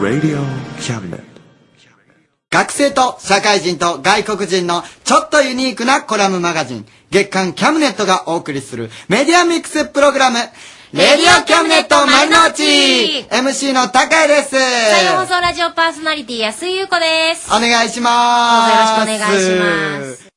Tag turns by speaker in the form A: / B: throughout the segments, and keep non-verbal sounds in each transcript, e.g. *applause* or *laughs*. A: Radio Cabinet.
B: 学生と社会人と外国人のちょっとユニークなコラムマガジン、月刊キャムネットがお送りするメディアミックスプログラム、レディオキャムネット丸の内 !MC の高谷です
C: 採用放送ラジオパーソナリティ安井優子です。
B: お願いします
C: よろしくお願いし
B: ます。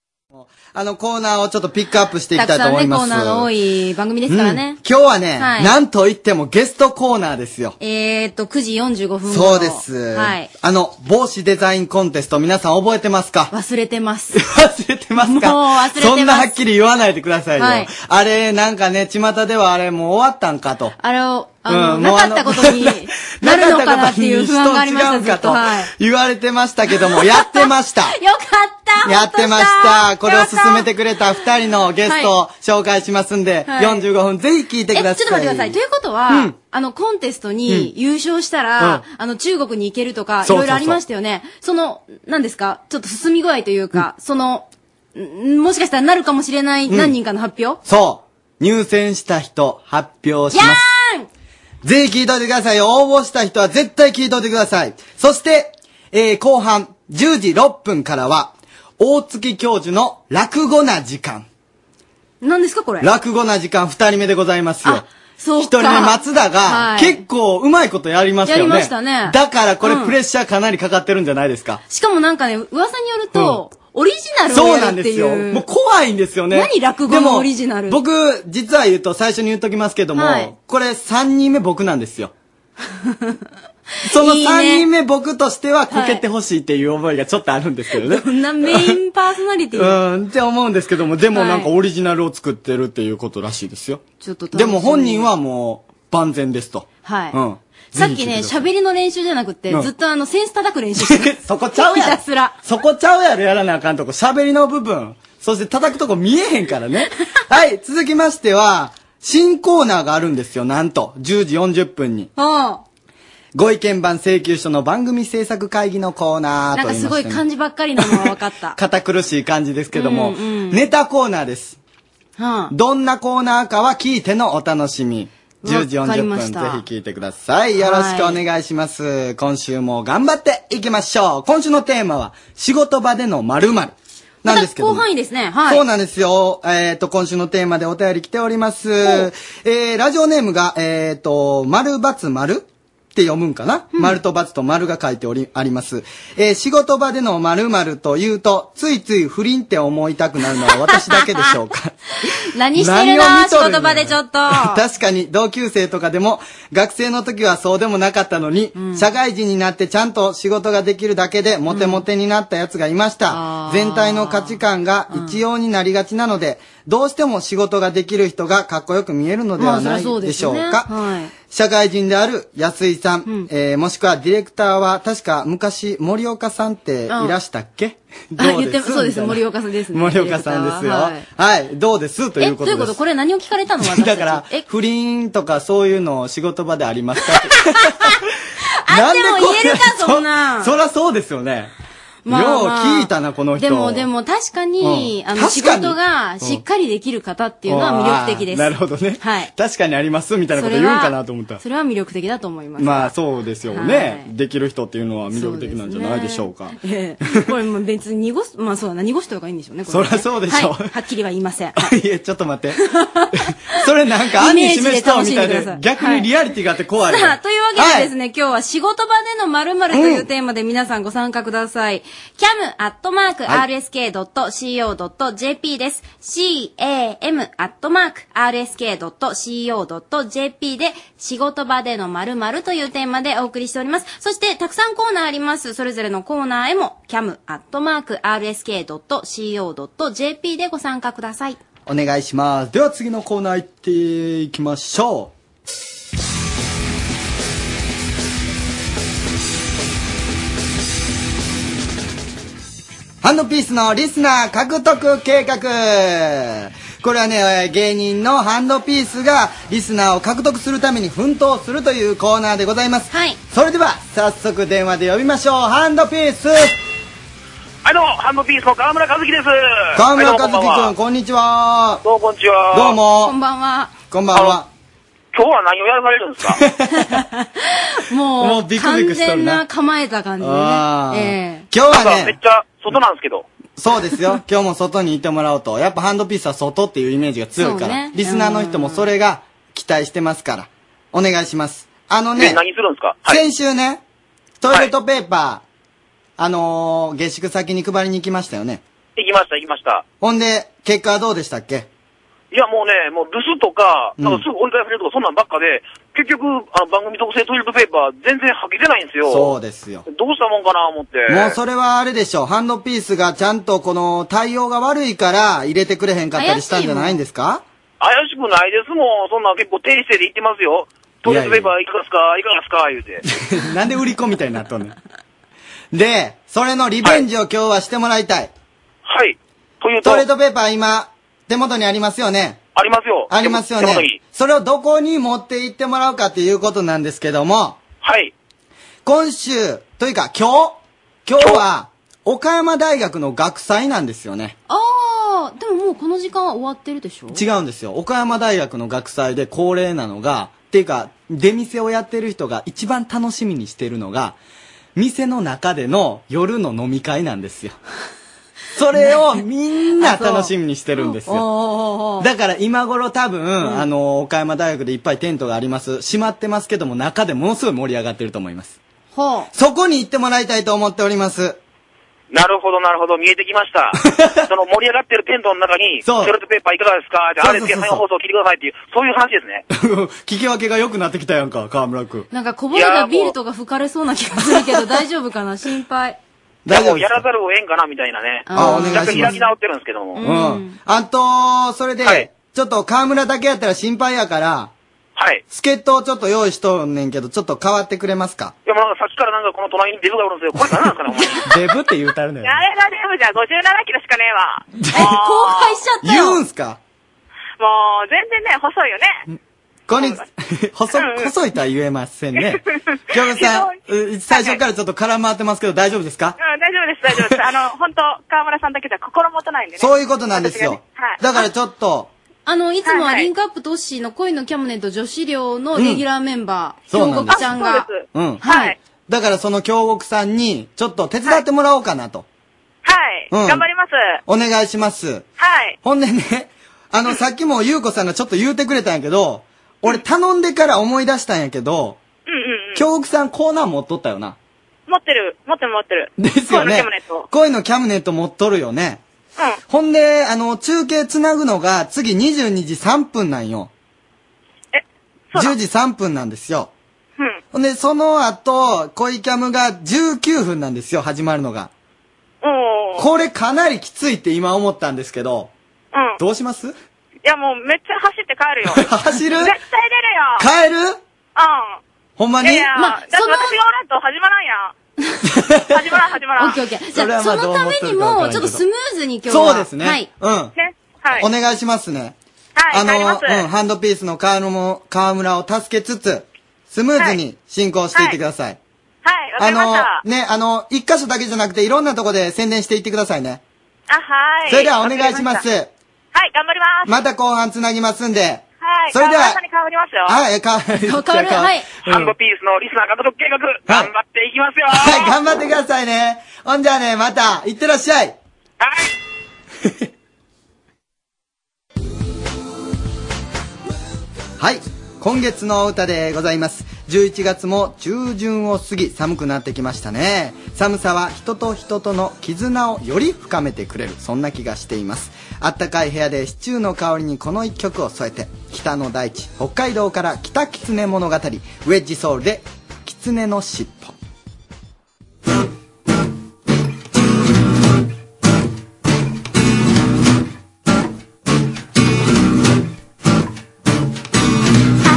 B: あのコーナーをちょっとピックアップしていきた
C: たく
B: いと
C: さん
B: 思い
C: ね、
B: ま
C: コ
B: す。
C: ーナーの多い番組ですからね。
B: 今日はね、
C: はい
B: なんといってもゲストコーナーですよ。
C: えーっと、9時45分頃
B: そうです。
C: はい。
B: あの、帽子デザインコンテスト皆さん覚えてますか
C: 忘れてま
B: *laughs*
C: す。
B: 忘れてますか
C: もう忘れてます
B: そんなはっきり言わないでくださいよ。
C: はい
B: あれ、なんかね、巷ではあれもう終わったんかと。
C: あれを、あの、
B: うん
C: な
B: もうあ
C: か
B: の
C: ったこ
B: *laughs*
C: とになるのかなっていう不安がありました、
B: 人
C: ず
B: 違う
C: っ
B: か
C: と。はい。
B: と言われてましたけども、やってま
C: *laughs*
B: した。
C: よかった
B: やってまし
C: ほ
B: た。
C: っ
B: ことれを
C: し
B: 進めてくれた二人のゲストを
C: は
B: 紹介しますんで、
C: はい
B: 45分ぜひ聞いてください。
C: え、ちょっと待ってください。ということは、
B: うん
C: あの、コンテストに優勝したら、
B: うん
C: あの、中国に行けるとか、い
B: そうそうそう
C: ろいろありましたよね。その、何ですかちょっと進み具合というか、その、んもしかしたらなるかもしれない何人かの発表、
B: そう。入選した人、発表します。ぜひ聞いといてください。応募した人は絶対聞いといてください。そして、えー、後半、10時6分からは、大月教授の落語な時間。
C: 何ですかこれ。
B: 落語な時間二人目でございますよ。
C: そうか。
B: 一人目松田が
C: は、い
B: 結構うまいことやりましたよね。
C: やりましたね
B: だからこれ
C: うん
B: プレッシャーかなりかかってるんじゃないですか。
C: しかもなんかね、噂によると、オリジナル
B: そう
C: をや
B: な
C: る
B: ん
C: っ
B: で
C: て
B: す
C: い
B: よ。
C: う。
B: もう怖いんですよね。
C: 何落語の
B: でも
C: オリジナル
B: 僕、実は言うと、最初に言っときますけども、
C: はい
B: これ3人目僕なんですよ。その3
C: いいね
B: 人目僕としてはこけてほしいっていう思いがちょっとあるんですけどね。
C: こんなメインパーソナリティ。
B: うん、って思うんですけども、でも
C: はい
B: なんかオリジナルを作ってるっていうことらしいですよ。
C: ちょっと楽し
B: で
C: み
B: も本人はもう万全ですと。
C: はい。
B: うん。
C: さっき
B: ぜひ聞いてく
C: ね、
B: ださい
C: 喋りの練習じゃなくって、
B: うん
C: ずっとあの、センス叩く練習して
B: *laughs*
C: た。
B: そこちゃうやろ
C: ひたすら。
B: そこちゃうやろやらなあかんとこ、喋りの部分。そして叩くとこ見えへんから
C: *laughs*
B: ね。はい、続きましては、新コーナーがあるんですよ、なんと。10時40分に。
C: うん。
B: ご意見番請求書の番組制作会議のコーナー
C: な
B: と言
C: んか
B: い
C: す
B: ま
C: ご
B: し
C: い
B: て、
C: 漢字ばっかりなのは分かった。
B: 堅苦しい感じですけども、
C: うんうん
B: ネタコーナーです。
C: うん。
B: どんなコーナーかは聞いてのお楽しみ。10時
C: わかり
B: 40分
C: ま
B: ぜ
C: し
B: ひ
C: た
B: 聞いてください。よろしくお願いします。今週も頑張っていきましょう。今週のテーマは、仕事場での〇〇なんですけども。
C: また広範囲ですね。はい。
B: そうなんですよ。えっ、と、今週のテーマでお便り来ております。えー、ラジオネームが、えっ、と、丸バツ丸って読むんかな、丸とバツと丸が書いており、あります。えー、仕事場での〇〇というと、ついつい不倫って思いたくなるのは私だけでしょうか。
C: 何してるの
B: 何を見
C: 仕
B: とるん
C: 事場でちょっと。
B: *laughs* 確かに同級生とかでも学生の時はそうでもなかったのに、社会人になってちゃんと仕事ができるだけでモテモテになったやつがいました、
C: あー
B: 全体の価値観が一様になりがちなので、どうしても仕事ができる人がかっこよく見えるので
C: ま
B: は
C: あ、そり
B: な
C: ゃそう
B: い
C: で
B: ですしょ
C: よ
B: う
C: ね。
B: か、
C: は
B: 社会人である安井さん、えーもしくはディレクターは確か昔森岡さんっていらしたっけ、
C: い。あ、
B: どう
C: *laughs* 言っ
B: で
C: て
B: す
C: そうで
B: み
C: す。
B: たいな
C: 森岡さんですね。
B: 森岡さんですよ。
C: は
B: はいい、どうですとい
C: え、
B: う
C: ど
B: こ
C: うい
B: と
C: う
B: で
C: こ
B: す
C: と。これ何を聞かれたの私たち
B: だから
C: え、、
B: 不倫とかそういうの仕事場であり
C: *laughs*
B: ますかあ
C: っても言えるかそんな
B: そそらそうですよね。
C: まあまあ
B: よう聞いたな、この人。
C: でも、でも確かに、
B: うん
C: あの、
B: 確
C: 仕
B: かに
C: 事がしっかりできる方っていうのは魅力的です。
B: あーなるほどね。
C: はい
B: 確かにあります、みたいなこ
C: そ
B: と言
C: れ
B: うん
C: は
B: かなと思った。
C: それは魅力的だと思います。
B: まあ、そうですよね、
C: はい
B: できる人っていうのは魅力的なんじゃないでしょうか。
C: そうですね *laughs* ええこれも別に濁す、まあそうだな、濁しとかいいんでしょうね、これね
B: そりゃそうでしょう
C: はい。はっきりは言いません。
B: いや、ちょっと待って。 *laughs* それなんか、案に示したみたい
C: イメージで楽しんでくださ
B: で
C: い、
B: 逆にリアリティがあって怖いわ。
C: さあ、というわ *laughs* けでです
B: はい
C: ね、今日は仕事場での〇〇というテーマで皆さんご参加ください。
B: はい
C: cam.rsk.co.jp です。cam.rsk.co.jp で仕事場での〇〇というテーマでお送りしております。そして、たくさんコーナーあります。それぞれのコーナーへも cam.rsk.co.jp でご参加ください。
B: お願いします。では次のコーナー行っていきましょう。ハンドピースのリスナー獲得計画これはね、えー芸人のハンドピースがリスナーを獲得するために奮闘するというコーナーでございます。
C: はい。
B: それでは、早速電話で呼びましょう。ハンドピース
D: はい、どうも、ハンドピースの河村和樹です。
B: 河村
D: はい
B: 和樹くん、こんにちは。
D: どうも、こんばんは
B: どう。も。
C: こんばんは。
B: こんばんは。
D: 今日は何をやらされるんですか
C: も
D: も
C: う、
D: うビクビ
C: 完
D: クしとる
C: 全
D: な
C: な構えた感じで
B: あー
C: ね。ええ
B: 今日はね
D: めっ、ちゃ外なんですけど。
B: そうですよ。今日も外にいてもらおうと。やっぱハンドピースは外っていうイメージが強いか
C: そう
B: ら
C: ね。
B: リスナーの人もそれが期待してますから。お願いします。あの
D: ね、
B: ね、
D: 何するんですか
B: 先週ね、トイレットペーパー、あのー、下宿先に配りに行きましたよね。
D: 行きました、行きました。
B: ほんで、結果はどうでしたっけ
D: いや、もうね、もう留守とか、
B: うん
D: なんかすぐ折り返されるとか、そんなんばっかで、結局、あの番組特製トイレットペーパー、全然履けてないんですよ。
B: そうですよ。
D: どうしたもんかな、思って。
B: もうそれはあれでしょう。ハンドピースがちゃんとこの対応が悪いから入れてくれへんかったりしたんじゃないんですか
D: 怪しくないですもん。そんなん結構低姿勢で言ってますよ。トイレットペーパーいかがですかいかがですか言う
B: *laughs*
D: て。
B: なんで売り子みたいになっとんねん。で、それのリベンジを今日はしてもらいたい。
D: はい。というと
B: トイレットペーパー今、手元にありますよね。
D: ありますよ。
B: ありますよ
D: 手元に
B: ね。それをどこに持って行ってもらうかっていうことなんですけども、
D: はい。
B: 今週、というか今日、今日は、岡山大学の学祭なんですよね。
C: あー、でももうこの時間は終わってるでしょ
B: 違うんですよ。岡山大学の学祭で恒例なのが、っていうか、出店をやってる人が一番楽しみにしてるのが、店の中での夜の飲み会なんですよ。 *laughs* それ
C: *laughs*
B: をみんな楽しみにしてるんです
C: おー
B: よ。
C: おーおー
B: だから今頃多分、あの、岡山大学でいっぱいテントがあります。閉まってますけども、中でものすごい盛り上がってると思います。
C: ほう。
B: そこに行ってもらいたいと思っております。
D: なるほど、なるほど。見えてき
B: *laughs*
D: ました。その盛り上がってるテントの中に、
B: そう
D: トイレットペーパーいかがですかじゃあ、あ
B: そ
D: れ
B: う
D: で
B: そう
D: すけ
B: そうそう
D: ど、再放送聞いてくださいっていう、そういう話ですね。
B: 聞き分けが良くなってきたやんか、河村くん。
C: なんかこぼれ
D: いやーも
C: た
D: う
C: ビールとか吹かれそうな気がするけど、大丈夫かな心配。
B: 大丈夫
D: い
B: で
D: や
B: す
D: も
B: か
D: うやらざるをえんかな、みたいなね。
B: あーお願いします
D: 若干開き直ってるんですけども。
B: うん。あと、それで、
D: はい
B: ちょっと河村だけやったら心配やから、
D: はい。
B: 助っ人をちょっと用意しとんねんけど、ちょっと変わってくれますか
D: いや、もうなんかさっきからなんかこの隣にデブがおるんですよ。これ何なんですかね、お前。
B: デブって言うたるのよ
A: あれがデブじゃ57キロしかねえわ。
C: 公開しちゃっ
B: *laughs*
C: た
B: 言
C: よ
B: うんすか
A: もう、全然ね、細いよね。
B: こん
D: *laughs*
B: にち細、細いとは言えませんね。京子さん、う最初からちょっと絡まってますけど大丈夫ですか
A: うん、大丈夫です、大丈
B: *laughs*
A: 夫です。あの、本当河村さんだけじゃ心もとないんでね。
B: そういうことなんですよ
A: 私がねはい。
B: だからちょっと、
C: あの、いつも
A: は
C: はい
A: はい
C: リンクアップとオッシーの恋のキャムネット女子寮のレギュラーメンバー、
B: そうな
C: 京
B: ん
C: 極
B: です
C: ちゃん
A: あ
C: が
A: そう。です
B: うん。
A: はい。
B: だからその京極さんに、ちょっと手伝ってもらおうかなと。
A: はい。
B: うん
A: 頑張ります。
B: お願いします。
A: はい。
B: ほんでね、あの、さっきもゆうこさんがちょっと言うてくれたんやけど、俺頼んでから思い出したんやけど、
A: うんうんうん。
B: 京極さんコーナー持っとったよな。
A: 持ってる、持ってる持ってる。
B: です
A: こ
B: よ
A: ういうのキャ
B: ね
A: ムネット。。
B: 恋のキャムネット持っとるよね。
A: うん。
B: ほんで、あの、中継つなぐのが次22時3分なんよ。
A: え、そうだ。
B: 10時3分なんですよ。
A: うん。
B: ほんで、その後、恋キャムが19分なんですよ、始まるのが。
A: おー。
B: これかなりきついって今思ったんですけど、
A: うん。
B: どうします
A: いや、もう、めっちゃ走って帰るよ。絶
B: *laughs* 走る
A: 対出るよ。
B: 帰るほんま
A: うん。
B: に
A: いやいや、
C: ま
A: だ
C: あ
A: って
C: その
A: 私がおらんと始まらんや
B: *laughs*
A: ん。始まらん、始ま
C: オ
A: らん。
C: ッケーオッケー。じ
B: それ
C: ゃあ、
B: はま
C: そ
B: あ
C: のためにも、ちょっとスムーズに今日は。
B: そうですね。
C: はい。
B: うん。
A: ね。はい。
B: お願いしますね。
A: はい帰り
B: あ
A: ます
B: の、うん、ハンドピースの川村も、川村を助けつつ、スムーズに進行していってください。
A: はい、わかりました。
B: あの、ね、あの、一箇所だけじゃなくて、いろんなとこで宣伝していってくださいね。
A: あ、はい。
B: それではお願いしま
A: わかり
B: す。
A: た。はい、頑張ります。
B: また後半つなぎますんで。
A: はい、
B: それでは
A: さんに変わりますよ。
B: あ、え、か、
C: わかる。はい。
D: ハンドピースのリスナー監督計画、頑張っていきますよ
B: はい、頑張ってくださいね。ほんじゃあね、また、いってらっしゃい。
D: はい
B: *laughs* はい。今月のお歌でございます。11月も中旬を過ぎ寒くなってきましたね。寒さは人と人との絆をより深めてくれる、そんな気がしています。あったかい部屋でシチューの香りにこの一曲を添えて、北の大地、北海道から北狐物語、ウェッジソウルで、狐の尻尾。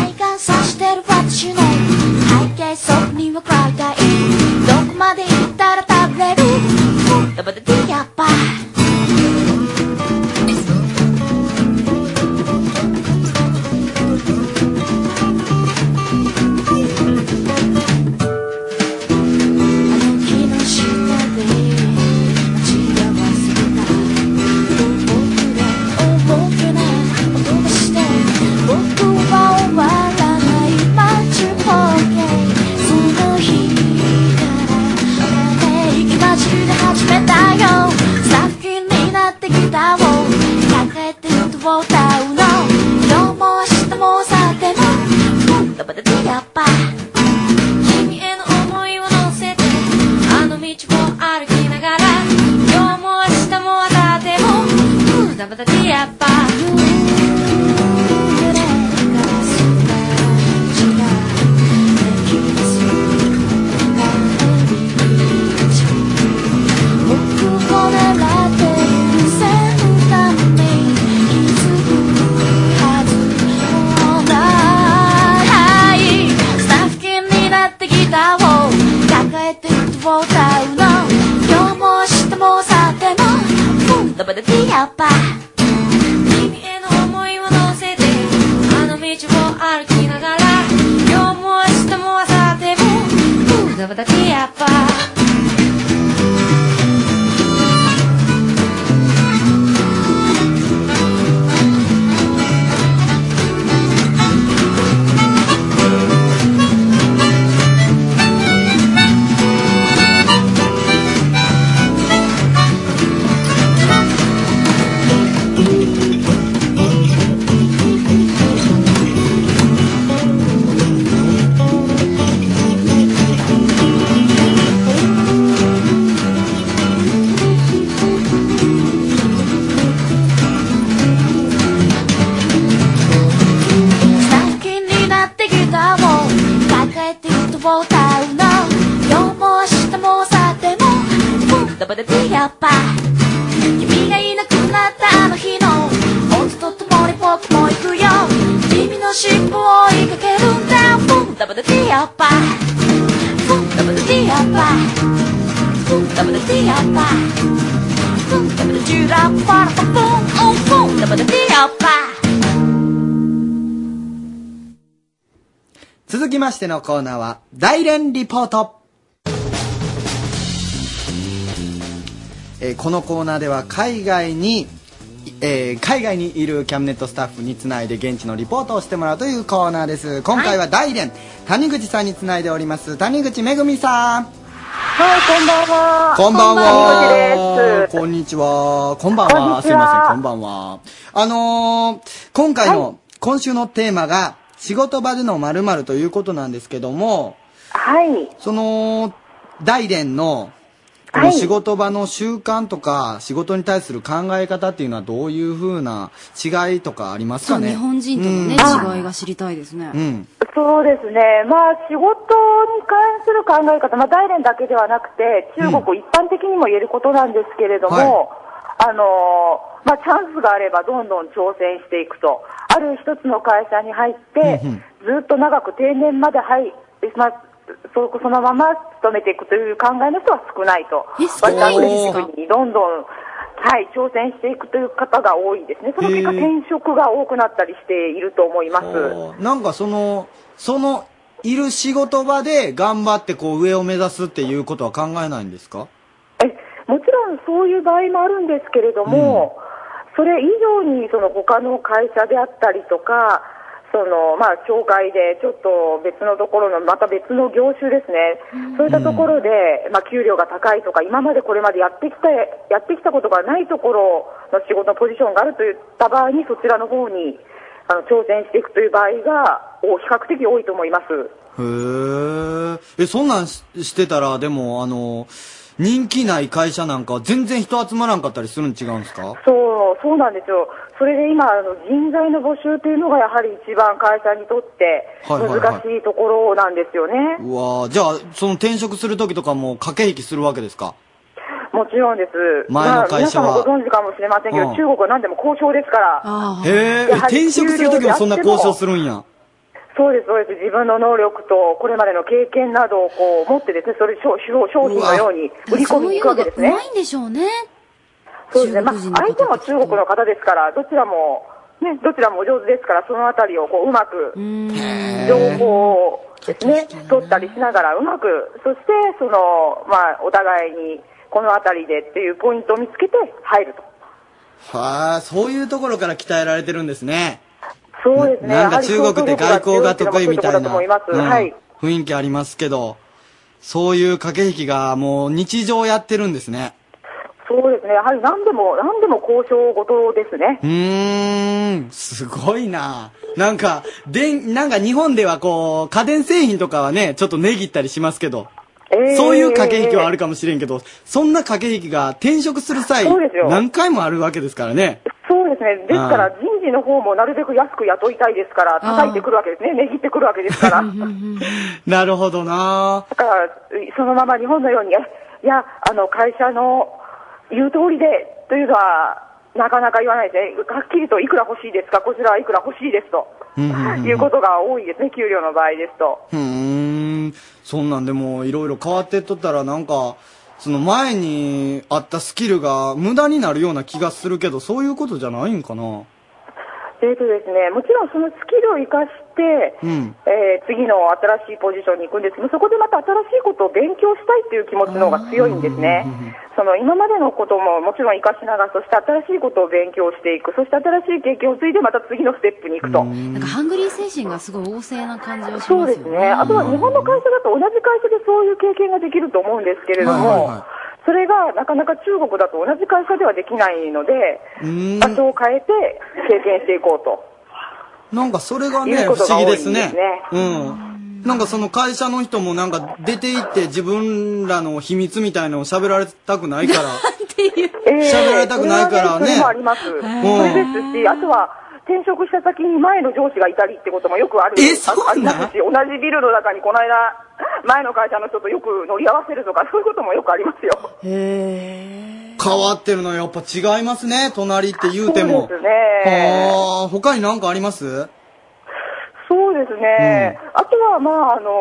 E: 愛が指してる私ね背景そこには暗いたいどこまで行ったら食べれる言葉で言えばを歌うの今日も明日もさてもダバダディガバ君への思いを乗せてあの道を歩きながら今日も明日もあたてもダバダディガバ揺れがすべてができず僕を狙ってるせんためにいつくらいはずもないスタッフ君になってギターを抱えて歌を歌うの今日も明日もさてもダバダディアパ君への思いを乗せてあの道を歩きながら今日も明日もさてもダバダディアパ最近になってギターを抱えて歌を歌うの今日も明日もさてもダバダディアパ君がいなくなったあの日の音とともに僕も行くよ君の尻尾を追いかけるんだダバダディアパダバダディアパダバダディアパダバダジュラパラパポンオンポンダバダディアパ
B: 続きましてのコーナーは、大連リポート。えーこのコーナーでは海外に、えー海外にいるキャムネットスタッフにつないで現地のリポートをしてもらうというコーナーです。今回は大連、谷口さんにつないでおります。谷口めぐみさん。
F: はい、こんばんは。
B: こんばんは。
F: こ
B: こんにちは。こんばんは。
F: こんに
B: す
F: ち
B: いま
F: は
B: せん、こんばんは。あのー今回の、今週のテーマが、仕事場での〇〇ということなんですけども、
F: はい。
B: その、大連の、この仕事場の習慣とか、仕事に対する考え方っていうのはどういうふうな違いとかあります
C: そ
B: か
C: う、
B: ね
C: 日本人とのね、
B: うん
C: 違いが知りたいですね。
B: うん。
F: そうですね。まあ、仕事に関する考え方、まあ、大連だけではなくて、中国を一般的にも言えることなんですけれども、
B: はい
F: あのーまあ、チャンスがあればどんどん挑戦していくと。ある一つの会社に入って、
B: うんうん
F: ずっと長く定年まで入、まあ、そそのまま勤めていくという考えの人は少ないと。
C: え少ないんです
F: 私
C: か
F: の国にどんどん、はい、挑戦していくという方が多いですね。その結果
B: へえ
F: 転職が多くなったりしていると思います。
B: なんかその、その、いる仕事場で頑張ってこう上を目指すっていうことは考えないんですか
F: えもちろんそういう場合もあるんですけれども、それ以上にその他の会社であったりとか、そのまあ、紹介でちょっと別のところの、また別の業種ですね、そういったところで、まあ、給料が高いとか、今までこれまでやってきたやってきたことがないところの仕事のポジションがあるといった場合に、そちらの方にあの挑戦していくという場合が、お比較的多いと思います。
B: へえ。え、そんなんししてたら、でも、あの、人気ない会社なんかは全然人集まらんかったりするん違うんですか
F: そう、そうなんですよ。それで今、あの人材の募集というのがやはり一番会社にとって
B: はいはいはい
F: 難しいところなんですよね。
B: うわーじゃあ、その転職する時とかも駆け引きするわけですか
F: もちろんです。
B: 前の会社は
F: まあ、皆さんもご存知かもしれませんけど、
B: うん
F: 中国は何でも交渉ですから。
C: あ
B: へ
C: あ。
B: え、え転職する時もそんな交渉するんや。
F: そうです、そうです。自分の能力とこれまでの経験などをこう持ってですね、それ商商商品のように売り込み
C: そう
F: に
C: い
F: 行
C: う
F: くわ
C: の
F: け
C: がう
F: ですね
C: ま。いんでしょうね。
F: そうですね。まあ、
C: 中国人の方
F: 相手も中国の方ですから、どちらも、ね、どちらもお上手ですから、そのあたりをこううまく
C: うーん。
F: 情報をですね
C: ちょっと聞きたい、な
F: 取ったりしながらうまく、そして、その、まあ、お互いに、この辺りでっていうポイントを見つけて入ると。
B: はあ、そういうところから鍛えられてるんですね。
F: そうですね。
B: ななん
F: や
B: か
F: はり
B: 中国って外交が得意みたいな、
F: そううところだと思いま
B: う
F: す
B: ん
F: はい。
B: 雰囲気ありますけど、そういう駆け引きがもう日常やってるんですね。
F: そうですね、やはり何でも、何でも交渉ごとですね。
B: うーん、すごいな。なんか、でん、なんか日本ではこう、家電製品とかはね、ちょっと値切ったりしますけど、
F: えー
B: そういう駆け引きはあるかもしれんけど、そんな駆け引きが転職する際
F: そうです、よ
B: 何回もあるわけですからね。
F: そうですね、ですから人事の方もなるべく安く雇いたいですから、
B: あー
F: 叩いてくるわけですね、値切ってくるわけですから、だ
B: なるほどな。
F: からうそのまま日本のように、えいや、あの会社の言う通りでというのは、なかなか言わないですね、はっきりといくら欲しいですか、こちらはいくら欲しいですと
B: うんうんうん
F: いうことが多いですね、給料の場合ですと。
B: うーん。そんなんでもいろいろ変わってっとったらなんか、その前にあったスキルが無駄になるような気がするけど、そういうことじゃないんかな。
F: えーとですね、もちろんそのスキルを生かして、
B: うん。
F: えー次の新しいポジションに行くんですけど、そこでまた新しいことを勉強したいという気持ちの方が強いんですね。その今までのことももちろん活かしながら、そして新しいことを勉強していく、そして新しい経験をついてまた次のステップに行くと。
C: なんかハングリー精神がすごい旺盛な感じはし
F: そう
C: ます
F: で
C: よ
F: す
C: ね。
F: ね。あとは日本の会社だと同じ会社でそういう経験ができると思うんですけれども、それがなかなか中国だと同じ会社ではできないので、
B: うん
F: 場所を変えて経験していこうと。
B: なんかそれが
F: い
B: ね、
F: う
B: 不
F: ことが
B: 思議
F: 多い
B: で
F: んです
B: す
F: ね
B: ね。うん。なんかその会社の人もなんか出て行って自分らの秘密みたいなのを喋られたく
F: *laughs*
B: ないから。喋られたくないからね
F: それはそれもあります。それですし、あとは、転職した先に前の上司がいたりってこともよくある。え、そうありますし、同じビルの中にこの間、前の会社の人とよく乗り合わせるとか、そういうこともよくありますよ。
B: 変わってるのはやっぱ違いますね、隣って言うても。
F: そうですね
B: はあ、他になんかあります
F: そうですね。あとは、まあ、あの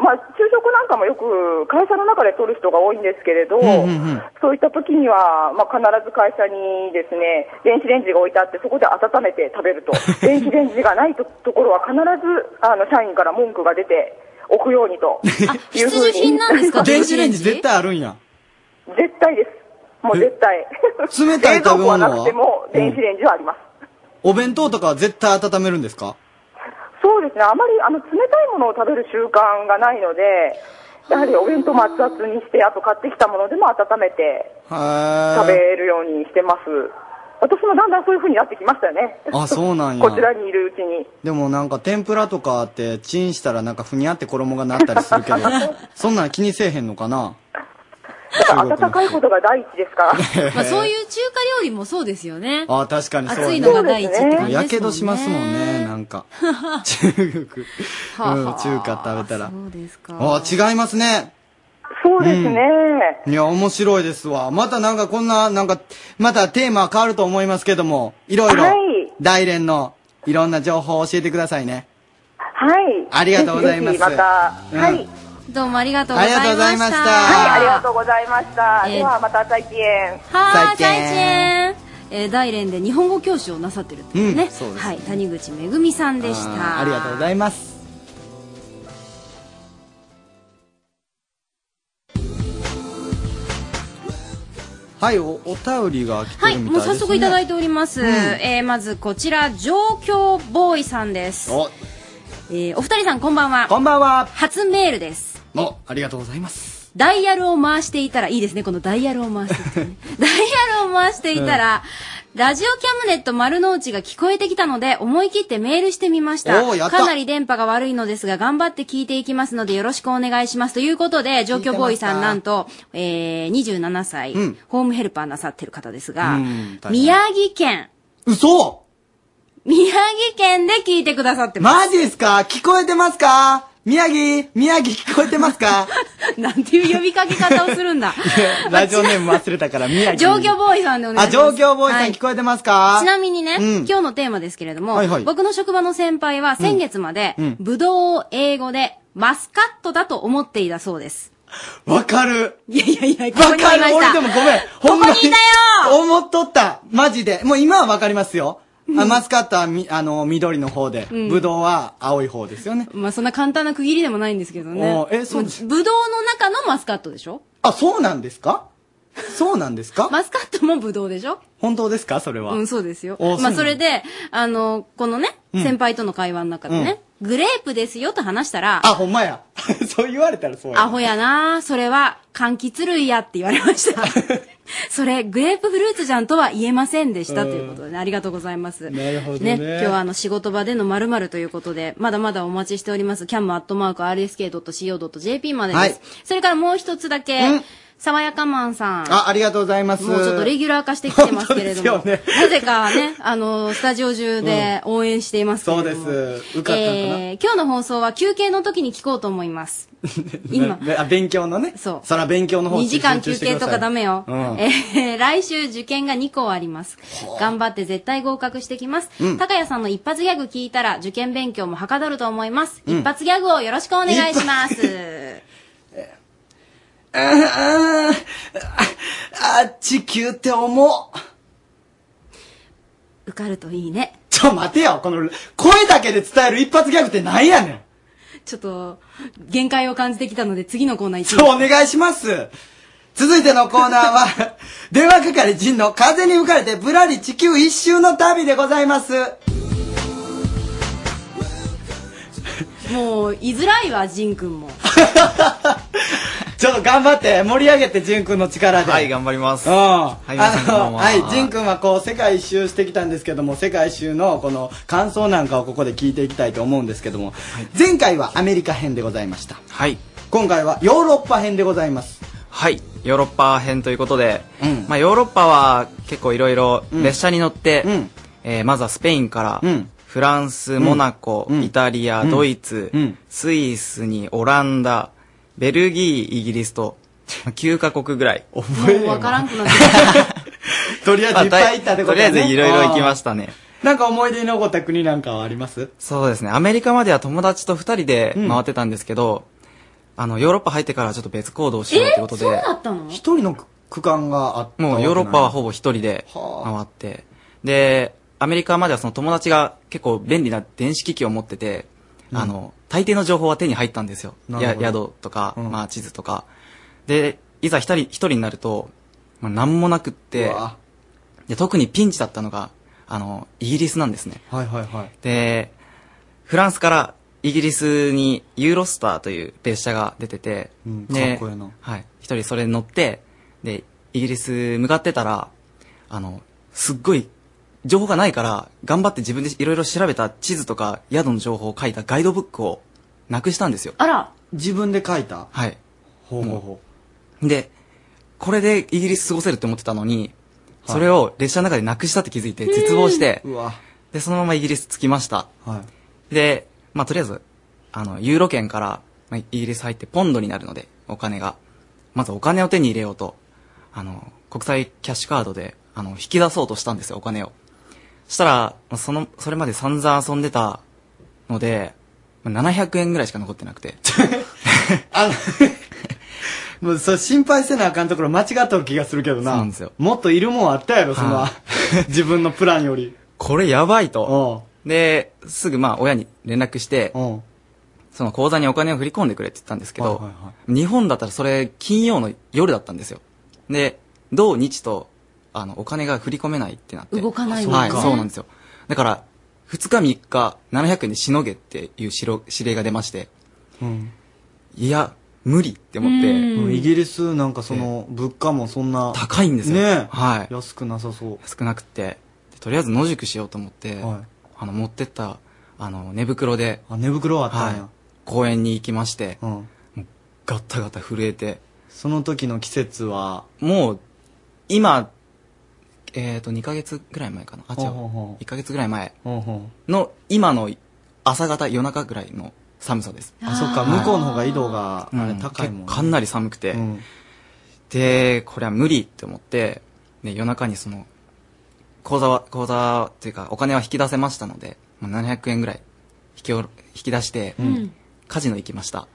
F: ーまあ、昼食なんかもよく会社の中で取る人が多いんですけれど、
G: うんうんうん
F: そういった時には、まあ、必ず会社にですね、電子レンジが置いてあって、そこで温めて食べる
B: *laughs*
F: と。電子レンジがないとところは必ず、あの、社員から文句が出て、置くようにと。いうふうに
B: *laughs* 電子レンジ絶対あるんや。
F: 絶対です。もう絶対。
B: 冷たい
F: 冷
B: 食
F: 蔵
B: べ
F: 庫
B: 物は
F: はなくても、電子レンジはあります。
B: お弁当とかは絶対温めるんですか
F: そうですね、あまりあの冷たいものを食べる習慣がないので、やはりお弁当も熱々にして、あと買ってきたものでも温めて食べ
B: は
F: るようにしてます。私もだんだんそういう風になってきましたよね。
B: ーあ、そうなんや。
F: こちらにいるうちに。
B: でもなんか天ぷらとかってチンしたらなんかふにゃって衣がなったりする
F: *laughs*
B: けど、そんなん気にせえへんのかな
F: だから温かいことが第一ですから。
C: *laughs* まあそういう中華料理もそうですよね。
B: ああ、確かにそうやね
C: 熱いのが第一って感じですもんね
B: やけどしますもんね、なんか。中国、うん、中
C: はあはあ
B: 華食べたら。そうですか。ああ、違いますね。
F: そうですね。
B: いや、面白いですわ。またなんかこんな、なんか、またテーマは変わると思いますけども、いろいろ、
F: はい
B: 大連のいろんな情報を教えてくださいね。
F: はい。
B: ありがとうございます
F: ぜひぜひまた、
B: うん
F: はい。
C: どうもありがとうございまし
B: あ
C: た。
B: りがとうございました
F: はい、ありがとうございました。
C: えー
F: ではまた再見。再
C: はい、
F: 建
C: 再建えー、大連で日本語教師をなさってるっていうね。
B: うんそうですね
C: はい、谷口めぐみさんでし
B: あー
C: た。
B: ありがとうございます。はい、お、お便りが来て
C: はい、
B: るみ
C: もう
B: たいです、ね。
C: 早速いただいております。
B: うん
C: えーまずこちら、状況ボーイさんです。
B: お、
C: えーお二人さんこんばんは。
B: こんばんは。
C: 初メールです。
B: お、ありがとうございます。
C: ダイヤルを回していたら、いいですね、このダイヤルを回していた
H: *laughs*
C: らねダイヤルを回していたら、ラジオキャムネット丸の内が聞こえてきたので、思い切ってメールしてみました。
H: おーやった
C: かなり電波が悪いのですが、頑張って聞いていきますので、よろしくお願いします。ということで、上京ボーイさ
H: 聞いてました
C: ん、なんと、えー、27歳、
H: うん
C: ホームヘルパーなさってる方ですが、
H: うん大変
C: 宮城県、
B: 嘘
C: 宮城県で聞いてくださってます。
B: マジですか聞こえてますか宮城宮城聞こえてます
C: *laughs*
B: か
C: なんていう呼びかけ方をするんだ。
B: ラジオネーム忘れたから宮城。
C: 上京ボーイさんでお願い
B: あ、
C: します。
B: 上京ボーイさん
C: はい
B: 聞こえてますか、
C: ちなみにね、
B: うん
C: 今日のテーマですけれども、
B: はいはい
C: 僕の職場の先輩は先月まで、
B: うんうん
C: ブドウを英語でマスカットだと思っていたそうです。
B: わかる。
C: いやいやいや、
B: わ
C: ここに
B: か
C: い
B: る
C: まし
B: 俺
C: た
B: でもごめん。
C: ここにいたよ
B: 思っとった。マジで。もう今はわかりますよ。あマスカットはみ、あの、緑の方で、
C: うん
B: ブドウは青い方ですよね。
C: まあそんな簡単な区切りでもないんですけどね
B: お。ーえそうです
C: まあブドウの中のマスカットでしょ
B: あ、そうなんですかそうなんですか
C: *laughs* マスカットもブドウでしょ
B: 本当ですかそれは。
C: うん、そうですよ
B: おそう。
C: ま
B: な
C: あ、
B: の
C: それで、あの、このね、
B: うん
C: 先輩との会話の中でね、グレープですよと話したら、
B: あ、ほんまや。 *laughs* そう言われたらそうや。
C: アホやなそれは柑橘類やって言われました。それ、グレープフルーツじゃんとは言えませんでしたということでね、ありがとうございます。
G: なるほどね
C: ね、今日はあの、仕事場での〇〇ということで、まだまだお待ちしております。cam.rsk.co.jp までです。
B: はい
C: それからもう一つだけ、爽やかマンさん。
B: あ、ありがとうございます。
C: もうちょっとレギュラー化してきてますけれども、
B: 本当です
C: なぜかね、あの、スタジオ中で応援していますけれ
B: そ
C: ど
B: う
C: も。
B: です。受かったんかな、
C: えー、今日の放送は休憩の時に聞こうと思います。今
B: ねあ *laughs* 勉強のね。そう。そら勉強の方
C: 2時間休憩とかダメよ。
B: うん
C: えー来週受験が2校あります。頑張って絶対合格してきます。
B: うん
C: 高谷さんの一発ギャグ聞いたら受験勉強もはかどると思います。
B: うん
C: 一発ギャグをよろしくお願いします。
B: ああ、あ、あ地球って重っ。
C: 受かるといいね。
B: ちょ、待てよ。この、声だけで伝える一発ギャグってなんやねん。
C: *laughs* ちょっと、限界を感じてきたので次のコーナー行き
B: そう、お願いします。続いてのコーナーは、 *laughs* 電話係陣の風に吹かれてぶらり地球一周の旅でございます。
C: もう、居づらいわ、ジンくんも。
B: ちょっと頑張って、盛り上げて、ジンくんの力で。はい、頑張ります。うん。はい、
H: 皆さんこんばんは
B: はい、ジンくんはこう、世界一周してきたんですけども、世界一周のこの感想なんかをここで聞いていきたいと思うんですけども、前回はアメリカ編でございました。
H: はい。
B: 今回はヨーロッパ編でございます。
H: はい。ヨーロッパ編ということで、まあヨーロッパは結構いろいろ列車に乗って、えーまずはスペインから、フランス、モナコ、イタリア、
B: うん
H: ドイツ、スイスにオランダ、ベルギー、イギリスと、まあ9カ国ぐらい。
C: も
H: *laughs*
C: うわからんくなってき
B: とりあえずいっぱい行ったってことだね
H: とりあえずいろいろ行きましたね。
B: なんか思い出に残った国なんかはあります
H: そうですね。アメリカまでは友達と二人で回ってたんですけど、あの、ヨーロッパ入ってからはちょっと別行動しようということで、
C: ったの
B: 一人の区間があった
H: も
B: わけな
H: う
B: い
H: ヨーロッパはほぼ一人で回って、で、アメリカまではその友達が結構便利な電子機器を持ってて、
B: うん
H: あの、大抵の情報は手に入ったんですよ。
B: なる
H: や
B: ほど
H: 宿とか、まあ地図とか。で、いざ一人、一人になると、まあ何もなくって
B: うわ、
H: で、特にピンチだったのが、あの、イギリスなんですね。
B: はいはいはい。
H: で、フランスからイギリスにユーロスターという列車が出てて、
B: うん
H: で
B: かっこええな
H: はい。一人それに乗って、で、イギリス向かってたら、あの、すっごい、情報がないから、頑張って自分でいろいろ調べた地図とか宿の情報を書いたガイドブックをなくしたんですよ。
C: あら
B: 自分で書いた
H: はい。
B: ほうほうほ
H: う。で、これでイギリス過ごせるって思ってたのに、それを列車の中でなくしたって気づいて絶望して、
B: うわ。
H: で、そのままイギリス着きました。
B: は
H: で、まあ、とりあえず、あの、ユーロ圏から、まあ、イギリス入ってポンドになるので、お金が。まずお金を手に入れようと、あの、国際キャッシュカードで、あの、引き出そうとしたんですよ、お金を。したら、まあその、それまで散々遊んでたので、まあ700円ぐらいしか残ってなくて。
B: い。もう、それ心配せなあかんところ間違っとる気がするけどな。
H: そうなんですよ
B: もっといるもんあったやろ、その
H: は、
B: *laughs* 自分のプランより。
H: これやばいと。で、すぐまあ親に連絡して、その口座にお金を振り込んでくれって言ったんですけど、
B: はいはい
H: 日本だったらそれ金曜の夜だったんですよ。で、土日と、あの、お金が振り込めないってなって。
C: 動かないもんね
H: はい、そうなんですよ。だから、2日3日、700円でしのげっていうしろ指令が出まして、
B: うん。
H: いや、無理って思って、
B: うんイギリスなんかその、物価もそんな。
H: 高いんですよ。
B: ね
H: はい。
B: 安くなさそう。
H: 少なくて、でとりあえず野宿しようと思って、あの、持ってった、あの、寝袋で、
B: あ、寝袋あったん
H: はい
B: や。、
H: 公園に行きまして、
B: も
H: うガッタガタ震えて、
B: その時の季節は、
H: もう、今、えっ、と、2ヶ月ぐらい前かな。あ、違
B: ほうほうほ
H: う。1ヶ月ぐらい前
B: ほうほう
H: の、今の朝方、夜中ぐらいの寒さです。
B: あそっか向こうの方が緯度があれ高いもんね
H: 結構かなり寒くて。で、これは無理って思って、ね、夜中にその、口座は、口座っていうか、お金は引き出せましたので、もう700円ぐらい引きおろ、引き出して、
C: ん
H: カジノ行きました。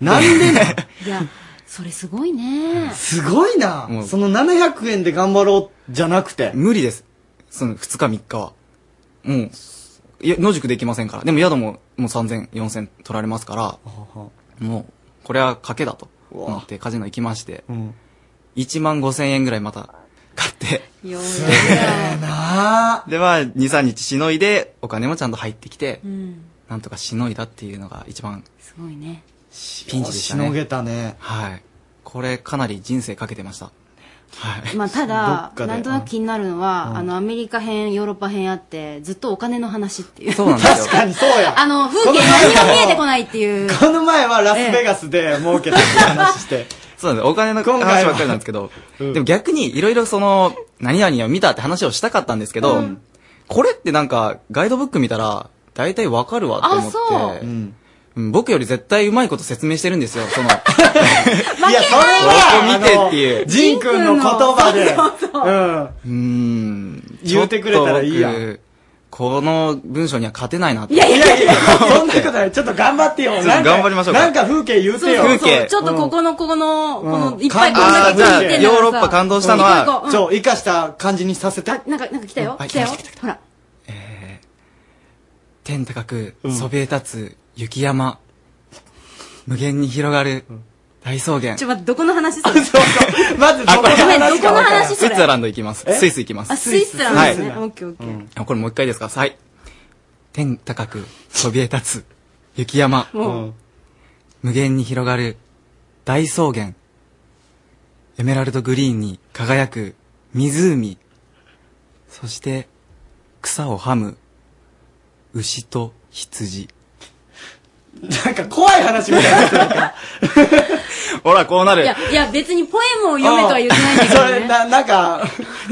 B: なんでなん
C: いや、それすごいね。
B: すごいな
H: もう
B: その700円で頑張ろうじゃなくて。
H: *laughs* 無理です。その2日3日は。もう、いや、野宿できませんから。でも宿ももう3000、4000取られますから、もう、これは賭けだと思ってカジノ行きまして、1万5000円ぐらいまた買って、
C: よ
B: な
H: *laughs* では、2、3日しのいで、お金もちゃんと入ってきて、
C: うん。
H: なんとかしのいだっていうのが一番
C: *laughs* すごいね。
H: ピンチでしたね。
B: しのげたね。
H: はい。これかなり人生かけてました。
C: *laughs* まあ、ただ、
H: どっかで
C: なんとなく気になるのは、あの、アメリカ編、ヨーロッパ編あって、ずっとお金の話っていう。
B: そうなんですよ確かにそうや
C: あの、風景何も見えてこないっ
B: *laughs*
C: ていう。
B: この前はラスベガスで儲けたって話して。
H: そうなんです。お金の話ばっかりなんですけど、でも逆にいろいろその、何々を見たって話をしたかったんですけど、これってなんか、ガイドブック見たら、大体わかるわって思って
C: あそう
H: うん、うん僕より絶対うまいこと説明してるんですよ、
B: *laughs*
H: その、
B: いや、それは、
H: 見てっていう
B: あのジン君の言葉で。うん。
H: うーん。
B: 言うてくれたらいいやん
H: ちょっと僕。この文章には勝てないなって。
B: いやいやいや、そんなことない。ちょっと頑張ってよ。
H: *laughs* ちょっと
B: なんか
H: 頑張りましょうか
B: なんか風景言う
H: そ
B: てよ。
H: うそう風景
C: ちょっとここの、ここの、こ
B: う
C: の、
B: ん
C: いっぱいこんだけ聞いてんだからさ
H: ヨーロッパ感動したのは
C: 行こう行こううん
B: そう、生かした感じにさせて。
C: なんか、なんか来たよ。
H: はい
C: 来たよ
H: 来。
C: ほら。
H: 天高くそびえ立つ雪山。無限に広がる大草原。
C: ちょ、待って、どこの話
B: *laughs*
C: それ
B: まず、
H: あ、これ
C: ごめん、どこの話
H: ス
C: そ
H: イ
C: れ
H: スランド行きます。
C: え
H: スイス行きます。
C: あ、スイスランド
H: はい
C: ね。オッケーオッケー。
H: あこれもう一回ですかはい。天高くそびえ立つ雪山。
C: もう
H: 無限に広がる大草原。エメラルドグリーンに輝く湖。そして草をはむ牛と羊。
B: なんか怖い話みたいな。
H: ほら、こうないる
C: や。、いや、別にポエムを読めとは言ってないんだけど
B: *laughs* そ
C: ね
B: れ、。な、なんか、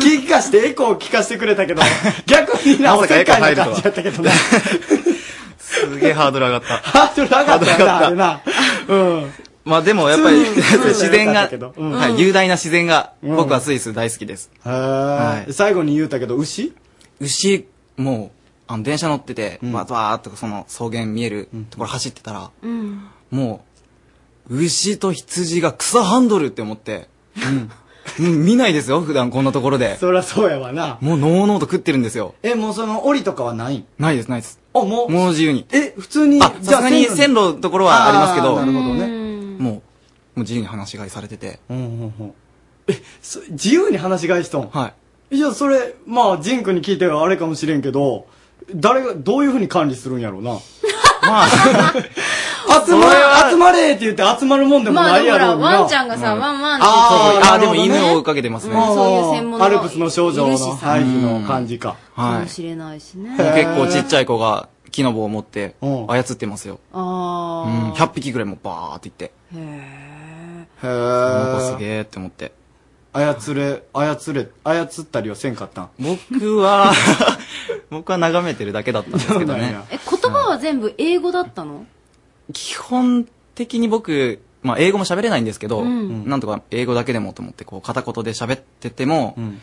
B: 聞かして、エコーを聞かしてくれたけ
H: *laughs*
B: ど、逆にな、お
H: まさか
B: せっ
H: エコ
B: か
H: ー
B: い
H: 入
B: な
H: ると
B: 感
H: は
B: じだったけどね。
H: すげえハードル上がった。
B: ハードル上がったよな、あれな。うん。
H: まあでもやっぱり *laughs* 自然が、
B: 普通のうん
H: はい、雄大な自然が、僕はスイス大好きです。
B: はい最後に言うたけど、牛
H: 牛、もう、あの、電車乗ってて、まあ、わーっとその草原見えるところ走ってたら、
C: うん。
H: もう、牛と羊が草ハンドルって思って、うん *laughs* 見ないですよ、普段こんなところで。
B: そりゃそうやわな。
H: もう、のうのうと食ってるんですよ。
B: え、もうその、檻とかはないん
H: ないです、ないです。
B: あ、もう、
H: もう自由に。
B: え、普通に、
H: あ、さすがに線路のところはありますけど、
B: あーなるほどね。
H: もう、もう自由に話し飼いされてて、
B: うんうんうん。え、そ自由に話し返しとん。
H: はい。
B: いや、それ、まあ、ジン君に聞いてはあれかもしれんけど、誰が、どういうふうに管理するんやろ
H: *laughs*
B: うな。まあ、 *laughs* 集
H: それ
B: ま、
H: は
B: 集まれって言って集まるもんでも
C: まあ、
B: ないや
C: だか
B: ろ
C: ら、
B: うな。
C: ワンちゃんがさ、ワンワンって
B: あー
H: あー、
B: なる
H: で
B: ほ
H: も
B: どね
H: 犬を追いかけてますね。
C: も
H: もう
C: そういう専門の
B: アルプスの少女
C: い
B: の
C: るしさ
B: ハイジの感じか。
C: か
H: は
C: も
H: い
C: しれないしね。
H: 結構ちっちゃい子が木の棒を持って
B: うん
H: 操ってますよ。うん、
C: あ
H: 100匹ぐらいもうバーっていって。
C: あ。へ
B: へ
H: なんかすげ
B: え。
H: えって思って。
B: 操れ、操れ、操ったりはせんかったん。
H: 僕は、 *laughs* 僕は眺めてるだけだったんですけど
B: なん
H: ね
B: や。
C: え。え、言葉は全部英語だったの
H: 基本的に僕、まあ英語も喋れないんですけど、
C: うん
H: なんとか英語だけでもと思って、こう片言で喋ってても、
B: ん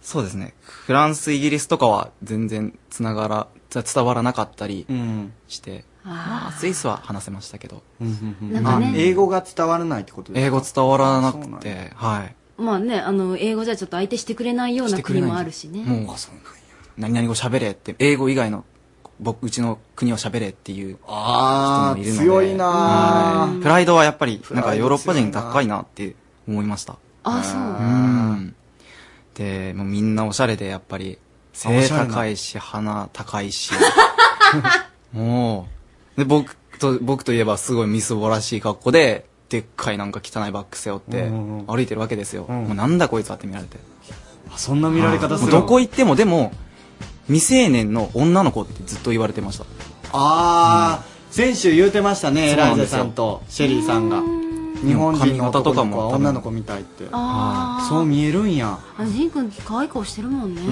H: そうですね、フランス、イギリスとかは全然つながら、つ伝わらなかったり
B: ん。
H: して、まあ
C: あ
H: スイスは話せましたけど、
C: あ。なんか
B: あ、
C: ね、
B: 英語が伝わらないってことです
H: 英
B: か
H: 語伝わらな
B: あそうな
H: く
B: んや
H: て、はい。
C: まあね、あの、英語じゃちょっと相手してくれないような国もあるしね。
H: もう、何々語喋れって、英語以外の、僕、うちの国を喋れっていう人
B: あ
H: も
B: あ、
H: いるので。
B: 強いな
H: はいプライドはやっぱり、なん
B: プラ
H: か
B: イド
H: ヨーロッパ人高いなって思いました。
C: あ、そう。
H: うん。で、もうみんなおしゃれで、やっぱり、
B: あお
H: 背
B: しゃれな
H: 高いし、鼻高い
B: *laughs*
H: し。もう、で、僕と、僕といえばすごいみすぼらしい格好で、でっかいなんか汚いバッグ背負って
B: うんうんうん
H: 歩いてるわけですよ。
B: ん
H: もうなんだこいつはって見られて。
B: あそんな見られ方
H: も
B: す
H: う
B: る
H: どこ行ってもでも未成年の女の子ってずっと言われてました
B: ああ、先週言うてましたね、エ
H: そう
B: ラ
H: な
B: イ
H: ん
B: ザ
H: ですよ
B: さんとシェリーさんが。日本人の
H: 髪型と
B: 男の子は
H: かも多分
B: 女の子みたいって。
C: あ
B: そう見えるんや。
C: あ。あ、ジン君、可愛い顔してるもんね。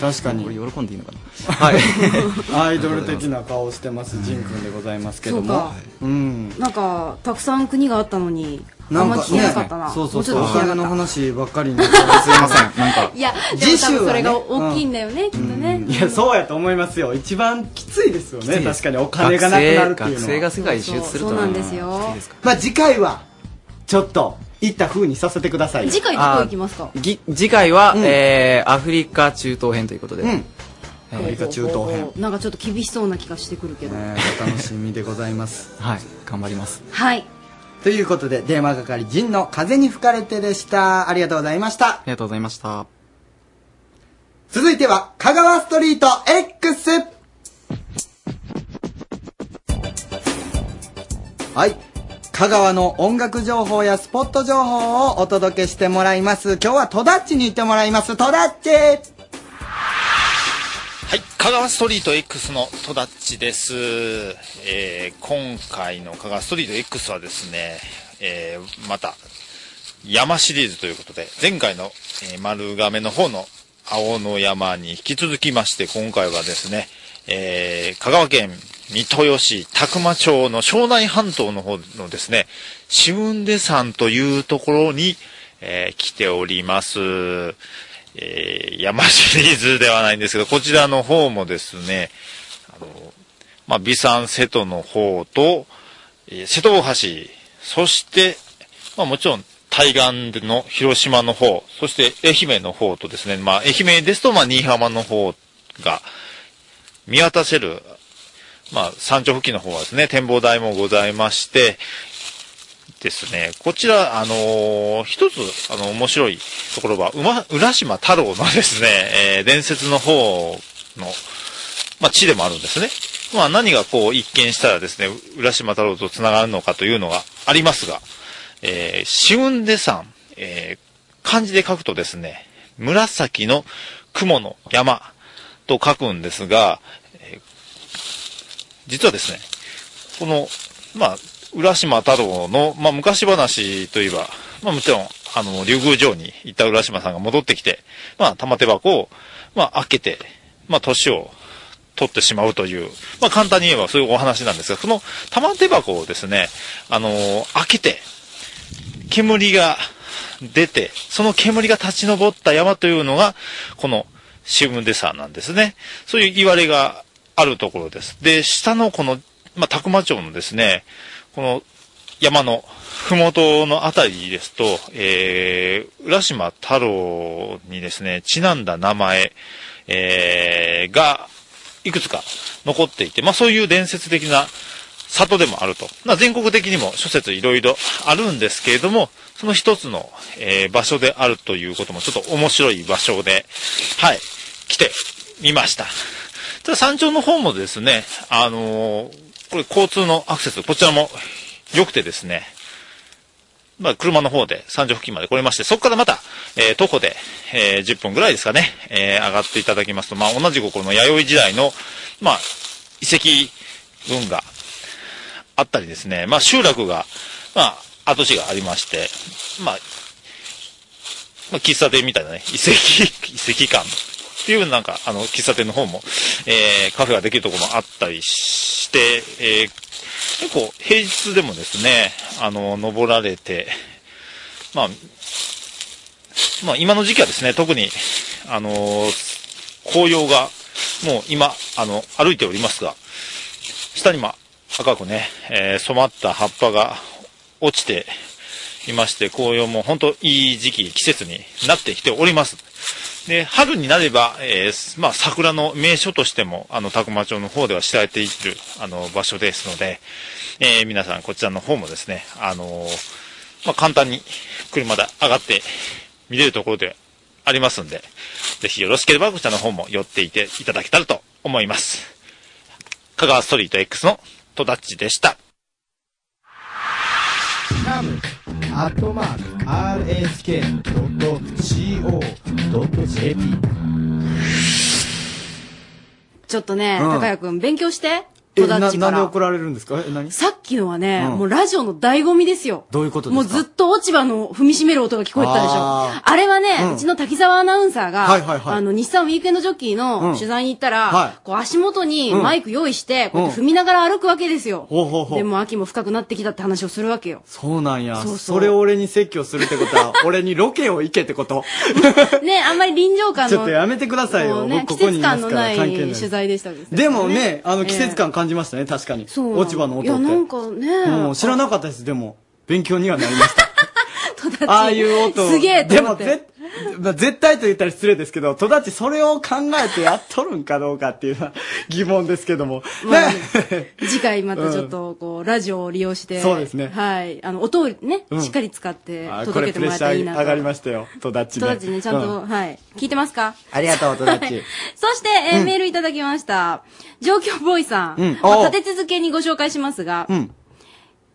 B: 確か
H: これ
B: に。
H: 喜んでいいのかなはい
B: *laughs* アイドル的な顔してます、ジン君でございますけど
C: そう
B: も
C: か。
B: うん。
C: なんか、たくさん国があったのに、あんま聞けなかったな。
B: そうそうそう、
C: も
B: お
C: ちょっと聞け
B: 金
C: な
B: の
C: かっ
B: 話ばっかりになってます
H: すいませんなんか
C: た。いや、でも
B: 次
C: 多
B: 週はね
C: 分それが大きいんだよね、きっとね。
B: いや、そうやと思いますよ。一番きついですよね。確かにお金
H: 学
B: がなくな
H: 生学
B: るっていうの
H: 生
B: は
H: が。世界一周すると
C: そうそうそうなんですよ
H: 好きですか
B: まあ次回は、ちょっと、いった風にさせてくださいよ。
C: 次回どこ行きますか
H: ぎ次回は、
B: うん
H: えー、アフリカ中東編ということで、
B: うん。
H: え
B: アフリ
H: ー
B: カ中東編。
C: なんかちょっと厳しそうな気がしてくるけど。
B: ねお楽しみでございます。
H: *laughs* はい頑張ります
C: はい。
B: ということで、電話係、陣の風に吹かれてでした。ありがとうございまし
H: あ
B: た。
H: りがとうございました
B: 続いては、香川ストリート X! はい。香川の音楽情報やスポット情報をお届けしてもらいます。今日は戸田っちに行ってもらいます。戸田っち
G: はい、香川ストリート X の戸田っちです、えー今回の香川ストリート X はですね、えーまた山シリーズということで前回の、えー丸亀の方の青の山に引き続きまして今回はですね、えー香川県三豊市宅間町の庄内半島の方のですね紫雲出山というところに、えー来ておりますえー山シリーズではないんですけど、こちらの方もですね、あの、まあ、美山瀬戸の方と、えー瀬戸大橋、そして、まあ、もちろん、対岸の広島の方、そして愛媛の方とですね、まあ、愛媛ですと、まあ、新居浜の方が見渡せる、まあ、山頂付近の方はですね、展望台もございまして、ですね、こちら、あのー一つ、あの、面白いところは、うま、浦島太郎のですね、えー伝説の方の、まあ、地でもあるんですね。まあ、何がこう、一見したらですね、浦島太郎と繋がるのかというのがありますが、えー、紫雲出山、えー漢字で書くとですね、紫の雲の山と書くんですが、えー実はですね、この、まあ、浦島太郎の、まあ、昔話といえば、まあ、もちろん、あの、竜宮城に行った浦島さんが戻ってきて、まあ、玉手箱を、まあ、開けて、まあ、年を取ってしまうという、まあ、簡単に言えばそういうお話なんですが、この玉手箱をですね、あの開けて、煙が出て、その煙が立ち上った山というのが、このシムデサーなんですね。そういう言われがあるところです。で、下のこの、まあ、宅間町のですね、この山の麓のあたりですと、えー、浦島太郎にですね、ちなんだ名前、えー、が、いくつか残っていて、まあそういう伝説的な里でもあると。まあ全国的にも諸説いろいろあるんですけれども、その一つの、えー場所であるということもちょっと面白い場所で、はい、来てみました。ただ山頂の方もですね、あのーこれ交通のアクセス、こちらも良くてですね、まあ、車の方で山頂付近まで来れまして、そこからまた、えー徒歩で、えー10分ぐらいですかね、えー上がっていただきますと、まあ、同じくこの弥生時代の、まあ、遺跡群があったりですね、まあ、集落が、まあ、跡地がありまして、まあ、まあ、喫茶店みたいなね、遺跡、 *laughs* 遺跡感っていうなんか、あの、喫茶店の方も、えーカフェができるところもあったりして、えー結構平日でもですね、あの、登られて、まあ、まあ今の時期はですね、特に、あの紅葉が、もう今、あの、歩いておりますが、下にまあ赤くね、えー染まった葉っぱが落ちていまして、紅葉も本当いい時期、季節になってきております。で、春になれば、えーまあ、桜の名所としても、あの、宅間町の方では知られている、あの、場所ですので、えー皆さん、こちらの方もですね、あのーまあ、簡単に車で上がって見れるところでありますんで、ぜひよろしければ、こちらの方も寄っていていただけたらと思います。香川ストリート X の戸田っちでした。
I: アットマーク RSK.CO.JP
C: ちょっとね、
B: うん
C: 高谷くん、勉強して。
B: え、
C: 戸
B: な、
C: 田
B: な
C: っ
B: ん
C: ち
B: で
C: から
B: 怒。られるんですかえ、何
C: さっきのはね、
B: うん
C: もうラジオの醍醐味ですよ。
B: どういうことです
C: も
B: か
C: うずっと落ち葉の踏みしめる音が聞こえてたでしょ。
B: あ
C: あれはね、
B: うん
C: うちの滝沢アナウンサーが、
B: はいはいはい
C: あの、日産ウィークエンドジョッキー
B: う
C: の
B: ん
C: 取材に行ったら、
B: はい
C: こう足元に
B: うん
C: マイク用意して、こうやって
B: う
C: 踏みながら歩くわけですよ。
B: ほうほうほう。
C: でも秋も深くなってきたって話をするわけよ
B: そうなんや。
C: そうそう
B: それを俺に説教するってこと
C: *laughs*
B: は、俺にロケを行けってこと。
C: ね、あんまり臨場感
B: ち
C: の。
B: ょっとやめてください
C: こ
B: よ。
C: うね、季
B: 僕ここに
C: 節
B: いま
C: 感
B: す
C: の
B: から
C: ない
B: 関係
C: 取材でしたけど
B: でもね、あの
C: ええ
B: 季節感感じましたね、確かに。
C: そうなの
B: 落ち葉の音
C: いや、なん
B: って。
C: かね、
B: うん、
C: *laughs*
B: 知らなかったです、でも。勉強にはなりました。
C: 戸田っち
B: ああいう音を。
C: すげえと
B: で
C: 思
B: も、
C: って。
B: ぜ、まあ絶対と言ったら失礼ですけど、戸田っちそれを考えてやっとるんかどうかっていうのは疑問ですけども。
C: まあね
B: ね
C: 次回またちょっと、こう、ラジオを利用して。
B: そうですね
C: はい。あの、音をね
B: う、ん
C: しっかり使って
B: あこ
C: 届
B: れ
C: けて
B: プ
C: も
B: レ
C: ら
B: ッ
C: っ
B: シャ
C: たらいい
B: ー
C: な
B: 上がり
C: と。
B: ましたよ、戸田っちね。
C: 人たちね、ちゃんと、
B: う
C: はい。聞いてますか
B: ありがとう、戸田っち。
C: そして、えーメールいただきました。状況ボーイさん。
B: うん
C: まあ
B: おう
C: 立て続けにご紹介しますが、
B: うん。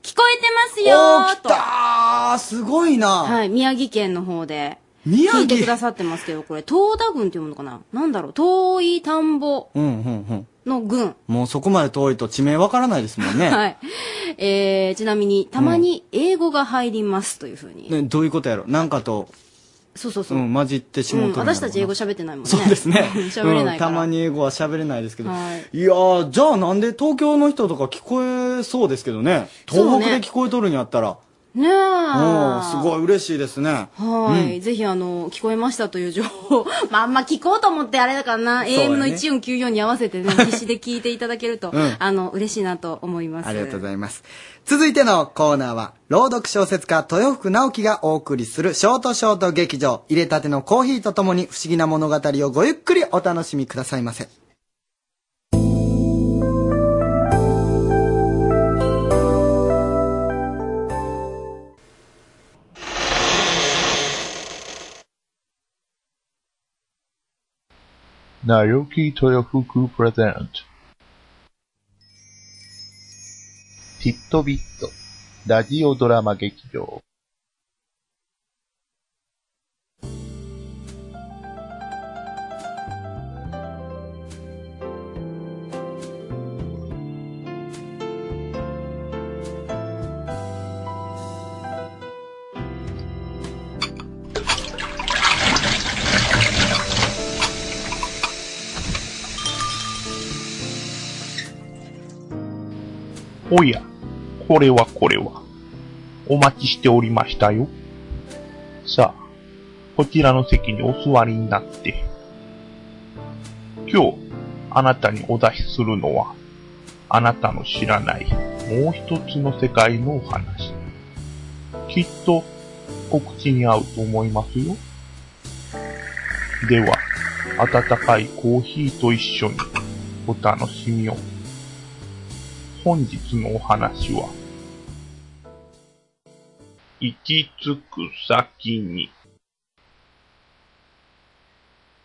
C: 聞こえてますよーと。
B: あー、すごいな。
C: はい、宮城県の方で。
B: 宮
C: 聞いてくださってますけど、これ、東田郡って読むのかななんだろう、遠い田んぼ
B: うんうんうん。
C: の郡。
B: もうそこまで遠いと地名わからないですもんね。
C: *laughs* はい。えー、ちなみに、たまに英語が入りますというふうに。
B: ねどういうことやろなんかと、
C: そうそうそうう。
B: ん、混じってし
C: う
B: もうんとるんやろ
C: 私たち英語喋ってないもんね。。
B: そうですね
C: *laughs* 喋れないから
B: うんたまに英語は喋れないですけど。、
C: はい
B: やー、じゃあなんで東京の人とか聞こえそうですけどね。
C: そう
B: 東
C: ね
B: 北で聞こえとるんやったら。う
C: ねえ。
B: ん、すごい嬉しいですね。
C: はい、ぜひあの、聞こえましたという情報。 *laughs* まあ、あんま聞こうと思ってあれだからな、
B: そうだ
C: AM
B: ね
C: の1494に合わせてね、必死で聞いていただけると、
B: うん
C: あの、嬉しいなと思います。
B: ありがとうございます。続いてのコーナーは、朗読小説家豊福直樹がお送りするショートショート劇場、入れたてのコーヒーとともに不思議な物語をごゆっくりお楽しみくださいませ。
J: Naoki Toyofuku Present ティットビットラジオドラマ劇場
K: おや、これはこれは。お待ちしておりましたよ。さあ、こちらの席にお座りになって。今日、あなたにお出しするのは、あなたの知らないもう一つの世界のお話。きっと、お口に合うと思いますよ。では、温かいコーヒーと一緒にお楽しみを。本日のお話は、行き着く先に。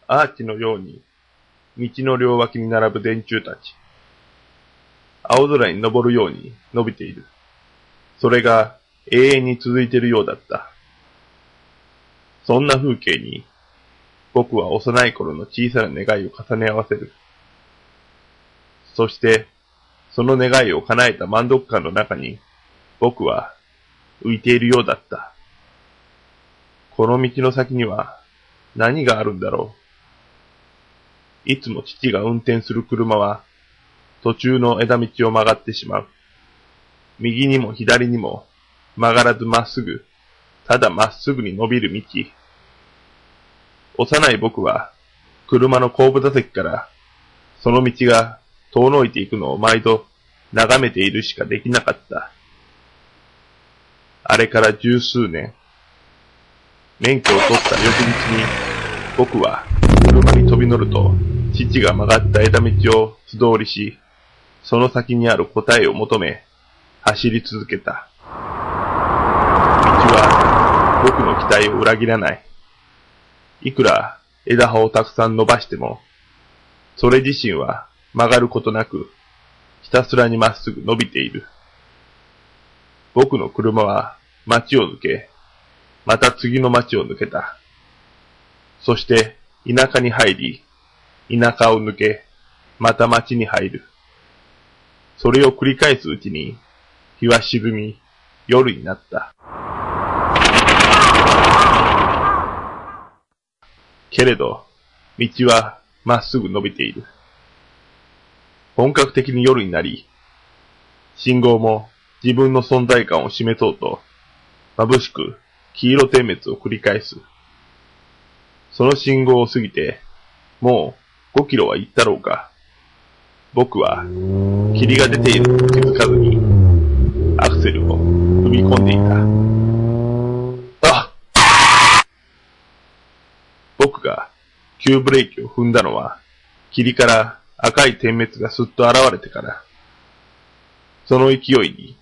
L: アーチのように、道の両脇に並ぶ電柱たち。青空に昇るように伸びている。それが永遠に続いているようだった。そんな風景に、僕は幼い頃の小さな願いを重ね合わせる。そして、その願いを叶えた満足感の中に、僕は浮いているようだった。この道の先には何があるんだろう。いつも父が運転する車は、途中の枝道を曲がってしまう。右にも左にも曲がらずまっすぐ、ただまっすぐに伸びる道。幼い僕は、車の後部座席から、その道が遠のいていくのを毎度眺めているしかできなかった。あれから十数年、免許を取った翌日に、僕は車に飛び乗ると、父が曲がった枝道を素通りし、その先にある答えを求め、走り続けた。道は僕の期待を裏切らない。いくら枝葉をたくさん伸ばしても、それ自身は曲がることなく、ひたすらにまっすぐ伸びている。僕の車は街を抜け、また次の街を抜けた。そして、田舎に入り、田舎を抜け、また町に入る。それを繰り返すうちに、日は沈み、夜になった。けれど、道はまっすぐ伸びている。本格的に夜になり、信号も自分の存在感を示そうと、眩しく黄色点滅を繰り返す。その信号を過ぎて、もう5キロは行ったろうか。僕は、霧が出ているのに気づかずに、アクセルを踏み込んでいた。あ僕が急ブレーキを踏んだのは、霧から赤い点滅がすっと現れてから。その勢いに、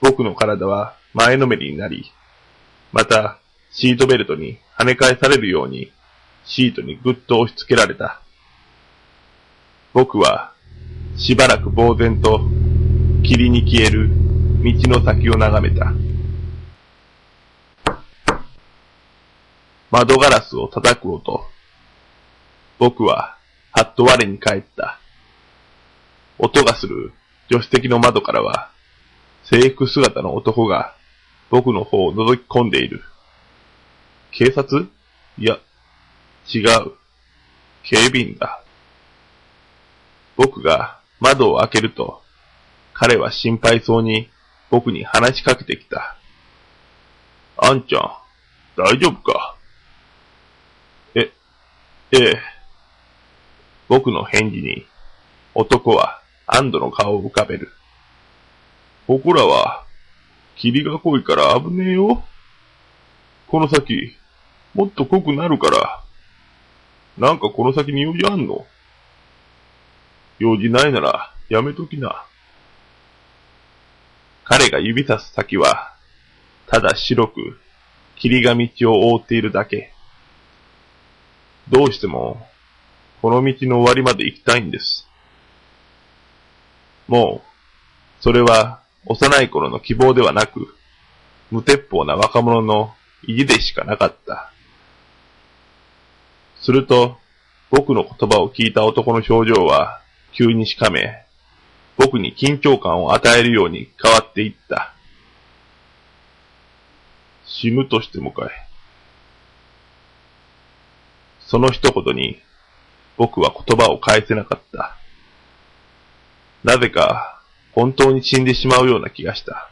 L: 僕の体は前のめりになり、また、シートベルトに跳ね返されるように、シートにぐっと押し付けられた。僕は、しばらく呆然と、霧に消えるの先を眺めた。窓ガラスを叩く音。僕は、はっと我に帰った。音がする助手席の窓からは、制服姿の男が僕の方を覗き込んでいる。警察いや、違う。警備員だ。僕が窓を開けると、彼は心配そうに僕に話しかけてきた。あんちゃん、大丈夫かえ、ええ。僕の返事に、男は安堵の顔を浮かべる。ここらは、霧が濃いから危ねえよ。この先、もっと濃くなるから。なんかこの先に用事あんの用事ないなら、やめときな。彼が指さす先は、ただ白く、霧が道を覆っているだけ。どうしても、この道の終わりまで行きたいんです。もう、それは幼い頃の希望ではなく、無鉄砲な若者の意地でしかなかった。すると、僕の言葉を聞いた男の表情は急にしかめ、僕に緊張感を与えるように変わっていった。死ぬとしてもかい。その一言に、僕は言葉を返せなかった。なぜか、本当に死んでしまうような気がした。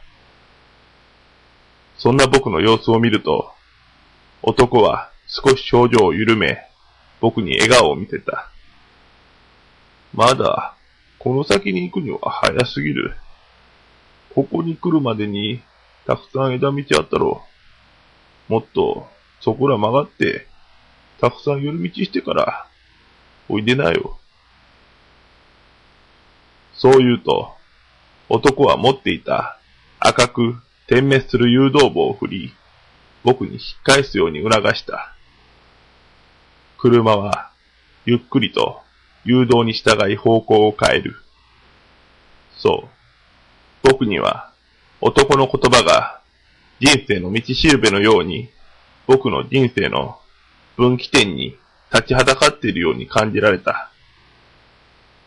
L: そんな僕の様子を見ると、男は少し表情を緩め、僕に笑顔を見せた。まだ、この先に行くには早すぎる。ここに来るまでに、たくさん枝道あったろう。もっと、そこら曲がって、たくさん寄り道してから、おいでなよ。そう言うと、男は持っていた赤く点滅する誘導棒を振り、僕に引っ返すように促した。車は、ゆっくりと誘導に従い方向を変える。そう。僕には、男の言葉が、人生の道しるべのように、僕の人生の分岐点に立ちはだかっているように感じられた。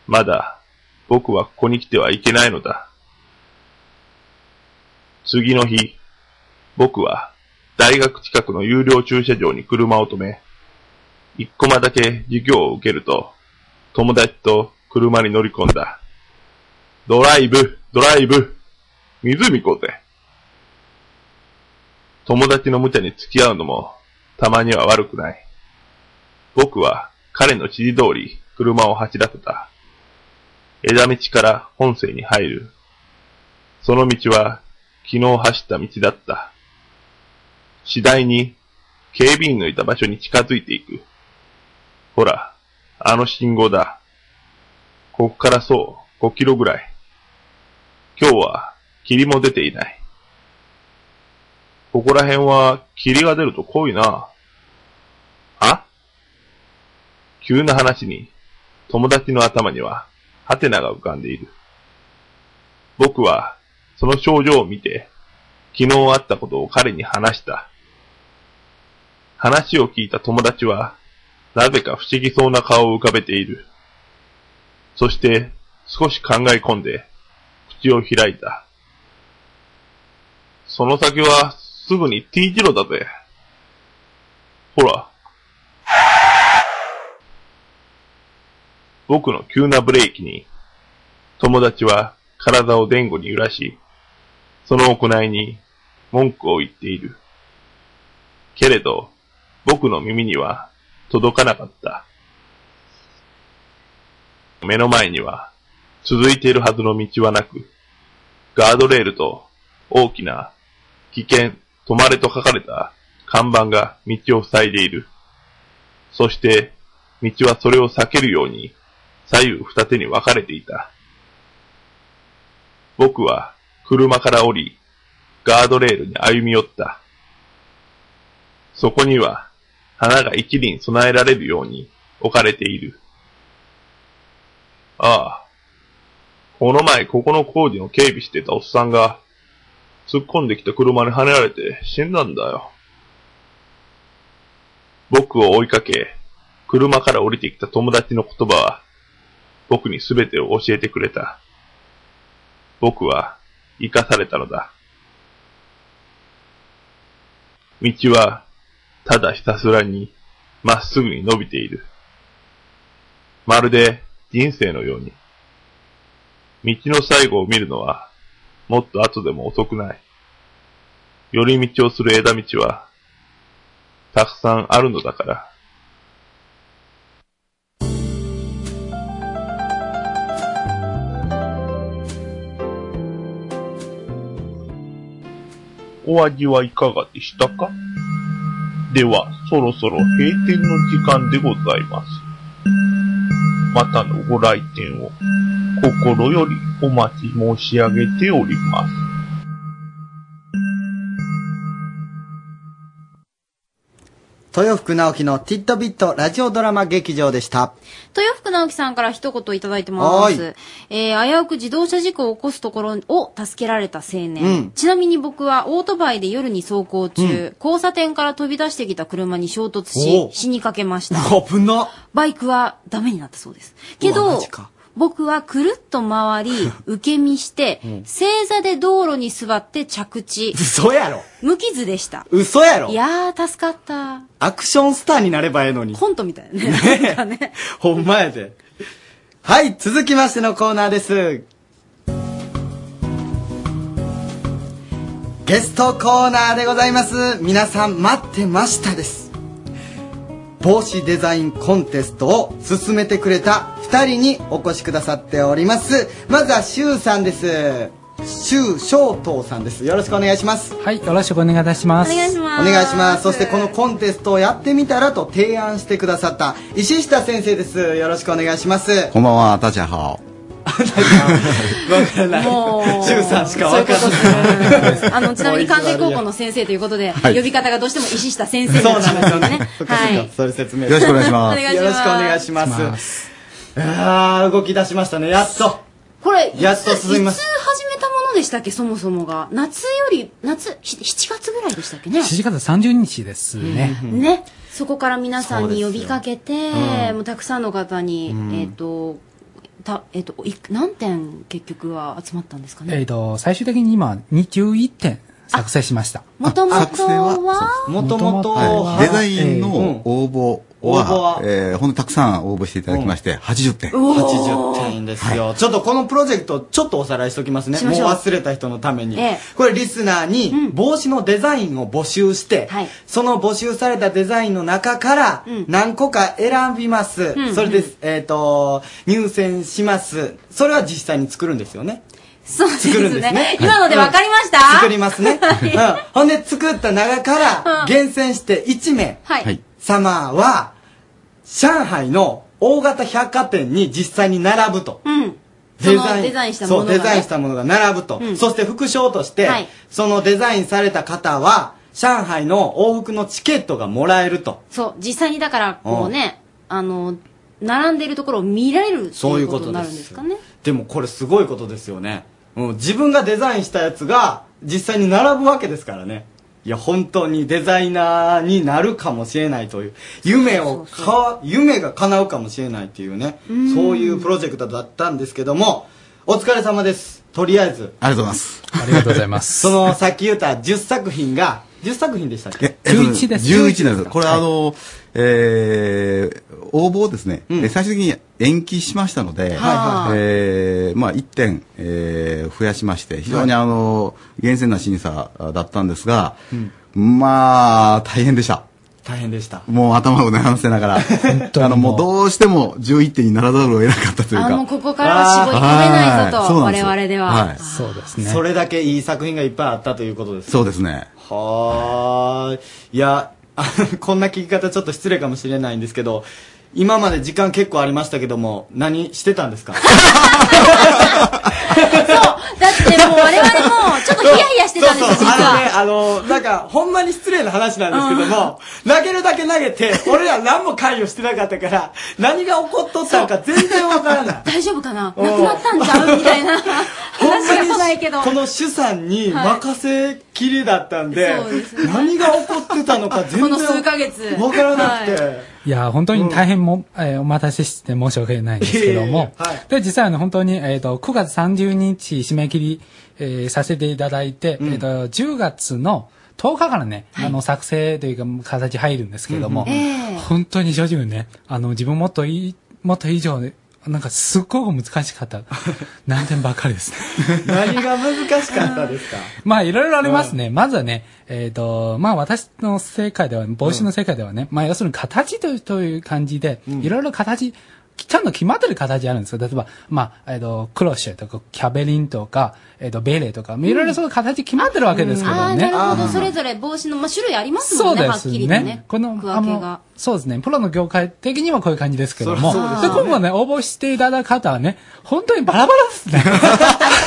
L: まだ、僕はここに来てはいけないのだ。次の日、僕は大学近くの有料駐車場に車を止め、一コマだけ授業を受けると、友達と車に乗り込んだ。ドライブ、ドライブ、湖行こうぜ。友達の無茶に付き合うのも、たまには悪くない。僕は彼の指示通り車を走らせた。枝道から本線に入る。その道は昨日走った道だった。次第に警備員のいた場所に近づいていく。ほら、あの信号だ。ここからそう5キロぐらい。今日は霧も出ていない。ここら辺は霧が出ると濃いな。あ急な話に、友達の頭には、ハテナが浮かんでいる。僕は、その症状を見て、昨日あったことを彼に話した。話を聞いた友達は、なぜか不思議そうな顔を浮かべている。そして、少し考え込んで、口を開いた。その先は、すぐに T 字路だぜ。ほら、僕の急なブレーキに、友達は体を前後に揺らし、その行いに文句を言っている。けれど、僕の耳には届かなかった。目の前には続いているはずの道はなく、ガードレールと大きな危険、止まれと書かれた看板が道を塞いでいる。そして、道はそれを避けるように左右二手に分かれていた。僕は車から降り、ガードレールに歩み寄った。そこには花が一輪備えられるように置かれている。ああ、この前ここの工事の警備してたおっさんが突っ込んできた車に跳ねられて死んだんだよ。僕を追いかけ、車から降りてきた友達の言葉は、僕に全てを教えてくれた。僕は、生かされたのだ。道は、ただひたすらに、まっすぐに伸びている。まるで、人生のように。道の最後を見るのは、もっと後でも遅くない。寄り道をする枝道は、たくさんあるのだから。
K: お味はいかがでしたかでは、そろそろ閉店の時間でございます。またのご来店を心よりお待ち申し上げております。
B: 豊福直樹のティットビットラジオドラマ劇場でした。
C: 豊福直樹さんから一言いただいてま
B: は
C: す。えー、危うく自動車事故を起こすところを助けられた青年。
B: うん
C: ちなみに僕はオートバイで夜に走行中、
B: うん
C: 交差点から飛び出してきた車に衝突
B: お
C: し
B: う、
C: 死にかけました。
B: 危な
C: バイクはダメになったそうです。け
B: うわ
C: ど
B: マジか、
C: 僕はくるっと
B: *laughs*
C: 回り、受け身して、
B: うん
C: 正座で道路に座って着地。
B: *laughs* 嘘やろ
C: 無傷でした。
B: 嘘やろ
C: いやー、助かった。
B: アクションスターになればええのに。
C: コントみたいなね。
B: ほんまやで。はい、続きましてのコーナーです。ゲストコーナーでございます。皆さん待ってましたです。帽子デザインコンテストを進めてくれた2人にお越しくださっております。まずは、しゅうさんです。しゅうしょうとうさんです。よろしくお願いします。
M: はい、よろしくお願いいたします。
B: お願いします。そしてこのコンテストをやってみたらと提案してくださった石下先生です。よろしくお願いします。
N: こんばんは、大家好。
B: わからない。13しかわからない。
C: あの、ちなみに関西高校
B: の。
C: の先生ということで、
N: はい
C: 呼び方がどうしても石下先生になっちゃいますよね。はい。
B: それ説明
N: よろしくお願いします。
B: よろしくお願いします。ああ、動き出しましたね。やっと。
C: これ、いつ
B: やっと進みます
C: いつ始めたものでしたっけ、そもそもが。夏より、夏、ひ7月ぐらいでしたっけね。
M: 7月30日ですね。
C: ね。そこから皆さんに呼びかけて、
M: そうですようん
C: もうたくさんの方に、
M: うん
C: えっ、と、たえっ、といく何点結局は集まったんですかね。
M: えっ、と、最終的に今、21点作成しました。
C: もともと
N: 作戦
C: は、
B: もともと
N: はい、デザイン
M: えー
N: の応募は、えー、ほんとたくさん応募していただきまして、80点。
B: 80点ですよ、ちょっとこのプロジェクトちょっとおさらいしときますね
N: し
B: も
N: ま
B: う
N: しょう
B: 忘れた人のために、
N: ええ
B: これリスナーに帽子のデザインを募集して、その募集されたデザインの中から何個か選びます、
C: うん
B: それです、えっ、と入選しますそれは実際に作るんですよね
C: そうですね
B: 作るんですね
C: *laughs* 今ので分かりました
B: うん作ります
C: *laughs*
B: ね、うん、ほんで作った中から
C: うん
B: 厳選して1名
C: はいはい
B: 様は上海の大型百貨店に実際に並ぶと、
C: うん。そ
B: デ
C: の
B: ザイン
C: デザインしたものが、ね。
B: そうデザインしたものが並ぶと、
C: うん
B: そして副賞として、
C: はい
B: そのデザインされた方は上海の往復のチケットがもらえると
C: そう、実際にだから、こうね、あの、並んでるところを見られるって
B: そうい
C: いうう
B: こ
C: ことと
B: です
C: になるんですかね。
B: でもこれすごいことですよね、うん、自分がデザインしたやつが実際に並ぶわけですからねいや本当にデザイナーになるかもしれないという夢をか夢が叶うかもしれないっていうね
N: うん
B: そういうプロジェクトだったんですけどもお疲れ様ですとりあえず
N: ありがとうございます。
M: ありがとうございます。 *laughs*
B: そのさっき言った10作品が10作品でしたっ
N: *laughs*
B: け
N: 11です。11です。これ、あの、えー、応募をですね、えー最終的に延期しましたので、
B: はいはいはい
N: えーまあ、1点、えー増やしまして、非常にあの、厳選な審査だったんですが、まあ、大変でした。
B: 大変でした
N: もう頭を悩ませながら、あの、もうどうしても11点にならざるを得なかったという
C: あ、
N: か。
C: もうここからは絞り込めないぞ
N: あー
C: と、
N: そうなん
C: 我
N: ですよ
C: 々では。
N: はい
M: そうです
B: ねそれだけいい作品がいっぱいあったということです
N: そうですね。
B: はーいいやあのこんな聞き方ちょっと失礼かもしれないんですけど今まで時間結構ありましたけども何してたんですか
C: だってもう我々も、ちょっとヒヤヒヤしてたんですよ、
B: そ
C: 実
B: うそう
C: は。
B: あのねあのなんかほんまに失礼な話なんですけども、投げるだけ投げて俺ら何も関与してなかったから何が起こっとったのか全然わからない
C: 大丈夫かな
B: うん
C: なくなったんちゃうみたい
B: *laughs*
C: な
B: ほんま
C: 話
B: に
C: がないけど
B: この主さんに任せきりだったんで、
C: そうです
B: 何が起こってたのか全然
C: この数ヶ月
B: わからなくて、
M: いや、本当に大変も、えーお待たせして申し訳ないんですけども、で、実際あの本当に、えっ、と、9月30日締め切り、えーさせていただいて、えっ、と、10月の10日からね、あの、作成というか、形入るんですけども、
O: うんうんええ
M: 本当に正直ね、あの、自分もっといい、もっと以上で、なんかすっごく難しか
N: *laughs*
M: った。難点ばっかりですね。
B: 何が難しかったですか
M: *laughs* まあ、いろいろありますね。まずはね、えっ、と、まあ、私の世界では、帽子の世界ではね、まあ、要するに形というという感じで、いろいろ形、ちゃんと決まってる形あるんですよ。例えば、まあ、えっ、と、クロシェとか、キャベリンとか、えっ、と、ベレーとか、まあいろいろそういう形決まってるわけですけどね。
C: ああ、なるほど。それぞれ帽子の、まあ、種類ありますもんね、はっきりとね。
M: この、
C: 区
M: あ
C: 分け
M: の
C: が。、
M: そうですね。プロの業界的にはこういう感じですけども。
C: そ
M: で、
C: りゃそうですよね
M: 今後ね、応募していただく方はね、本当にバラバラです
C: *laughs*
M: ね。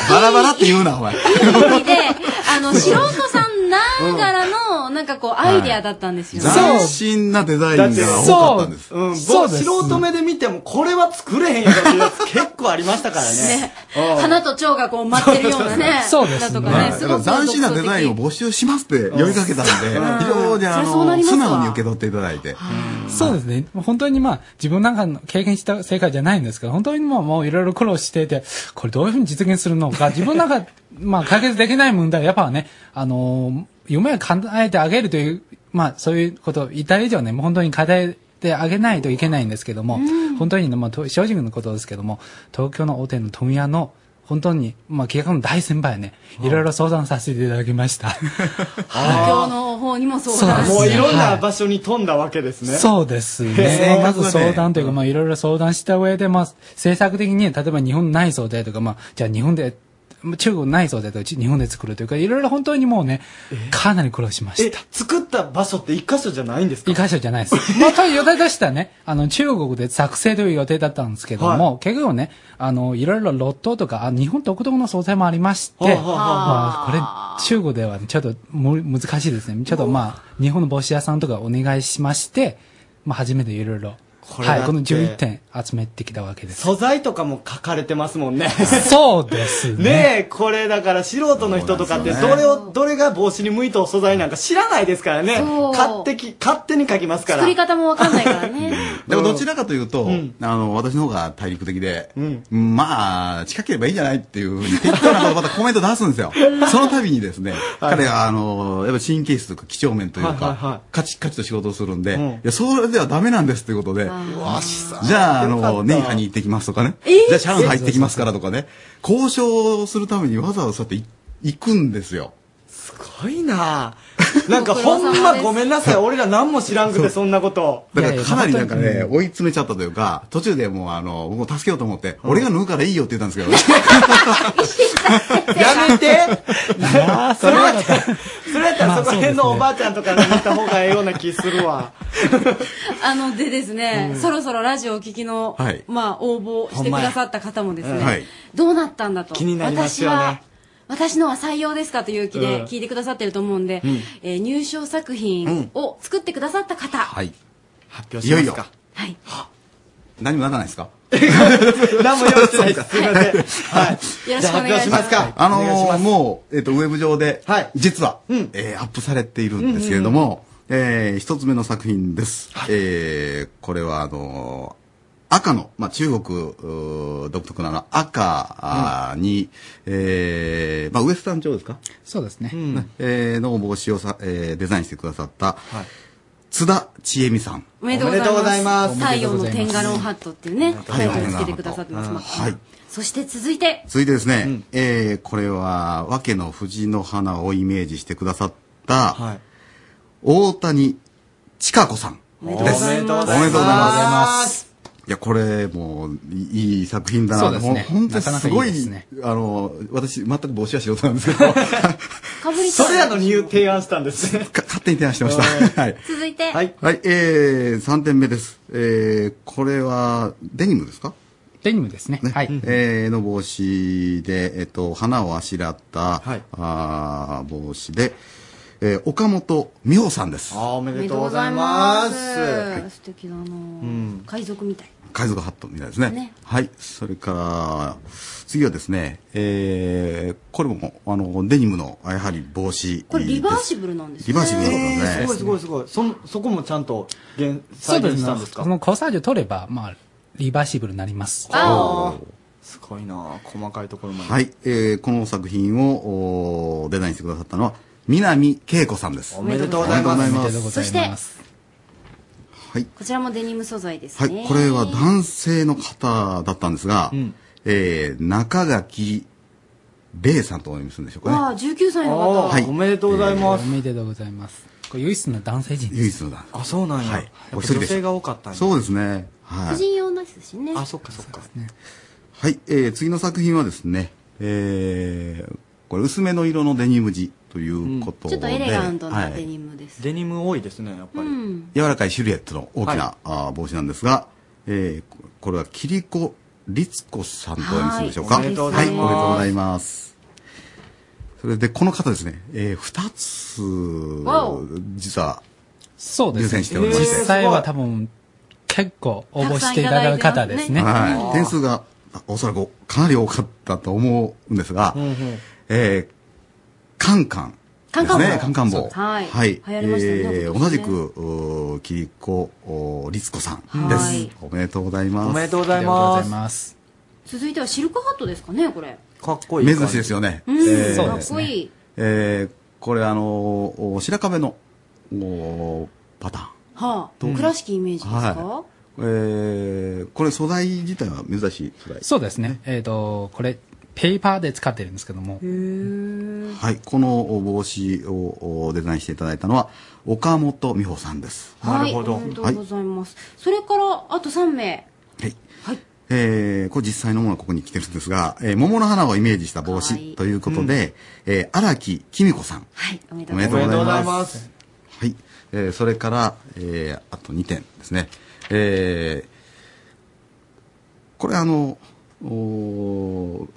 N: バラバラって言うな、お
B: *laughs*
N: 前。
C: で、あの、素人さんながらの、なんかこう、アイデアだったんですよね。
N: 斬新なデザインが多かったんです。
B: うん、
N: そう
B: 僕
N: です。
B: 素人目で見てもこれは作れへんやろっていうやつ結構ありましたからね
C: ね
B: うん
C: 花と蝶がこう、待ってるよう
B: *laughs*
C: なね
N: そうです
C: だ
N: ね。
C: とかね、
N: だ
C: す
N: から
C: ごく
N: 斬新なデザインを
C: 独
N: 募集しますって呼びかけたので、
M: うん
N: 非常にあ
M: そりゃそうな
N: の、
M: ります
N: 素
M: わ
N: 直に受け取っていただいて。
M: そうですね。本当にまあ、自分なんかの経験した世界じゃないんですけど、本当にもう、もういろいろ苦労していて、これどういうふうに実現するのか、自分なんか、 *laughs* まあ、解決できない問題は、やっぱね、あのー夢を叶えてあげるという、まあ、そういうことを言った以上ね、もう本当に課題、であげないといけないんですけども、本当にね、まあ、と正直のことですけども、東京の大手の問屋の、本当に、まあ、企画の大先輩ね、いろいろ相談させていただきました。
C: 東京の方にもそうなんです
B: も
C: ね
B: ういろんな場所に飛んだわけですね、
M: そうです
B: *laughs* へ
M: ね
B: ー。
M: まず相談というか、まあいろいろ相談した上で、まあ政策的に、例えば日本内装でとか、まあじゃあ日本で、中国内装でとか日本で作るというか、いろいろ本当にもうね、かなり苦労しました。
B: え作った場所って一箇所じゃないんですか
M: 一箇所じゃないです。 *laughs* もと予定としてはね、あの、中国で作成という予定だったんですけども、結局ね、あの、いろいろロットとか、あ日本独特の素材もありまして、
B: はあは
M: まあ、これ、中国ではねちょっとむ難しいですね。ちょっとまあ、日本の帽子屋さんとかお願いしまして、まあ、初めていろいろ、
B: れだっ
M: は
B: て
M: い、この11点集めてきたわけです。
B: 素材とかも書かれてますもんね
M: そうですね。
B: ねえこれだから素人の人とかって
M: そう
B: ど
M: なんで
B: れ
M: す
B: をどれが帽子に向いた素材なんか知らないですからね
C: そう
B: 勝手き勝手に書きますから
C: 作り方もわか
P: *laughs*
C: んないからね。
N: でもどちらかというと、あの、私の方が大陸的で、まあ、近ければいいんじゃないっていうふうに適当な *laughs* ことまたコメント出すんですよ。その度にですね、彼はあの、やっぱ神経質とか几帳面という
B: はいはい
N: か、カチッカチと仕事をするんで、いや、それではダメなんですということで、じゃあ、あの、ネイハに行ってきますとかね、じゃあ、シャン入ってきますからとかね、交渉するためにわざわざそうやって行くんですよ。
B: すごいななんかほんまごめんなさい俺ら何も知らんくてそんなこと
N: だからかなりなんか
B: いやい
N: ね
B: や、
N: 追い詰めちゃったというか、途中でもうあの、僕も助けようと思って、俺が脱ぐからいいよって言ったんですけど。
B: やめて
N: それは
B: それやったらそこら辺のおばあちゃんとかに言った方がええような気するわ
C: あの、でですね、
B: うん
C: そろそろラジオをお聞きの、
B: はい
C: まあ、応募してくださった方もです
B: ほ
C: ね、
B: んまやうんはい
C: どうなったんだと。
B: 気になりますよ
C: 私
B: ね
C: は私のは採用ですかという気
B: うん
C: で聞いてくださってると思うんで、
B: うん
C: えー入賞作品を作ってくださった方、
N: はい。
B: 発表
N: いよいよ。
C: はい。
N: 何もなかないですか
B: *laughs* 何も用意してないですすいませんはい
C: よろしくお願いします
N: じゃあ発表あ
B: お願いし
N: の
B: ま
N: ー、もう、えっと、ウェブ上で、実は、えーアップされているんですけれども、えー一つ目の作品です。えーこれはあのー、赤の、まあ、中国うー独特なあの赤あーに、えーまあ、ウエスタン調ですか
M: そうですね。
N: ねえーの帽子をさ、えーデザインしてくださった、津田千恵美さん。
C: おめでとうございます。太陽の天ガロンハットっていうね、タイトルつけてくださってます。まあ
N: はい。
C: そして続いて、
N: 続いてですね、えーこれは、和家の藤の花をイメージしてくださった、大谷千佳子さん
B: お
N: で
B: め
N: す。
B: でとうございます
N: おめでとうござい
B: お
N: ます
B: めでとうございます
N: いや、これ、もう、いい作品だな
B: そうですね
N: ほん本当
B: な
N: に
B: かなか
N: す
B: いい
N: ごい、
B: ですね
N: あの、私、全く帽子は素人なんです
B: *laughs*
N: けど、
B: それやのに言う提案したんですね
N: 勝手に提案してました。はい。
C: 続いて、
B: *laughs*
N: はい。はい、えー、3点目です。えー、これは、デニムですか
M: デニムですね。はい。
N: えー、の帽子で、えっと、花をあしらった、あー帽子で、えー、岡本美穂さんです。
B: あーおめ
C: お
B: でとうございます
C: めでとうございます素敵だな、海賊みたい。
N: 海賊ハットみたいですね。
C: ね
N: はい。それから、次はですね、えー、これも、あの、デニムの、やはり帽子。
C: これリバーシブルなんです
N: リバーシブルなんですね
B: へーすごいすごいすごい。そん、そこもちゃんと現、
M: そ
B: 再
M: うで
B: 現し
M: す
B: た
M: ね
B: んです。か
M: そのコーサージュ取れば、まあ、リバーシブルになります。
B: あーすごいな細かいところまで。
N: はい。えー、この作品をおーデザインしてくださったのは、南恵子さんです。
C: おめでとうございます
N: おめでとうござ
C: そ
N: い
C: して、
N: はい
C: こちらもデニム素材です
N: は
C: ね。
N: い、これは男性の方だったんですが、えー、中垣礼さんとお読みするんでしょう
C: わ
N: か
C: あ、19歳の
N: ね。
C: 方。
N: はい、
B: めでとうございます
M: おめでとうございます。これ唯一の男性陣です。
N: 唯一の男
B: あ、そうなんや。
M: はい
B: やっぱ
N: お一人
B: 女
N: でした
B: 性が多かったんや。
N: そうですね。は
C: 婦
N: い。
C: 人用ですしね。
B: あ、そっかそっか。
N: はい、えー、次の作品はですね、えー、これ薄めの色のデニム地ということ
C: ち
N: で、
C: ょっとエレガントなデ
N: はい
C: ニムです。
B: デニム多いですね、やっぱり。
C: うん。
N: 柔らかいシルエットの大きな、
B: はい
N: あー帽子なんですが、えー、ここれはキリコ律子さんとお読みするんでしょうか。
B: はいおめでとうございます
N: はいおめでとうございます。それで、この方ですね、えー、二
M: わお
N: つ、実は、
M: そうですね。
N: 入選しておりまして
M: 実際は多分、結構応募していただく方ですね。
N: はい。点数が、おそらくかなり多かったと思うんですが、えー、カンカン。
C: カンカン
N: で
C: 帽
N: すね。カンカン帽。
C: はい
N: はい。
C: 流行りましたね
N: えー
C: 今年ね
N: 同じく、うーキリコ、おー律子さんで
C: はい
N: す。おめでとうございます。
B: おめでとうございますおめでとうござい
N: ます。
C: 続いてはシルクハットですかね、これ。
B: かっこいい。
N: 珍しいですよね。
C: うん、
N: えー
C: かっこいい。
N: えー、これあのーお白壁の、おーパターン。
C: はあ、
N: うん
C: 倉敷イメージですか、
N: はえー、これ素材自体は珍しい素材。
M: そうですね。えっ、と、これ、ペーパーで使ってるんですけども。
N: はい、この帽子をおデザインしていただいたのは岡本美穂さんです。
C: はい、おめでとうございます。それから、あと3名。
N: えー、これ実際のものはここに来てるんですが、えー、桃の花をイメージした帽子ということで、えー荒木きみ子さん。
C: はい、おめで
N: おめでとうございます
B: す。
N: はい。えー、それから、えー、あと2点ですね。えー、これあの、おー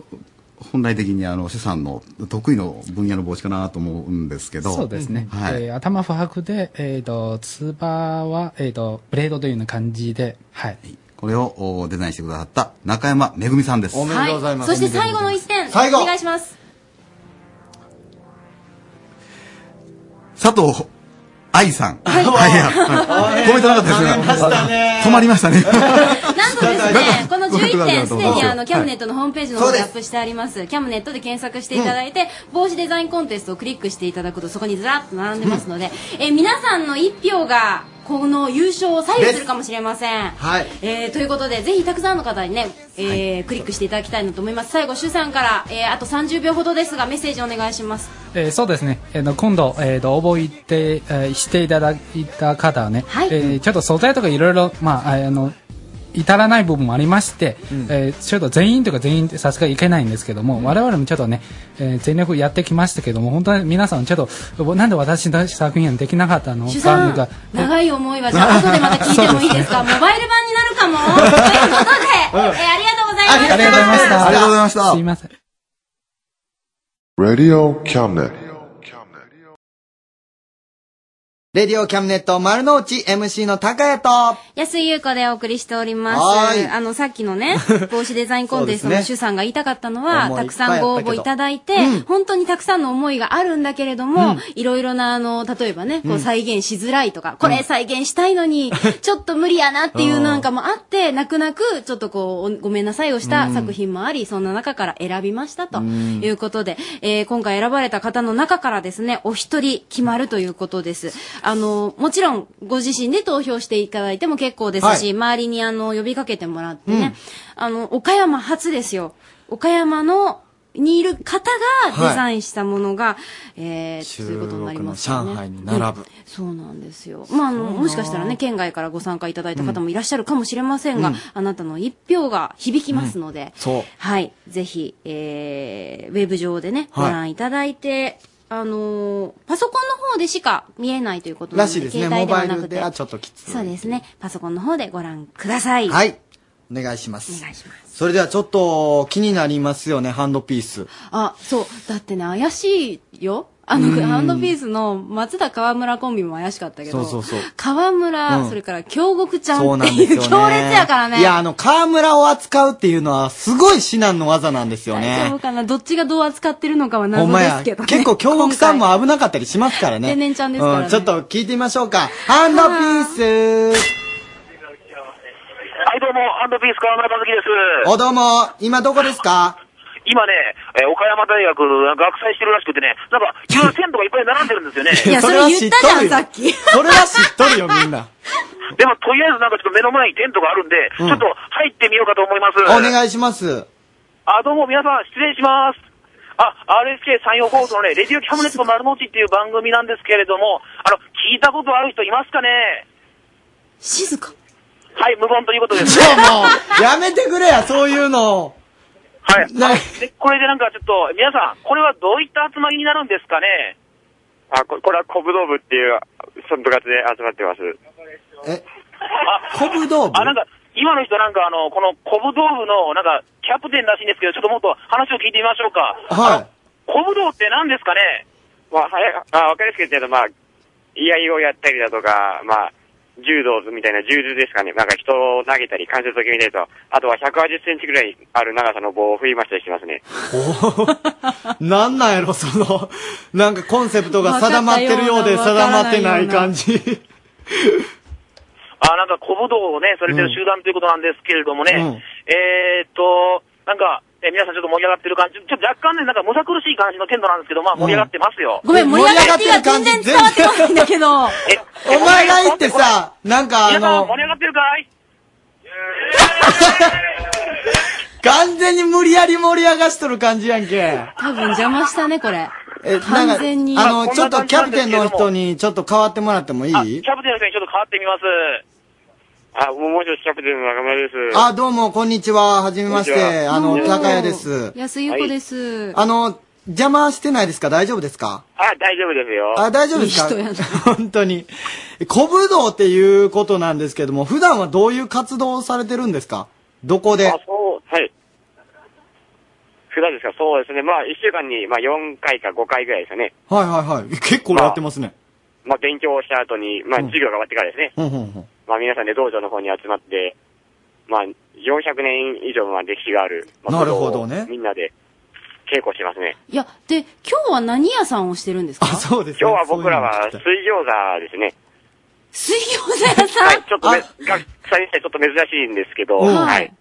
N: 本来的にあの、主さんの得意の分野の帽子かなと思うんですけど。
M: そうですね。
N: はい。
M: えー頭不白で、えっ、と、つばは、えっ、と、ブレードというような感じで、はい。
N: これをおデザインしてくださった中山めぐみさんです。
C: はい、そして最後の1点。
N: 最後
C: お願いします。
N: 佐藤愛さん。はい。
C: はい
N: はい。止めてなかったですね。止まりました
C: な
N: ね。
C: んとですね、この11点、すでにあの、キャムネットのホームページの方に
N: そ
C: ア
N: うで
C: ップしてあります。キャムネットで検索していただいて、帽子デザインコンテストをクリックしていただくと、そこにずらっと並んでますので、えー皆さんの1票が、この優勝を左右するかもしれません。
B: はい。
C: えーということで、ぜひたくさんの方にね、えークリックしていただきたいなと思います。最後、シュウさんから、えーあと30秒ほどですが、メッセージお願いします。
M: えーそうですね、えーの今度、えーと応募いって、えーしていただいた方はね、
C: はい
M: えーちょっと素材とかいろいろ、まあ、あの至らない部分もありまして、えーちょっと全員とか全員ってさすがにいけないんですけども、我々もちょっとね、えー全力やってきましたけども本当に皆さんちょっとなんで私の作品できなかったの
C: シュウさ
M: かと
C: ん
M: か、
C: 長い思いは、
M: *laughs*
C: じゃあ後でまた聞いてもいいですかモバイル版になるかもということで、えーありがとうございま
M: あ
C: した。
M: りがとうございました
O: ありがとうございました
M: すいません
O: Radio Cabinet.
B: レディオキャムネット丸の内 MC の高谷と、
C: 安井優子でお送りしております。
B: はーい
C: あの、さっきのね、帽子デザインコンテスト
B: そう
C: の
B: ですね
C: 主さんが言いたかったのは、
B: 思い
C: たくさんご応募いただいて、本当にたくさんの思いがあるんだけれども、
Q: うん
C: いろいろな、あの、例えばね、こ
Q: う
C: うん再現しづらいとか、これ再現したいのに、ちょっと無理やなっていうなんかもあって、泣く泣く、ちょっとこう、おごめんなさいをした作品もあり、そんな中から選びましたと
Q: うん
C: いうことで、えー今回選ばれた方の中からですね、お一人決まるということです。あの、もちろん、ご自身で投票していただいても結構ですし、
Q: はい
C: 周りにあの、呼びかけてもらってね、あの、岡山初ですよ。岡山の、にいる方がデザインしたものが、えー、ということになりますよね。
B: 中国の上海に並ぶ
C: うんそうなんですよ。まあ、あの、もしかしたらね、県外からご参加いただいた方もいらっしゃるかもしれません
B: う
C: が、
B: ん
C: あなたの一票が響きますので、
B: そう。
C: はい。ぜひ、えー、ウェブ上でね、
B: はい
C: ご覧いただいて、あのーパソコンの方でしか見えないということな
B: ら
C: の
B: しい
C: で、
B: ですね。
C: 携
B: モ
C: 帯で
B: バ
C: は
B: イ
C: な
B: ル
C: く
B: で
C: て
B: は。ちょっときつい。
C: そうですね。パソコンの方でご覧ください。
B: はい。お願いします。お願いします。それではちょっと気になりますよね、ハンドピース。
C: あ、そう。だってね、怪しいよ。あの、
O: うん
C: ハンドピースの松田川村コンビも怪しかったけど、
B: そうそうそう
C: 川村、
B: うん
C: それから京極ちゃ
B: そうん
C: っ
B: な
C: て
B: んで
C: い
B: す
C: う
B: よね。
C: 強烈やからね。
B: いや、あの、河村を扱うっていうのは、すごい至難の技なんですよ
C: 大丈
B: ね
C: 夫。かなどっちがどう扱ってるのかは
B: ほ
C: 謎
B: んま
C: で
B: や。
C: すけどね。
B: 結構、京極さんも危なかったりしますからね。
C: 天然ちゃんですからね
B: うちょっと聞いてみましょうか。ハンドピース
D: はい、どうも、アンドピース川村和樹です。
B: おどうも、今どこですか。
D: 今ね、えー岡山大学、学祭してるらしくてね、なんか、優先度がいっぱい並んでるんですよね
B: *laughs* っき。 *laughs* それは知っとるよ、みんな。
D: でも、とりあえずなんかちょっと目の前にテントがあるんで、
B: うん
D: ちょっと入ってみようかと思います。
B: お願いします。
D: あ、どうも皆さん、失礼します。あ、RSK 山陽放送の
B: *laughs*
D: ね、レディオキャムネット丸の内っていう番組なんですけれども、あの、聞いたことある人いますかね
C: 静か。
D: はい、無言ということ
B: *laughs*
D: です。
B: そう、もう、やめてくれや、そういうの。
D: はい。
B: な
D: で、これでなんかちょっと、皆さん、これはどういった集まりになるんですかね
Q: あ、ここれは小武道部っていう、その部活で集まってます。
D: あ、
B: 小武道
D: 部あ、なんか、今の人なんかあの、この小武道部の、なんか、キャプテンらしいんですけど、ちょっともっと話を聞いてみましょうか。
B: は
D: 小武道って何ですかね
Q: まあ、はや、あ、わかりやすく言うと、まあ、居合をやったりだとか、まあ、柔道みたいな柔術ですかね。なんか人を投げたり、関節を決めたりと、あとは180センチぐらいある長さの棒を振り回したりしてますね。
B: なんなんやろ、その、なんかコンセプトが定まってるようで
D: わかった
B: 定
D: ような
B: まってない感じ。
D: あ、なんか小武道をね、されてる集団ということなんですけれどもね、
B: うん
D: えーっと、なんか、え皆さんちょっと盛り上がってる感じ、ちょっと若干ね、なんかむさ苦しい感じのテントなんですけど、まあ盛り上がってますよ。
C: ごめん、盛り上がってが全然伝わってこないんだけど。
B: お前が言ってさ、なんかあ
D: 皆さん
B: の
D: 盛、り上がってるかい
B: 完全に無理やり盛り上がしとる感じやんけ。
C: 多分邪魔したね、これ。
B: え、
C: 完全に
B: あの、ちょっとキャプテンの人にちょっと変わってもらってもい
D: あ
B: い
D: キャプテンの人にちょっと変わってみます。
Q: あ、もうもう一つキャプテンの中村です。
B: あ、どうも、こんにちは。はじめまし
Q: こんにち
B: て。あ
Q: はこん
B: の、
Q: にちは
B: 高谷です。
C: 安い子です。
B: あの、邪魔してないですか大丈夫ですか
Q: あ、大丈夫ですよ。
B: あ、大丈夫ですか
Q: いい人や
B: *laughs* 本当に。小武道っていうことなんですけども、普段はどういう活動をされてるんですかどこで
Q: あ、そう、はい。普段ですかそうですね。まあ、一週間に、まあ、4回か5回ぐらいですかね。
B: はいはいはい。 *laughs* 結構やってますね。
Q: まあ、勉強をした後に、まあ、
B: うん
Q: 授業が終わってからですね。
B: うんうんうん。
Q: まあ、皆さんで道場の方に集まって、まあ、400年以上の歴史がある、まあ
B: なるほどね
Q: 武道をみんなで稽古してますね。
C: いや、で、今日は何屋さんをしてるんですか
B: *laughs* そうです、
Q: 今日は僕らは水餃子ですね。
C: 水餃子屋さん
Q: はい、ちょっとめ、学生にしてちょっと珍しいんですけど、
B: うん
Q: はい。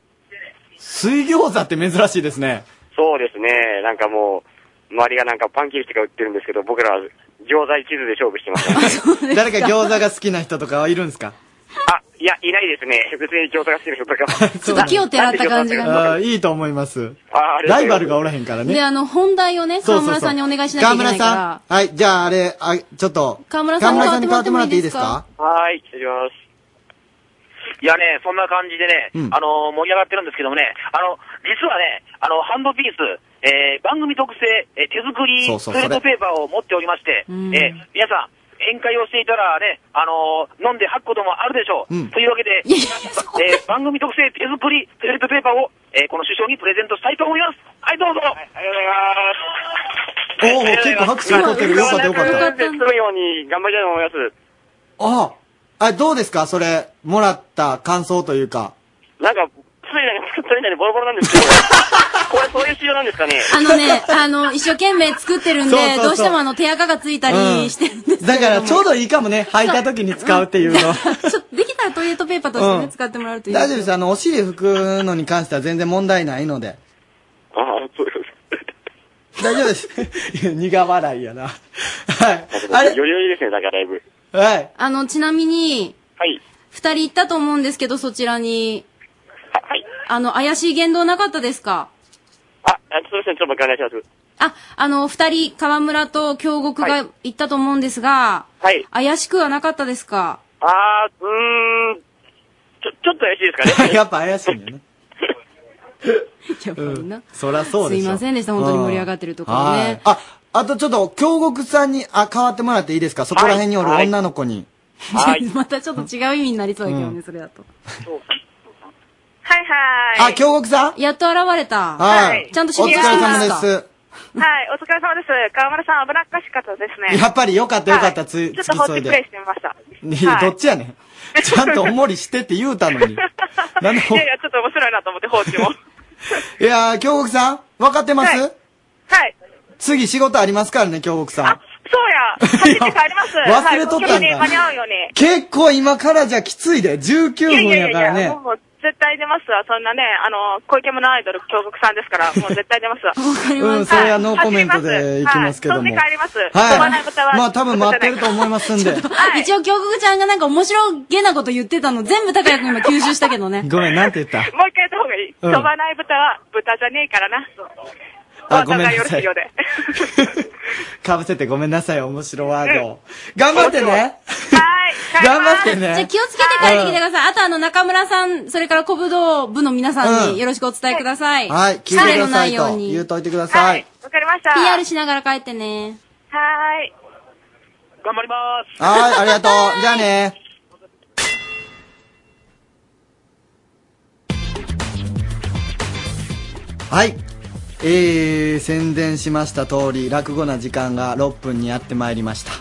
B: 水餃子って珍しいですね。
Q: そうですね。なんかもう、周りがなんかパンケーキとか売ってるんですけど、僕らは餃子一途で勝負してま
B: *laughs*
Q: す、
B: 誰か餃子が好きな人とかはいるんですか
Q: あ、いや、いないですね。別に餃子が好きな人
B: *laughs*
Q: とか。
C: ちょっと木をてらった感じが
B: あーいいと思います。ライバルがおらへんからね。
C: で、あの、本題をね、
B: そう
C: 河
B: そう
C: 村
B: そう
C: さんにお願いしなきゃいけないから。
B: 川村さん。はい、じゃああれ、あ、ちょっと。
C: 河村さんに
B: 川
C: 代わってもらってもいいですか
D: はい、失礼します。いやね、そんな感じでね、
B: うん
D: あの、盛り上がってるんですけどもね、あの、実はね、あの、ハンドピース、えー番組特製、えー手作り
B: そうそ
D: ト
B: う
D: イレット
B: それ
D: ペーパーを持っておりまして、
B: うん
D: えー皆さん、宴会をしていたらね、あの飲んで吐くこともあるでしょう。
B: うん
D: というわけで、えー番組特製手作りトイレットペーパーを、えーこの首相にプレゼントしたいと思います。はい、どうぞ。ありがとうございます。
B: おお、結構拍手起こってる。よかったよかった。
Q: 進むように頑張りたいと思います。
B: ああ、あどうですかそれ、もらった感想というか。
Q: なんか、ついなんか、ついなんでボロボロなんですけど、これそういう仕様なんですかね。
C: あのね、あの、一生懸命作ってるん
B: *laughs*
C: で、
B: そうそうそう
C: どうしてもあの、手垢がついたりして、
B: だからちょうどいいかもね、履いた時に使うっていうの。
C: できたらトイレットペーパーとしてね、
B: うん
C: 使ってもらうとい
B: *laughs*
C: い。
B: 大丈夫です。あの、お尻拭くのに関しては全然問題ないので。
Q: あ、そうです。
B: 大丈夫です。
C: *laughs*
B: いや苦笑いやな。はい。
Q: あれ余裕ですね、だからだいぶ。
B: はい。
C: あの、ちなみに、
Q: はい。
C: 二人行ったと思うんですけど、そちらに。あの、怪しい言動なかったですか
Q: あ、あすみません、ちょっとお願いします。
C: あ、あの、二人、河村と京極が行ったと思うんですが、
Q: はい。
C: 怪しくはなかったですか
Q: あー、うーん、ちょ、ちょっと怪しいですかね。
B: *laughs* やっぱ怪しいんだよね。
C: やっぱりな。
B: そらそうでしょ
C: すいませんでした本当に盛り上がってるところ
B: う
C: ね
B: んはいあ、あとちょっと、京極さんに、あ、変わってもらっていいですかそこら辺におる女の子に。
C: *laughs* またちょっと違う意味になりそうだけどね、それだと。はい
B: はい。あ、京極さん
C: やっと現れた。
B: はい
C: ちゃんと仕事して
B: お疲れ
C: ま
B: 様
C: し
B: で
C: た。
B: す。
A: はい、お疲れ様です。川村さん、危なっかしかったですね。
B: *laughs* やっぱりよかったよかった、つ、
A: ちょっと
B: 付き
A: 放
B: 添
A: 置
B: い
A: プレイ
B: で
A: し。てみま
B: *laughs*
A: した。
B: いや、どっちやねん。ちゃんとおもりしてって言うたの
A: *laughs*
B: に。なんで
A: いやいや、ちょっと面白いなと思って放置も。
B: *laughs* いやー、京極さん、分かってます、
A: はい。
B: 次仕事ありますからね、京極さん。
A: そうや、走って帰ります。
B: *laughs* 忘れとったん
A: は
B: か
A: いご協力に間に合うように。
B: 結構今からじゃきついで、19
A: いや
B: 分やから
A: いやいや
B: ね。
A: もう絶対出ますわ。そんなね、あの、小池村アイドル、京極さんですから、もう絶対出ますわ。
B: うん、それはノーコメントでいきますけども。
A: はい、飛んで帰ります。飛ばないことは
B: はい。まあ多分待ってると思いますんで。
C: 一応、京極ちゃんがなんか面白げなこと言ってたの、全部高谷君今吸収したけどね。
B: ごめん、なんて言った
A: *laughs* もう一回言った方がいい。
B: うん
A: 飛ばない豚は豚じゃねえからな。
B: あ、ごめんな
A: お互いよろ
B: さ
A: しい
B: い
A: よ。うで。
B: かぶせてごめんなさい、面白ワードを。頑張ってね。はい。頑張ってね。
C: じゃあ気をつけて帰ってきてください。あとあの中村さん、それから小武道部の皆さ
B: う
C: ん
B: ん
C: によろしくお伝えください。
B: はい、聞いてください
C: 疲れのないよ
B: と
C: うに
B: 言うといてください。
A: わかりました。
C: PR しながら帰ってね。
A: はーい。頑張ります。
B: はい、ありがとう。じゃあね。はい。えー、宣伝しました通り、落語な時間が6分にやってまいりました。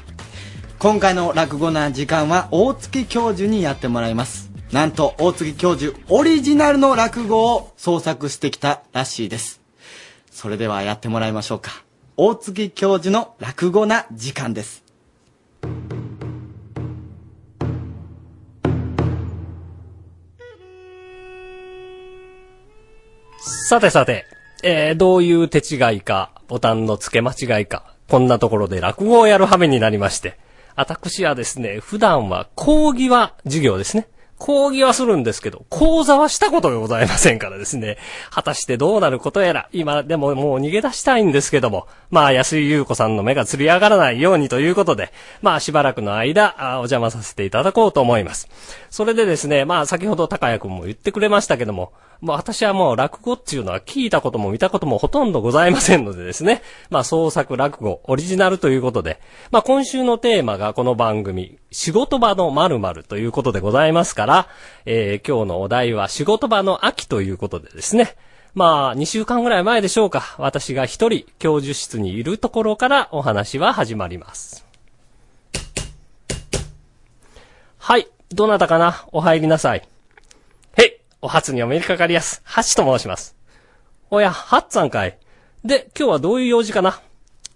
B: 今回の落語な時間は大月教授にやってもらいます。なんと、大月教授オリジナルの落語を創作してきたらしいです。それではやってもらいましょうか。大月教授の落語な時間です。
O: さてさて、えー、どういう手違いか、ボタンの付け間違いか、こんなところで落語をやる羽目になりまして、私はですね、普段は講義は授業ですね。講義はするんですけど、講座はしたことがございませんからですね。果たしてどうなることやら、今でももう逃げ出したいんですけども、まあ安井優子さんの目がつり上がらないようにということで、まあしばらくの間、あお邪魔させていただこうと思います。それでですね、まあ先ほど高谷くんも言ってくれましたけども、もう私はもう落語っていうのは聞いたことも見たこともほとんどございませんのでですね、まあ創作落語オリジナルということで、まあ今週のテーマがこの番組、仕事場の〇〇ということでございますから、えー今日のお題は仕事場の秋ということでですね、まあ、2週間ぐらい前でしょうか。私が一人、教授室にいるところからお話は始まります。はい。どなたかなお入りなさい。へいお初にお目にかかりやす。ハッチと申します。おや、ハッツさんかい。で、今日はどういう用事かな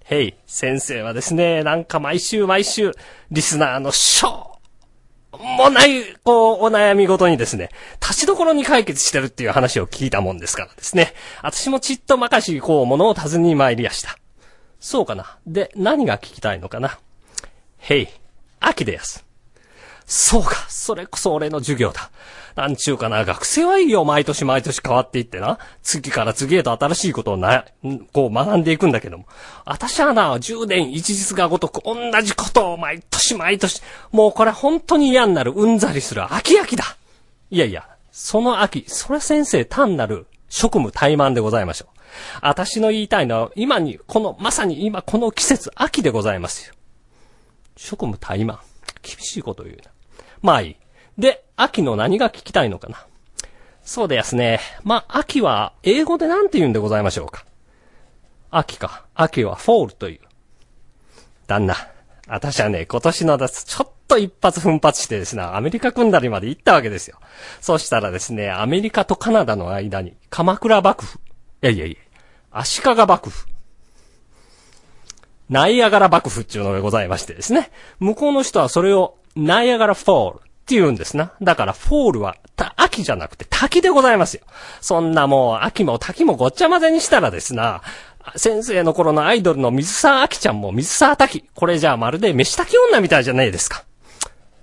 O: へい、先生はですね、なんか毎週毎週、リスナーのしょうもない、こう、お悩みごとにですね、立ちどころに解決してるっていう話を聞いたもんですからですね、私もちっとまかし、こう、ものを尋ねに参りやした。そうかな。で、何が聞きたいのかなへい、秋でやす。そうか、それこそ俺の授業だ。なんちゅうかな、学生はいいよ、毎年毎年変わっていってな。次から次へと新しいことをな、んこう学んでいくんだけども。私はな、10年一日がごとく同じことを毎年毎年、もうこれ本当に嫌になる、うんざりする、飽き飽きだ。いやいや、その秋、それ先生単なる職務怠慢でございましょう。私の言いたいのは、今に、この、まさに今この季節、秋でございますよ。職務怠慢。厳しいこと言うな。まあいい。で、秋の何が聞きたいのかな。そうですね。まあ、秋は英語でなんて言うんでございましょうか。秋か。秋はフォールという。旦那。私はね、今年の夏、ちょっと一発奮発してですね、アメリカ組んだりまで行ったわけですよ。そしたらですね、アメリカとカナダの間に、鎌倉幕府。いやいやいや、足利幕府。ナイアガラ幕府っていうのがございましてですね。向こうの人はそれをナイアガラフォールって言うんですな。だからフォールはた秋じゃなくて滝でございますよ。そんなもう秋も滝もごっちゃ混ぜにしたらですな。先生の頃のアイドルの水沢秋ちゃんも水沢滝。これじゃあまるで飯炊き女みたいじゃないですか。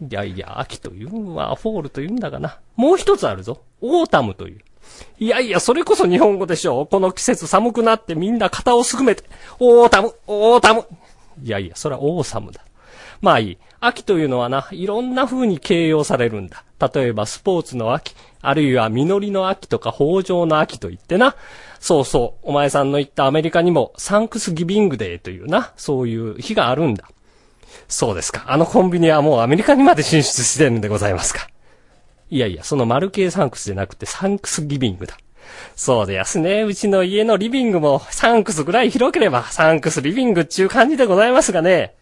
O: いやいや、秋というんはフォールというんだがな。もう一つあるぞ。オータムという。いやいや、それこそ日本語でしょう。この季節寒くなってみんな肩をすくめて、オータム、オータム。いやいや、それはオーサムだ。まあいい。秋というのはな、いろんな風に形容されるんだ。例えばスポーツの秋、あるいは実りの秋とか豊穣の秋といってな。そうそう、お前さんの言ったアメリカにもサンクスギビングデーというな、そういう日があるんだ。そうですか。あのコンビニはもうアメリカにまで進出してるんでございますか。いやいや、そのマルケイサンクスじゃなくてサンクスギビングだ。そうでやすね。うちの家のリビングもサンクスぐらい広ければ、サンクスリビングっちゅう感じでございますがね。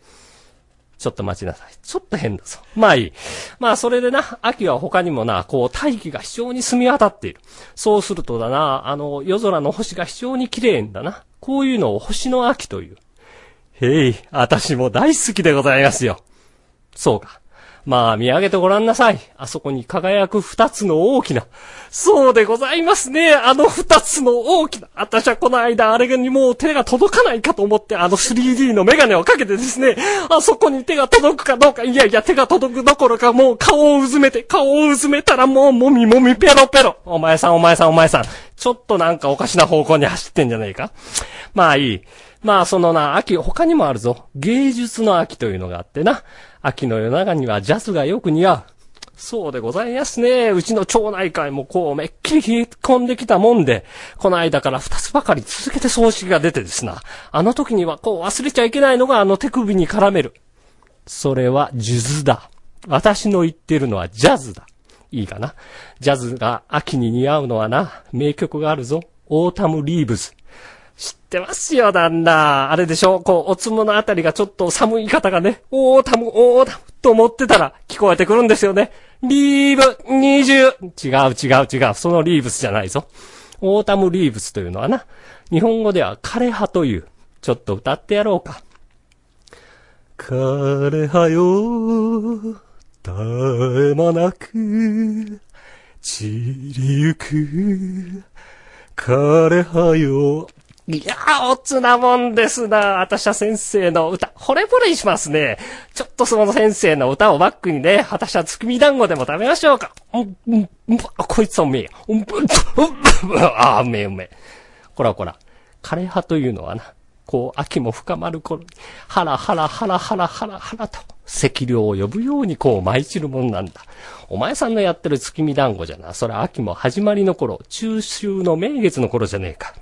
O: ちょっと待ちなさい。ちょっと変だぞ。まあいい。まあそれでな、秋は他にもな、こう大気が非常に澄み渡っている。そうするとだな、あの、夜空の星が非常に綺麗だな。こういうのを星の秋という。へい、私も大好きでございますよ。そうか。まあ見上げてごらんなさい。あそこに輝く二つの大きな。そうでございますね。あの二つの大きな。私はこの間あれにもう手が届かないかと思ってあの 3D のメガネをかけてですね、あそこに手が届くかどうか。いやいや手が届くどころかもう顔をうずめて、顔をうずめたらもうもみもみペロペロ。お前さんお前さんお前さん。ちょっとなんかおかしな方向に走ってんじゃないか。まあいい。まあそのな、秋、他にもあるぞ。芸術の秋というのがあってな。秋の夜長にはジャズがよく似合う。そうでございますね。うちの町内会もこうめっきり冷え込んできたもんで、この間から二つばかり続けて葬式が出てですな。あの時にはこう忘れちゃいけないのがあの手首に絡める。それは数珠だ。私の言ってるのはジャズだ。いいかな。ジャズが秋に似合うのはな、名曲があるぞ。オータム・リーブズ。知ってますよ、旦那。あれでしょこう、おつむのあたりがちょっと寒い方がね、オータム、オータムと思ってたら聞こえてくるんですよね。リーブ、20! 違う違う違う。そのリーブスじゃないぞ。オータムリーブスというのはな、日本語では枯葉という。ちょっと歌ってやろうか。枯葉よ、絶え間なく、散りゆく、枯葉よ。いやー、おつなもんですな。私は先生の歌、惚れ惚れしますね。ちょっとその先生の歌をバックにね、私は月見団子でも食べましょうか。うん、うん、うん、あこいつはうめえや。うん、うん、うん、うんあー、うめえうめえ。こらこら、枯葉というのはな、こう、秋も深まる頃に、ハラハラハラハラハラハラと、赤涼を呼ぶようにこう舞い散るもんなんだ。お前さんのやってる月見団子じゃな。それは秋も始まりの頃、中秋の名月の頃じゃねえか。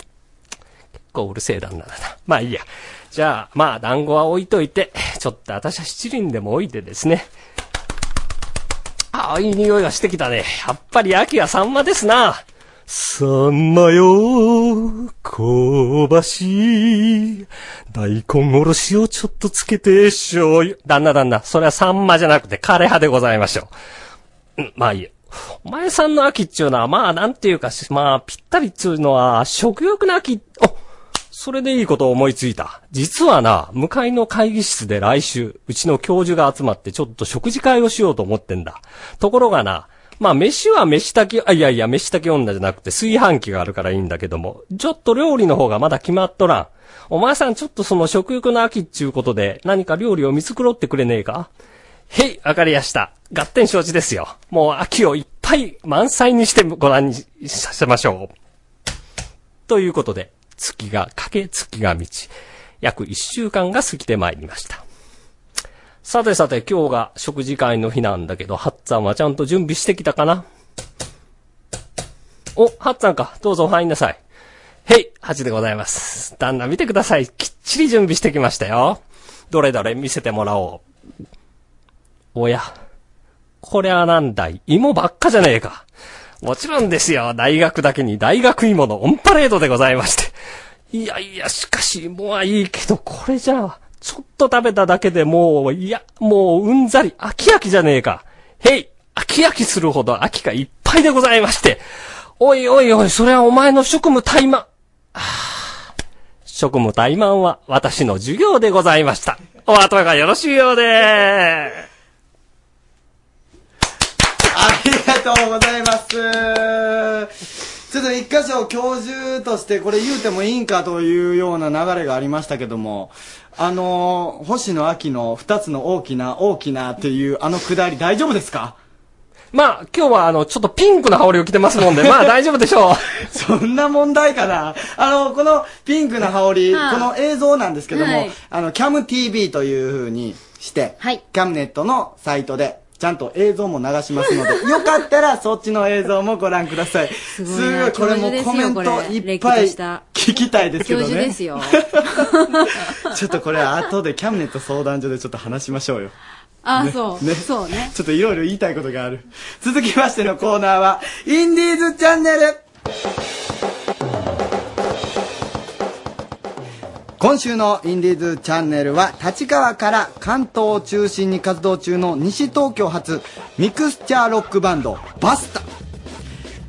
O: 結構うるせえ旦那だな。まあいいや。じゃあ、まあ団子は置いといて、ちょっと私は七輪でも置いてですね。ああ、いい匂いがしてきたね。やっぱり秋はサンマですな。サンマよ、香ばしい。大根おろしをちょっとつけて、醤油。旦那旦那、それはサンマじゃなくて枯葉でございましょう。うん、まあいいよ。お前さんの秋っちゅうのは、まあなんていうかし、まあぴったりっつうのは、食欲の秋、おそれでいいことを思いついた。実はな、向かいの会議室で来週、うちの教授が集まってちょっと食事会をしようと思ってんだ。ところがな、まあ飯は飯炊き、あ、いやいや、飯炊き女じゃなくて炊飯器があるからいいんだけども、ちょっと料理の方がまだ決まっとらん。お前さんちょっとその食欲の秋っちゅうことで何か料理を見繕ってくれねえかへい、わかりやした。合点承知ですよ。もう秋をいっぱい満載にしてご覧にさせましょう。ということで、月が駆け月が満ち、約一週間が過ぎてまいりました。さてさて、今日が食事会の日なんだけど、ハッツァンはちゃんと準備してきたかなお、ハッツァンか。どうぞお入りなさい。へい、ハチでございます。旦那見てください。きっちり準備してきましたよ。どれどれ見せてもらおう。おや、こりゃなんだい、芋ばっかじゃねえか。もちろんですよ、大学だけに大学芋のオンパレードでございまして。いやいや、しかし、芋はいいけど、これじゃあ、ちょっと食べただけでもう、いや、もううんざり、飽き飽きじゃねえか。へい、飽き飽きするほど秋がいっぱいでございまして。おいおいおい、それはお前の職務怠慢。はあ職務怠慢は私の授業でございました。お後がよろしいようで
B: ありがとうございます。ちょっと一箇所教授としてこれ言うてもいいんかというような流れがありましたけども、あのー、星野秋の二つの大きな大きなっていうあのくだり大丈夫ですか
O: まあ、今日はあの、ちょっとピンクの羽織を着てます
B: *laughs*
O: もんで、まあ大丈夫でしょう。
B: そんな問題かな。あの、このピンクの羽織、
C: はい
B: この映像なんですけども、
C: はい
B: あの、CAMTV という風にして、キャムネットのサイトで、ちゃんと映像も流しますの
C: *laughs*
B: で、よかったらそっちの映像もご覧ください。す
C: ごいな
B: これもうコメント
C: 教授ですよこれ
B: いっぱ
C: れっきと
B: い
C: した
B: 聞きたいですけ
C: 教
B: ど
C: 授
B: ね
C: で。すよ。
B: ちょっとこれ後でキャムネット相談所でちょっと話しましょうよ。
C: あ、
B: ね
C: そう。
B: ね
C: そうね。
B: ちょっといろいろ言いたいことがある。続きましてのコーナーは、インディーズチャンネル今週のインディーズチャンネルは、立川から関東を中心に活動中の西東京発ミクスチャーロックバンド、バスタ。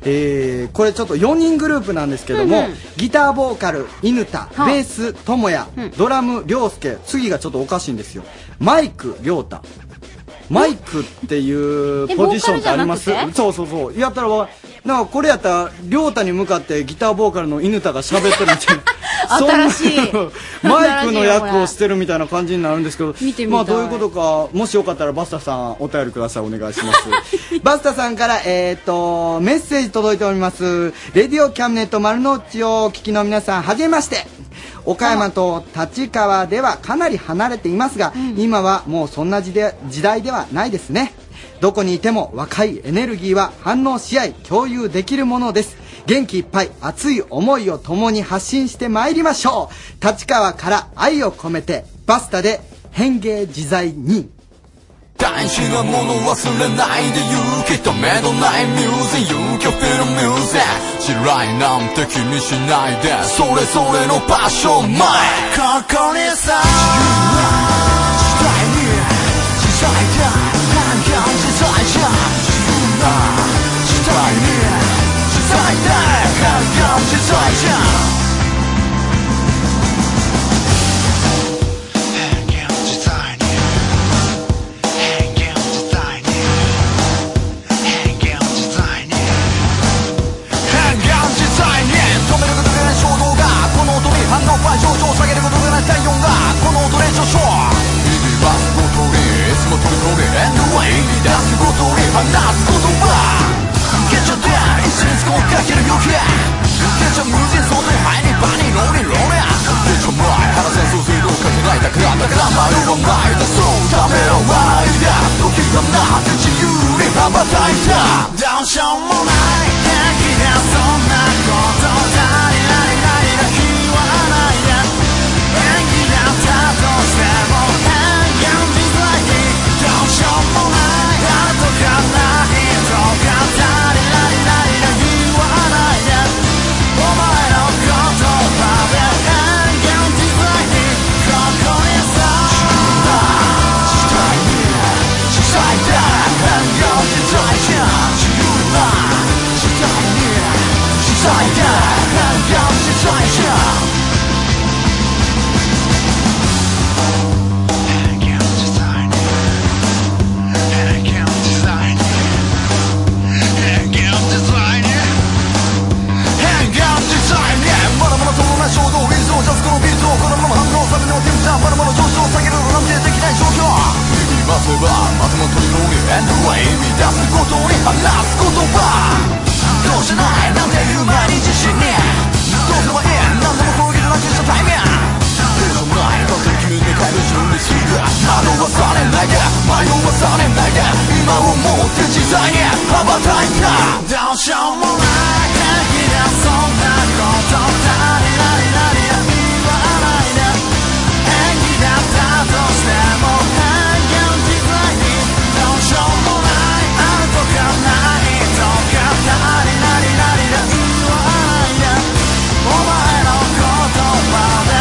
B: えー、これちょっと4人グループなんですけども、
P: うんうん
B: ギターボーカル犬田、
P: はあ
B: ベース智也、ドラム涼介次がちょっとおかしいんですよマイク亮太マイクっていう
P: え
B: ポジションってあります
P: ボーカルじ
B: そうそうそうやったらわなんかこれやったら亮太に向かってギターボーカルの犬田が喋ってるみたいなそんな
P: *laughs* 新しい
B: マイクの役を
P: し
B: してるみたいな感じになるんですけど
P: 見てみたい
B: まあどういうことかもしよかったらバスタさんお便りくださいお願いします
O: *laughs*
B: *laughs* バスタさんからえっ、とメッセージ届いておりますレディオキャムネット丸の内をお聞きの皆さんはじめまして岡山と立川ではかなり離れていますが、今はもうそんな時で時代ではないですねどこにいても若いエネルギーは反応し合い共有できるものです元気いっぱい熱い思いを共に発信してまいりましょう立川から愛を込めてバスタで変芸自在に
R: 大事なもの忘れないで行けためのないミュージック You can feel music 嫌いなんて気にしないでそれぞれの場所前ここにさ時代に時代だ変換時代じゃ自由な時代に時代だ変換時代じゃ変幻自在に止めることがない衝動がこの音に反応は上昇下げることがない体温がこの音で上昇日々はすごとにいつもとりとり And the way 出すごとに放つ言葉受けちゃって一瞬使かける余計受けちゃ無人相で前にバニーローリローリ受けちゃ前腹線想像をかけないだからだから迷わないだそうためらわないだ時がなって自由に羽ばたいたどうしようもない平気だそんなことだりらりらりら気はないや演技だったとしても変幻自在にどうしようもないだとかないとかだりらりらりら言わないでお前の言葉で変幻自在にここにさ時代に時代だ変幻自在じゃ自由な時代に時代だ変幻自在じゃ今すればまずも取り込み And the way 乱すことに放つ言葉どうしないなんていう毎日自信にどうすればいい何でも攻撃なくしたタイミングでしょうもないだって急に変える準備する惑わされないで迷わされないで今をもって自在に羽ばたいたどうしようもない敵だそんなことだりらりらりら言わないで演技だったとしても変幻自在にどうしようもないあるとかないとかなりなりなりな言わないでお前の言葉で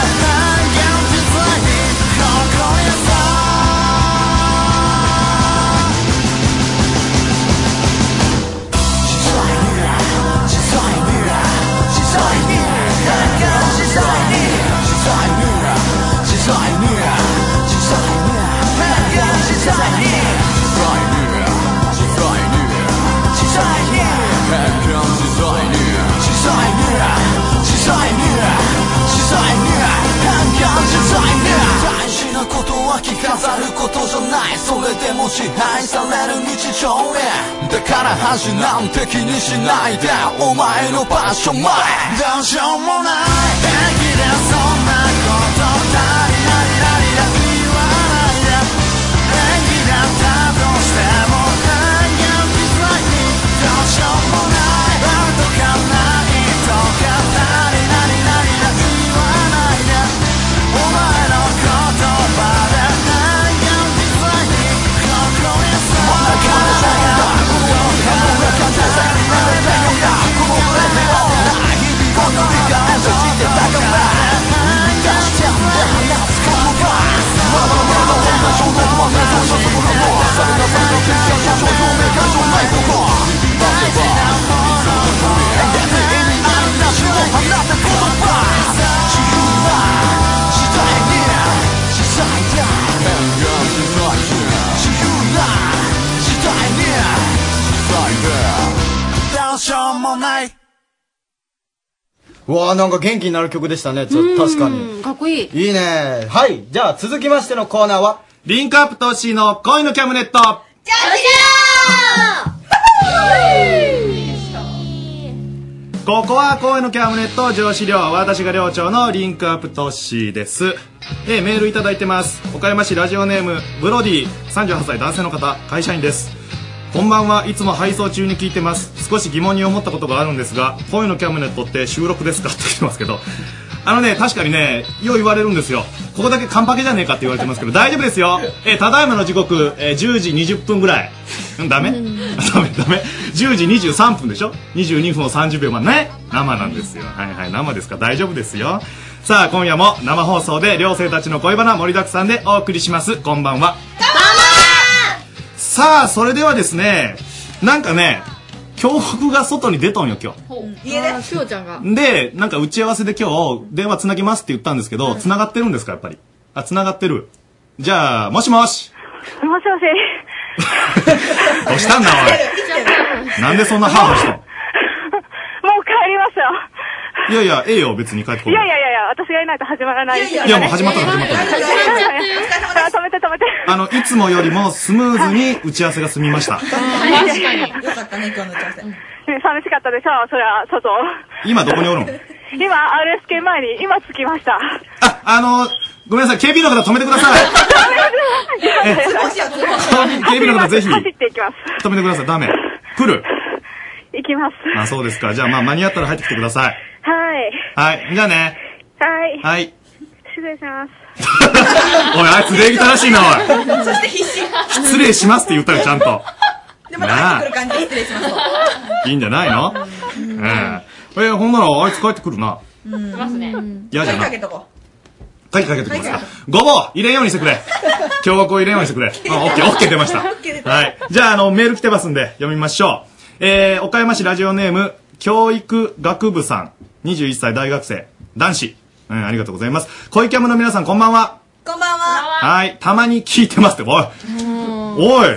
R: 変幻自在にここにさ自在に自在に変幻自在に自在に自在に自在に変幻自在に自在に自在に自在に変幻自在に自在に自在に自在に変幻自在に大事なことは着飾ることじゃないそれでも支配される日常へだから恥なんて気にしないでお前の場所前どうしようもない平気でそんなことだりらりらりら言わないで演技だったとしても変幻自在にどうしようもないあるとかないとかなりなりなりな言わないでお前の言葉で変幻自在にここにさこの俺の日々を信じてた
P: うわあなんか元気になる曲でしたね。ちょ確かに。
C: うんかっこいい
P: いいね。はい。じゃあ続きましてのコーナーは、リンクアップ投資の恋のキャムネット。ここは公園のキャムネット上司寮私が寮長のリンクアップトッシーですえーメールいただいてます岡山市ラジオネームブロディ38歳男性の方会社員ですこんばんはいつも配送中に聞いてます少し疑問に思ったことがあるんですが声のキャムネットって収録ですかって言ってますけどあのね確かにねよう言われるんですよここだけカンパケじゃねえかって言われてますけど大丈夫ですよ、えーただいまの時刻、えー10時20分ぐらいうんダメ10時23分でしょ22分を30秒までね生なんですよはいはい生ですか大丈夫ですよさあ今夜も生放送で寮生たちの恋バナ盛りだくさんでお送りしますこんばんはさあそれではですねなんかね京北が外に出とんよ今日
S: 家でしおちゃんが
P: でなんか打ち合わせで今日電話つなぎますって言ったんですけどつながってるんですかやっぱりあつながってるじゃあもしもし
T: もしもし。
P: どうしたんだお
F: *laughs*
P: いなんでそんなハーハーしたん
T: もう帰りますよ。
P: いやいやええよ別に帰ってこ
T: い
P: い
T: やいやいやいや、私がいないと始まらないですよね。
P: いやいやいやもう始
F: *laughs*
P: まった始まった
T: いやいやいやあ止めて止めて。
P: あの、いつもよりもスムーズに打ち合わせが済みました。
T: 確かに。よ
F: *laughs*
T: かったね、今日の挑戦。寂しかったでしょ、そりゃ、外。
P: 今どこにおるの
T: 今、RSK 前に、今着きました。
P: あ、あの、ごめんなさい、警備の方止めてください。え
T: *laughs*
P: 警備の方ぜひ
T: 走っていきます。
P: 止めてください、ダメ。来る。
T: 行きます。
P: あ、そうですか。じゃあ、まあ、間に合ったら入ってきてください。
T: はい。
P: はい、じゃあね。
T: はい。
P: はい。
T: 失礼します。
P: おい、あいつ礼儀正しいな、お
C: *laughs*
P: い。
S: そして必死
P: 失礼しますって言ったよ、ちゃんと。
S: でも帰ってくる感じで失礼します
P: いいんじゃないのええ。え、ほんなら、あいつ帰ってくるな。
S: うんますね
P: 嫌じゃな
S: かけとこ
P: 鍵かけてきますか。ごぼう入れんようにしてくれ。京極を入れんようにしてくれ。あ、オッケー、オッケー出ました。はい。じゃあ、あの、メール来てますんで、読みましょう。えー、岡山市ラジオネーム、教育学部さん、21歳大学生、男子。うん、ありがとうございます。恋キャムの皆さん、こんばんは。
S: こんばんは
P: はい。たまに聞いてますって、おい。おい。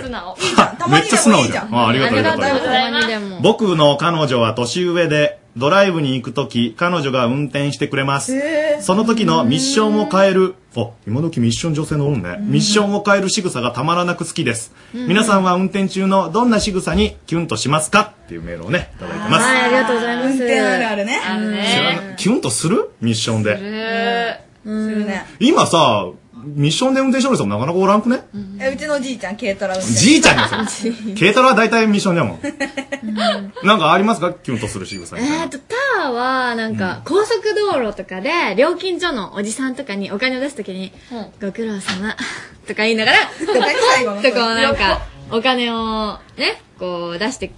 P: めっちゃ素直じゃん。あありがとう、ありがとう。僕の彼女は年上で、ドライブに行くとき、彼女が運転してくれます。その時のミッションを変える、あ、今時ミッション女性のおるね。ミッションを変える仕草がたまらなく好きです。
U: うん
P: 皆さんは運転中のどんな仕草にキュンとしますかっていうメールをね、いただいてます。
V: はい、ありがとうございます。運転あるあるね。あるね。
P: キュンとするミッションで。
V: うん。するね。
P: 今さ、ミッションで運転してる人もなかなかおらんくね
S: えうちのおじいちゃん軽トラ運転
P: じいちゃんで軽トラは大体ミッションだもん。
V: うん
P: なんかありますかキュンとする仕草
V: え
P: みたいな。
V: ーと、ターは、なんか、高速道路とかで、料金所のおじさんとかにお金を出すときに、ご苦労様、 *laughs* とか言いながら、
S: とか最後の
V: とこうなんか、お金をね、こう出して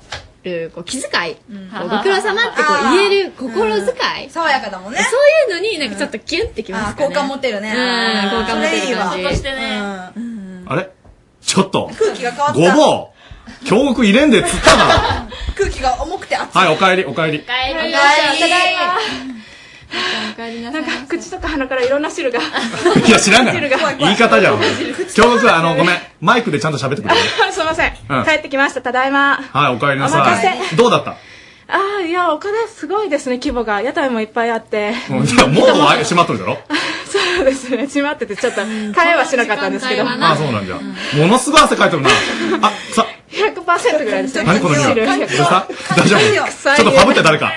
V: る、こう気遣い、こうご苦労様ってこう言える心遣い。
S: 爽やかだもんね
V: そういうのになんかちょっとキュンってきますかね。
S: 好感持てるね
V: うん、好感持てる感じ。
S: それいいわうん
P: あれちょっと。
S: 空気が変わった
P: ごぼう京極入れんでっつった *laughs* な。
S: 空気が重くて熱い
P: はい、お帰り、お帰
S: 帰
P: り。
T: り
S: ただいま
T: なんか、口とか鼻からいろんな汁 *laughs* が。
P: いや、知らんが
T: 汁が
P: な。言い方じゃん。京極は、あの、ごめん。マイクでちゃんと喋ってくれる。
T: すいません
P: うん。
T: 帰ってきました。ただいま。
P: はい、お帰りな
T: お
P: さ
T: 待た
P: い。どうだった
T: ああ、いや、お金すごいですね、規模が。屋台もいっぱいあって。
P: もう、じゃあもうあ閉まっとるだろ
T: そうですね、閉まってて、ちょっと、買えはしなかったんですけど。
P: あ、そうなんじゃ。ものすごい汗かいてるな。あ、さ、
T: 100%ぐらいですね。
P: 何この匂い。
T: 汁
P: どうした大丈
T: 臭
P: 夫
T: い
P: ちょっとパブって誰か。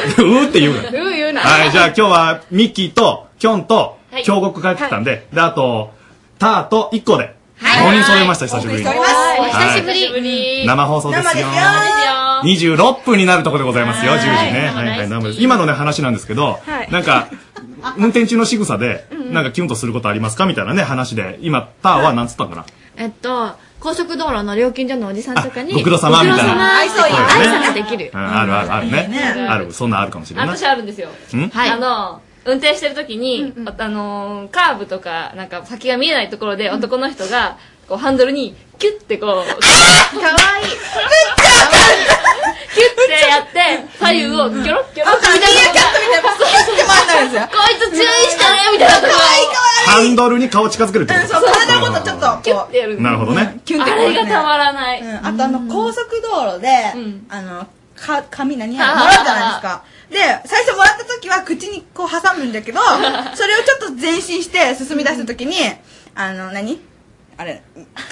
P: *laughs* うーって言うな。
T: うん、言うな。
P: はい、じゃあ今日はミッキーとキョンと
T: はい
P: 京極帰ってきたんで、で、あと、ターと1個で、5人揃いました、久しぶりに。
T: お
P: はい
T: ぶり
P: 生放送ですよ
T: 生です
P: 26分になるところでございますよ、10
T: はい
P: 時ね。はい、はい、生です。今のね、話なんですけど、
T: はい
P: なんか、運転中の仕草で、なんかキュンとすることありますかみたいなね、話で。今、ターは何つったんかな
V: えっと、高速道路の料金所のおじさんとかに、
P: ご苦労様みたいな。
V: ご苦労様って
P: そう
V: こう
P: よね
V: 挨拶できる
P: う。ん、あるあるあるね
W: いいね。
P: ある、そんなんあるかもしれ
W: あ
P: ない
W: 私。あるんですよ。
P: ん
W: あの、運転してる時に、あのー、カーブとか、なんか先が見えないところで男の人が、こうハンドルにキュッてこう、かわいいキュッてやって、左右をギョロッギョロッみ
T: *laughs*
W: たいな。キ
S: キュッて回んだやつ
W: こいつ注意してねみたいなとこ
P: ハンドルに顔近づけるってこと
S: そう体のことちょっと
W: キュッてやる。
P: なるほどね。
S: キュンって
W: あれがたまらない。
S: あとあの高速道路であのか紙何や
W: はあ
S: もらうじゃないですかで、最初もらった時は口にこう挟むんだけど、それをちょっと前進して進み出した時に、あの、何あれ、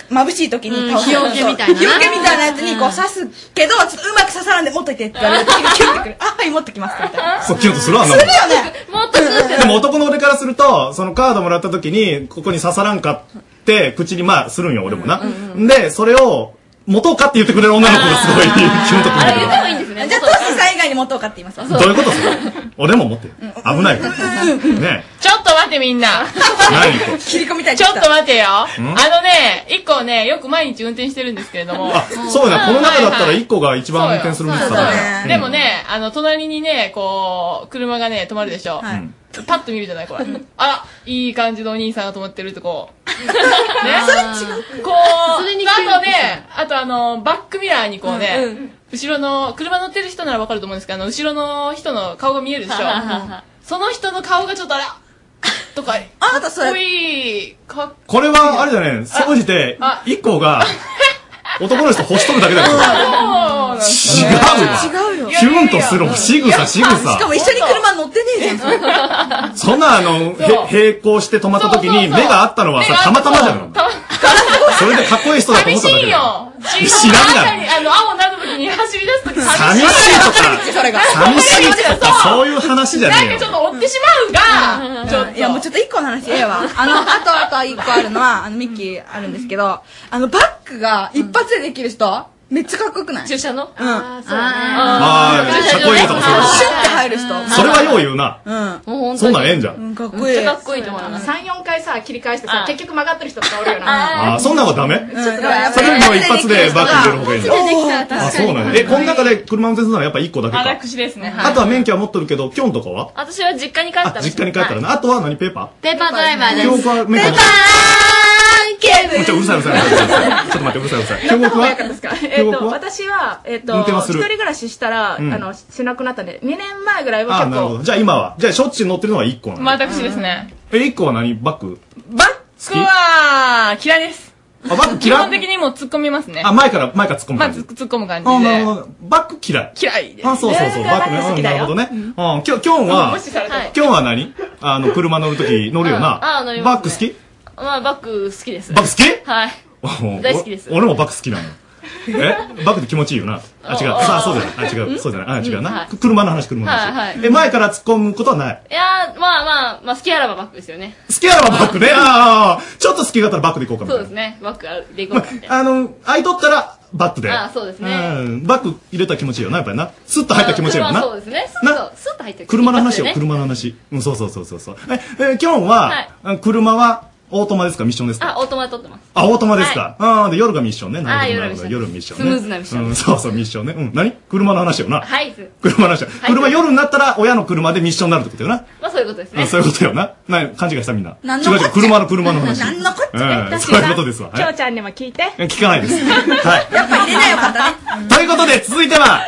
S: 眩しい時に
V: うん日よけみたいな
S: そう日よけみたいなやつにこう刺すけど、ちょっとうまく刺さらんで持っといてって言われる時にキュッてくる。あ、はい、持ってきますみたいな。
P: そうキュンとするわあん
S: す
P: な
S: る
P: もん
S: よ
P: *laughs*
S: ね。
V: もっと
P: でも男の俺からすると、そのカードもらった時に、ここに刺さらんかって、口にまあするんよ、俺もな。で、それを、持とうかって言ってくれる女の子が *laughs* すごい、キュンとくるんだけど。
S: いいんですね。じゃあ、トシさん以外に持とうかって言います。ど
P: どういうことそれ俺も持ってよ。危ないよ。ね
E: ちょっと待ってみんな。
P: 何これ
S: *laughs* 切り込みたい
E: ちょっと待てよ。あ
P: ん
E: のね、一個ね、よく毎日運転してるんですけれども。
P: あ、そうだ、この中だったら
E: 一
P: 1個が一番運転する店だから。
E: でもね、あの、隣にね、こう、車がね、止まるでしょ。パッと見るじゃない、これ。あ、いい感じのお兄さんが止まってる
V: *laughs*
E: とこう。ね。こう、あ
V: それに気を
E: と
V: つけ
E: ね、あとあの、バックミラーにこうね、
V: うんう
E: 後ろの、車乗ってる人ならわかると思うんですけど、あの、後ろの人の顔が見えるでしょ
V: はははは。
E: その人の顔がちょっとあら、とか、あかっこいい、かっ
P: これは、あれじゃね、総じて
E: あ、
P: 1個 *laughs* が、男の人欲しとるだけだか
E: そう
P: ら。
E: なんですね
P: 違
S: 違うよ。
P: キュンとする仕草仕草
S: しかも一緒に車乗ってねえじゃん。
P: そんなあの、
S: そう
P: へ並行して止まった時に目があったのはさ、たまたまじゃん。それでかっこいい人だと思
E: 寂した
P: っだ
E: い
P: けで。
E: よ
P: 知らんがな
E: あの、青になる時に走り出す時
P: 寂しいとか、寂しいとか、そういう話じゃ
E: なん
P: ね
E: かちょっと追ってしまうが、ちょっと。
S: いや、もうちょっと一個の話え
F: *laughs*
S: えわ。あの、あとあと一個あるのは、あの、ミッキーあるんですけど、あの、バックが一発でできる人、めっちゃかっこよくない
E: 駐車のうん。
S: あ
E: そうだね
P: あー車庫入れとかそうだね
S: シュッて入る人。
P: えよ。それはよう言うな。
S: うん
P: そんなんええんじゃん。
S: かっ
E: こいい
F: めっちゃかっこいいと思います。3、4回さ、切り返してさ、結局曲がってる人とかおるよ
P: あ
F: な。
P: あ、そんなんはダメ
F: ちょっと
P: それよりも一発でバック入れる方がいいんだ。あ、そうなんや。え、この中で車運転するならやっぱ1個だけ
F: あ
P: か。
F: 私ですね。
P: あとは免許は持っとるけど、キョンとかは
F: 私は実家に帰った
P: あ、実家に帰ったらな。あとは何ペーパ
F: ペーパードライバ
P: ー教科免許持っ
F: ケ
P: ちょ、うるさ
F: *laughs*
P: いうるさいうるさい。ちょっと待って、うるさいうるさい。教
F: ど
P: 科
F: こが
P: は
F: 良かったですかえっ
P: 京極
F: と、
P: は
F: 私は、えっと、
P: 運転は
F: 一
P: する
F: 人暮らししたら、あ
P: うん
F: の、しなくなったんで、2年前ぐらいは
P: あ
F: 結
P: なるほ
F: 構、
P: ど。じゃあ今は。じゃあしょっちゅう乗ってるのは1個なの。
E: 私ですね。
P: え、1個は何バック
E: バックは、嫌いです。
P: あ、バック
E: 基
P: 嫌
E: 本
P: い
E: 的にもう突っ込みますね。
P: あ、前から、前から突っ込む
E: まあ、
P: 感
E: 突
P: じ
E: っ。突っ込む感
P: あ、
E: じ
P: なる
E: で
P: ほ。ど。バック嫌い。
E: 嫌いです。
P: あ、そうそうそう。バックね。うんなるほどね。うん、今日、今日は、
E: 無視された。
P: 今日は何あの、車乗るとき乗るよ
E: うん
P: な。
E: あ乗り
P: バッ
E: ま
P: ク好き
E: まあ、バック好きです。
P: バック好き
E: はい。大好きです
P: お俺もバック好きなの。えバックって気持ちいいよ
E: *laughs*
P: な。あ、違う。
E: あ
P: さあ、そうじゃない。あ、違
E: う。
P: うんそうじゃない。あ、違う
E: うん
P: な
E: は。い
P: 車の話、車の
E: はい
P: 話。
E: はい
P: え、前から突っ込むことはない。
E: いやー、まあまあ、まあ、好きあらばバックですよね。
P: 好きならばバックね。ああ、ちょっと好きだったらバックでいこうかみた
E: そ
P: い
E: うで
P: な
E: すね。バックあるでいこうかみたいな。
P: あの、相取ったら、バックで。
E: あそうですね
P: うん。バック入れたら気持ちいいよな、やっぱりな。スッと入ったら気持ちいいもんな。
E: あそうですね。ス
P: な
E: ッと、スッと入ってる
P: 車の話よ、
E: 一発でね
P: 車の話。うん、そうそうそうそうそう。え、えー、今日は、あ車は、オートマですかミッションですか
E: あ、オートマで撮ってます。
P: あ、オートマですか、うん、で、夜がミッションね。なるほど、
E: あ
P: な
E: ー
P: るほど。
E: 夜
P: 夜
E: が
P: ミ
E: ミ
P: ッ
E: ッシ
P: ショ
E: ョ
P: ン
E: ン
P: ね。
E: スムーズなミッション
P: うん、そうそう、ミッションね。うん、何車の話よな。
E: はい。
P: 車の話よ。
E: い
P: 車夜になったら、親の車でミッションになるってことよな。
E: まあ、そういうことです
P: う
E: ね。
P: ん、そういうことよな。な、勘違いしたみんな。
F: 何
P: 違
F: の
P: う
F: こっち
P: 違う、車の車の話。
F: 何のこっちゃ
P: う
F: ね
P: ん、そういうことですわ。はい
F: きょうちゃんにも聞いて。
P: 聞かない
S: *laughs*
P: です。はい。
F: やっぱ入れないよかったね。
P: ということで、続いては、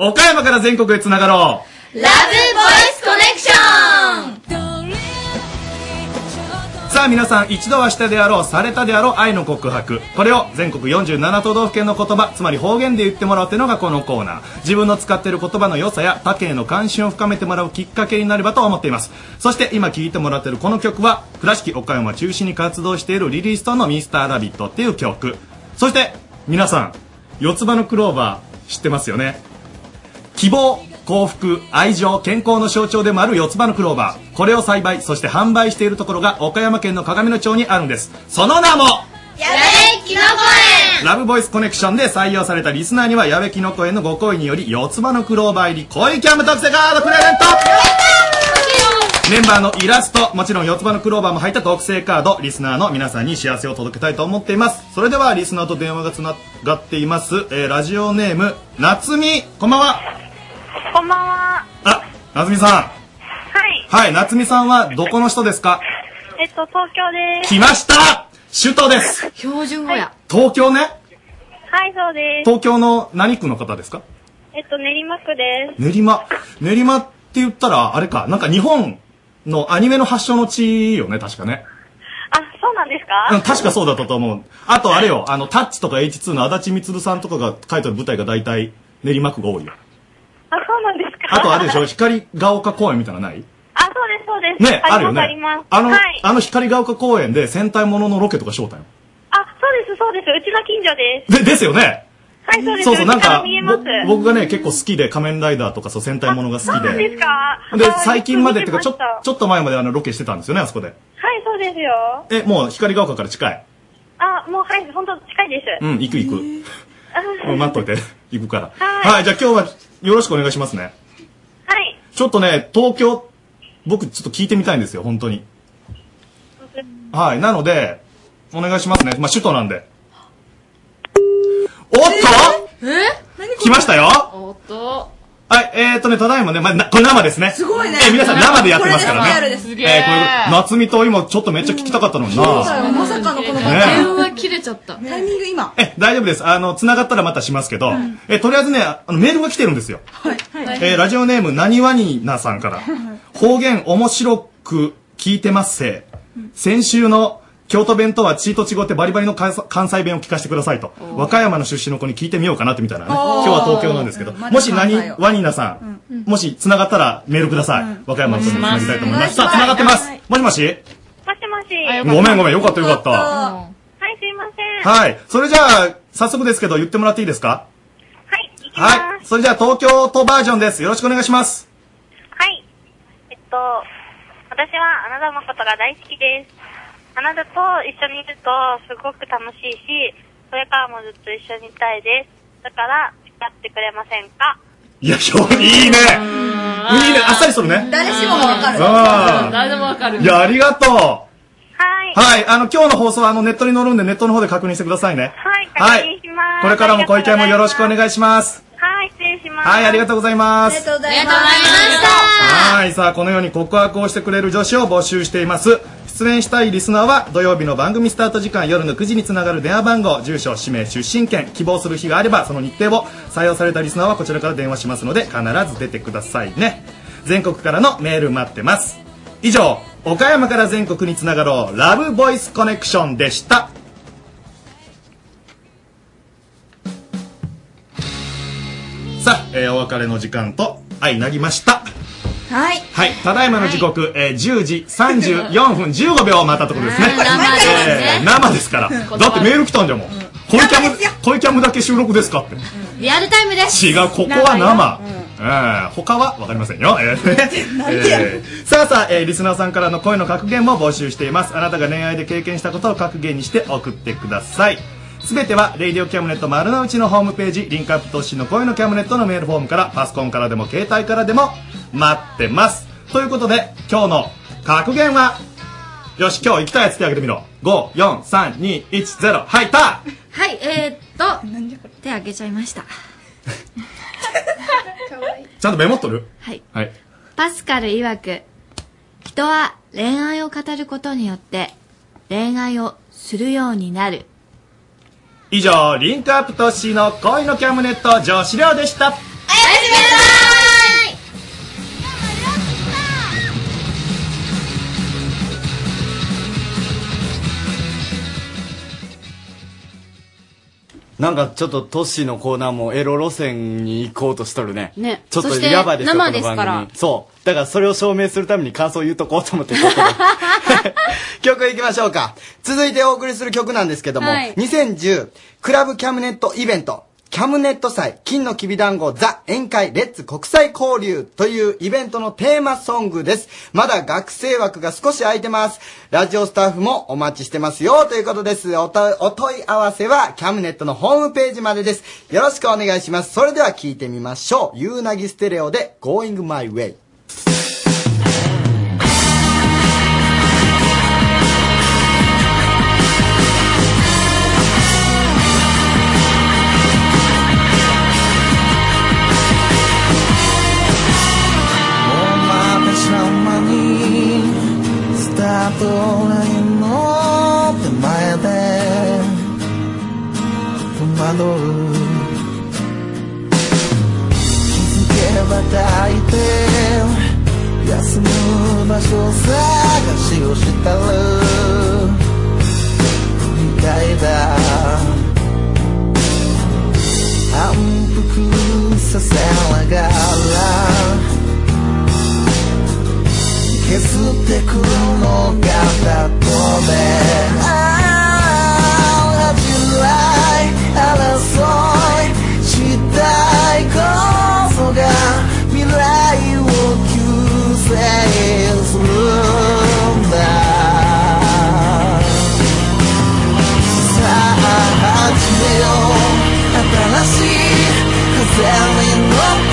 P: 岡山から全国へつながろう。
R: ブボイスコネクション
P: さあ皆さん一度はしたであろうされたであろう愛の告白これを全国47都道府県の言葉つまり方言で言ってもらうというのがこのコーナー自分の使っている言葉の良さや他県への関心を深めてもらうきっかけになればと思っていますそして今聴いてもらっているこの曲は倉敷岡山を中心に活動しているリリーストの「ミスターラビットっていう曲そして皆さん四つ葉のクローバー知ってますよね希望幸福愛情健康の象徴でもある四つ葉のクローバーこれを栽培そして販売しているところが岡山県の鏡野町にあるんですその名も
R: キノコ園
P: ラブボイスコネクションで採用されたリスナーには矢部きのこへのご好意により四つ葉のクローバー入り恋キャム特製カードプレゼントメンバーのイラストもちろん四つ葉のクローバーも入った特製カードリスナーの皆さんに幸せを届けたいと思っていますそれではリスナーと電話がつながっています、えーラジオネーム夏美こんばんは
U: こんばんは。
P: あ、夏美さ
U: はい。
P: ん。はい、夏美さんはどこの人ですか
U: えっと、東京です。
P: 来ました首都です
U: 標準語や。
P: 東京ね
U: はい、そうです。
P: 東京の何区の方ですか
U: えっと、練馬区です。
P: 練馬。練馬って言ったら、あれか、なんか日本のアニメの発祥の地よね、確かね。
U: あ、そうなんです
P: うん
U: か
P: 確かそうだったと思う。あとあれよ、あの、タッチとか H2 の足立みつるさんとかが書いてる舞台が大体練馬区が多いよ。
U: *laughs* あ、そうなんですか
P: あとあれでしょ、光が丘公園みたいなのない
U: あ、そうです、そうです。
P: ね、あるよ
U: あり
P: ね
U: ます。。
P: あの
U: はい、。
P: あの光が丘公園で戦隊もののロケとか招待
U: あ、そうです、そうです。うちの近所です。
P: で、ですよね
U: はい、そうです。
P: そうそう、なん
U: ちら
P: か
U: 見えます。、
P: ぼ僕がね、結構好きで、仮面ライダーとかそう、戦隊ものが好
U: そう
P: き
U: なんで
P: で。
U: すか。
P: で
U: はい、
P: 最近までっ
U: よ
P: て
U: く
P: いうか、
U: 見
P: ちょ、
U: まし
P: ちょっと前まであの、ロケしてたんですよね、あそこで。
U: たはい、そうですよ。
P: え、もう光が丘から近い。
U: あ、もう、はい、本当近いです。
P: うん、行く行く。うん待っといて。 *laughs* 行くから。
U: はい
P: はい、じゃあ今日はよろしくお願いしますね。
U: はい。
P: ちょっとね、東京、僕ちょっと聞いてみたいんですよ、本当に。はい、なので、お願いしますね。まあ、首都なんで。おっと
E: え
P: 来ましたよ
E: おっと。
P: はい、えーとね、ただいまね、まあ、なこれ生ですね。すごい
E: ね
P: えー皆さん生でやってますからね。
E: これですリアルです
P: えーこれ夏美と今ちょっとめっちゃ聞きたかったのにな。
S: まさかのこの
P: ねえ
S: 電話切れちゃった。タイミング今。
P: え、大丈夫です。あの、繋がったらまたしますけど、え、とりあえずね、あの、メールが来てるんですよ。えーラジオネーム、なにわになさんから。方言面白く聞いてますせ。先週の京都弁とはチート違ってバリバリの関西関西弁を聞かせてくださいと。和歌山の出身の子に聞いてみようかなってみたいなね。
G: おー
P: 今日は東京なんですけど。
G: うんまだ
P: もしなに
G: 関西を
P: わになさん、もし繋がったらメールください。和歌山の人に繋ぎたいと思います。さあ、繋がってます。もしもし
U: もしもし。
P: ごめんごめん。よかったよかった。
U: はい、すいません。
P: はい。それじゃあ、早速ですけど、言ってもらっていいですかはい。はい。それじゃあ、東京都バージョンです。よろしくお願いします。
U: はい。えっと、私はあなたのことが大好きです。あなたと一緒にいるとすごく楽しいし、これからもずっと一緒にいたいです。だから、付き合ってくれませんか
P: いや、今日、いいね。いいね。あっさりするね。
U: 誰し
P: もわかるあー誰
U: でもわか
P: いや、ありがとう。
U: はい。
P: はい。あの、今日の放送は、あの、ネットに載るんで、ネットの方で確認してくださいね。
U: はい、
P: はい
U: 確認します。
P: これからもご意見もよろしくお願いします。
U: はい、失礼します。
P: はい、ありがとうございます。
U: とうございま
P: はい、さあ、このように告白をしてくれる女子を募集しています。出演したいリスナーは土曜日の番組スタート時間夜の9時につながる電話番号住所氏名出身県希望する日があればその日程を採用されたリスナーはこちらから電話しますので必ず出てくださいね全国からのメール待ってます以上岡山から全国につながろうラブボイスコネクションでしたさあ、えーお別れの時間と相なりました
S: はい。
P: はい、ただいまの時刻、えー10時34分15秒を待ったところですね。 *laughs* えー生です *laughs* から。だってメール来たんじゃもん。恋キャム、恋キャムだけ収録ですかって。
C: リアルタイムです
P: 違う、ここは生。えー他は分かりませんよ。えー
V: *laughs*
P: えーさあさあ、えーリスナーさんからの声の格言も募集しています。あなたが恋愛で経験したことを格言にして送ってください。すべては、レイディオキャムネット丸の内のホームページ、リンクアップ投資の声のキャムネットのメールフォームから、パソコンからでも、携帯からでも、待ってます。ということで、今日の格言は、よし、今日行きたいやつ手挙げてみろ。5、4、3、2、1、0。はい、た
C: はいえー、っと手開けちゃいました
P: ちゃんとメモっとる
V: はい。
P: はい。
V: パスカル曰く、人は恋愛を語ることによって、恋愛をするようになる。
P: 以上、リンクアップトッシーの恋のキャムネット女子寮でした。
H: なんかちょっとトッシーのコーナーもエロ路線に行こうとしとるね。
C: ね
H: ちょっ
C: そ
H: と
C: して
H: やばいですよ
C: 生ですから
H: この番組そう。だからそれを証明するために感想を言うとこうと思ってここで
B: 曲いきましょうか。続いてお送りする曲なんですけども、
H: はい
B: 2010クラブキャムネットイベント、キャムネット祭金のきび団子ザ宴会レッツ国際交流というイベントのテーマソングです。まだ学生枠が少し空いてます。ラジオスタッフもお待ちしてますよということです。おとお問い合わせはキャムネットのホームページまでです。よろしくお願いします。それでは聞いてみましょう。ゆうなぎステレオで Going My Way。
I: お前様にスタートラインの手前で戸惑う気づけば抱いて休む場所探しをしたるみたいだ um 反復させながらてくるのがラットで I'll have you right 争いしたいこそが未来を救世するんださあ始めよう新しい風に乗って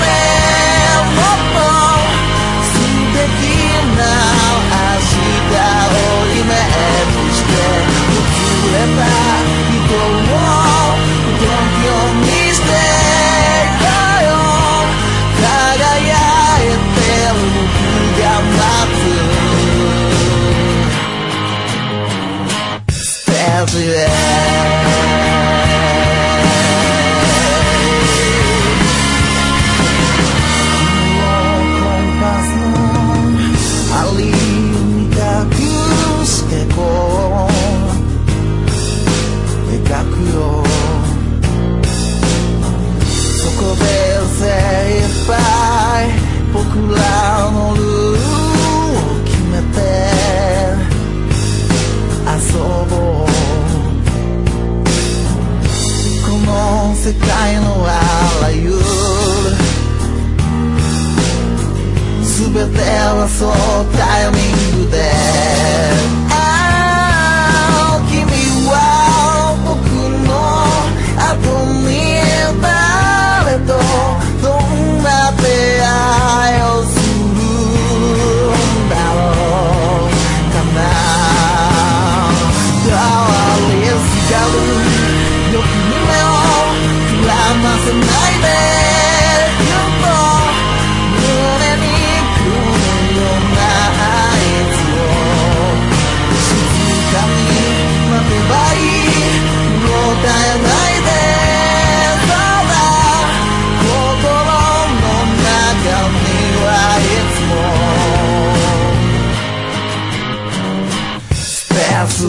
I: もっと素敵な明日をイメージして薄れた人を元気にしていこうよ輝いてる僕が待つステージへコンパスのアリを磨くしてこう描くよそこで精一杯僕らのルールを決めて遊ぼうこの世界のあらゆるすべてはそうタイミングでああ君は僕の後に誰とどんな出会いをするんだろうかな Darling 光るよく夢を膨らませないで You know 胸に来るような合図を静かに待てばいいうろたえないでただ心の中にはいつもスペースを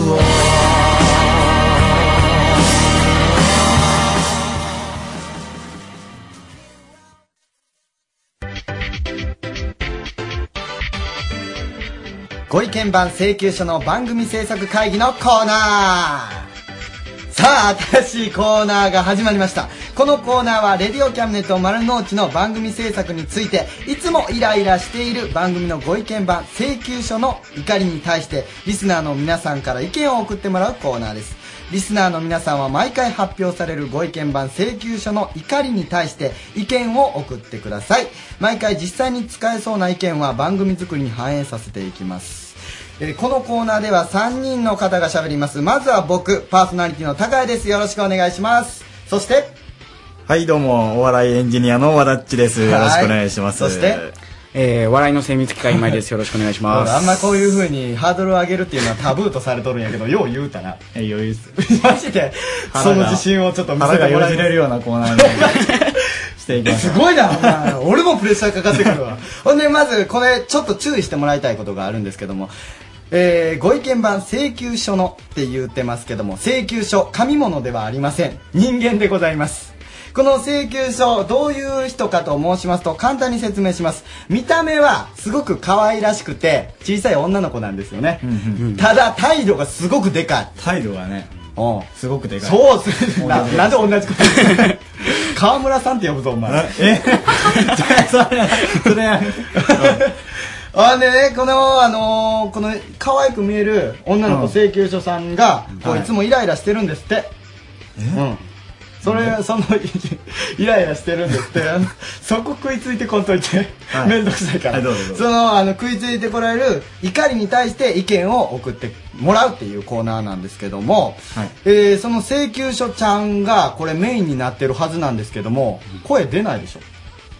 B: ご意見番請求書の番組制作会議のコーナーさあ、新しいコーナーが始まりました。このコーナーは、レディオキャムネット丸の内の番組制作について、いつもイライラしている番組のご意見番、請求書の怒りに対して、リスナーの皆さんから意見を送ってもらうコーナーです。リスナーの皆さんは毎回発表されるご意見番請求書の怒りに対して意見を送ってください。毎回実際に使えそうな意見は番組作りに反映させていきます。えーこのコーナーでは3人の方が喋ります。まずは僕、パーソナリティの高谷です。よろしくお願いします。そして、
G: *laughs* はい、どうも、お笑いエンジニアの和田っちです。よろしくお願いします。
B: はいそして、
J: えー、笑いの精密機械今井です。よろしくお願いし
N: *laughs*
J: ます。
B: あんまこういう風にハードルを上げるっていうのはタブーとされとるんやけど、よう言うたな。
G: え、余裕っす。
B: *laughs* マジで、そ
G: 腹
B: の
G: が
B: 自信をちょっと見せ
G: 腹
B: て
G: が
B: も
G: よ
B: ら
G: じ
B: え
G: れるようなコーナーにしていきます。
B: すごいな、お前 *laughs* 俺もプレッシャーかかってくるわ。ほんで、まず、これ、ちょっと注意してもらいたいことがあるんですけども、えーご意見版請求書のって言ってますけども、請求書、紙物ではありません。人間でございます。この請求書、どういう人かと申しますと、簡単に説明します。見た目は、すごく可愛らしくて、小さい女の子なんですよね。ただ、態度がすごくでかい。態度がね、すごくで
G: かい
B: そう、すななんで同じこと言 *laughs* うの川村さんって呼ぶぞ、お前。それ、あでね、この、あのーこの、可愛く見える女の子請求書さんが、こういつもイライラしてるんですって。うん。それ、その、 *laughs* イライラしてるんです
G: *laughs*
B: って。あのそこ食いついてこんといて。
G: はい
B: めんどくさいから。
G: はいどうぞどうぞ
B: その、あの、食いついてこられる怒りに対して意見を送ってもらうっていうコーナーなんですけども、えーその請求書ちゃんが、これメインになってるはずなんですけども、声出ないでしょ。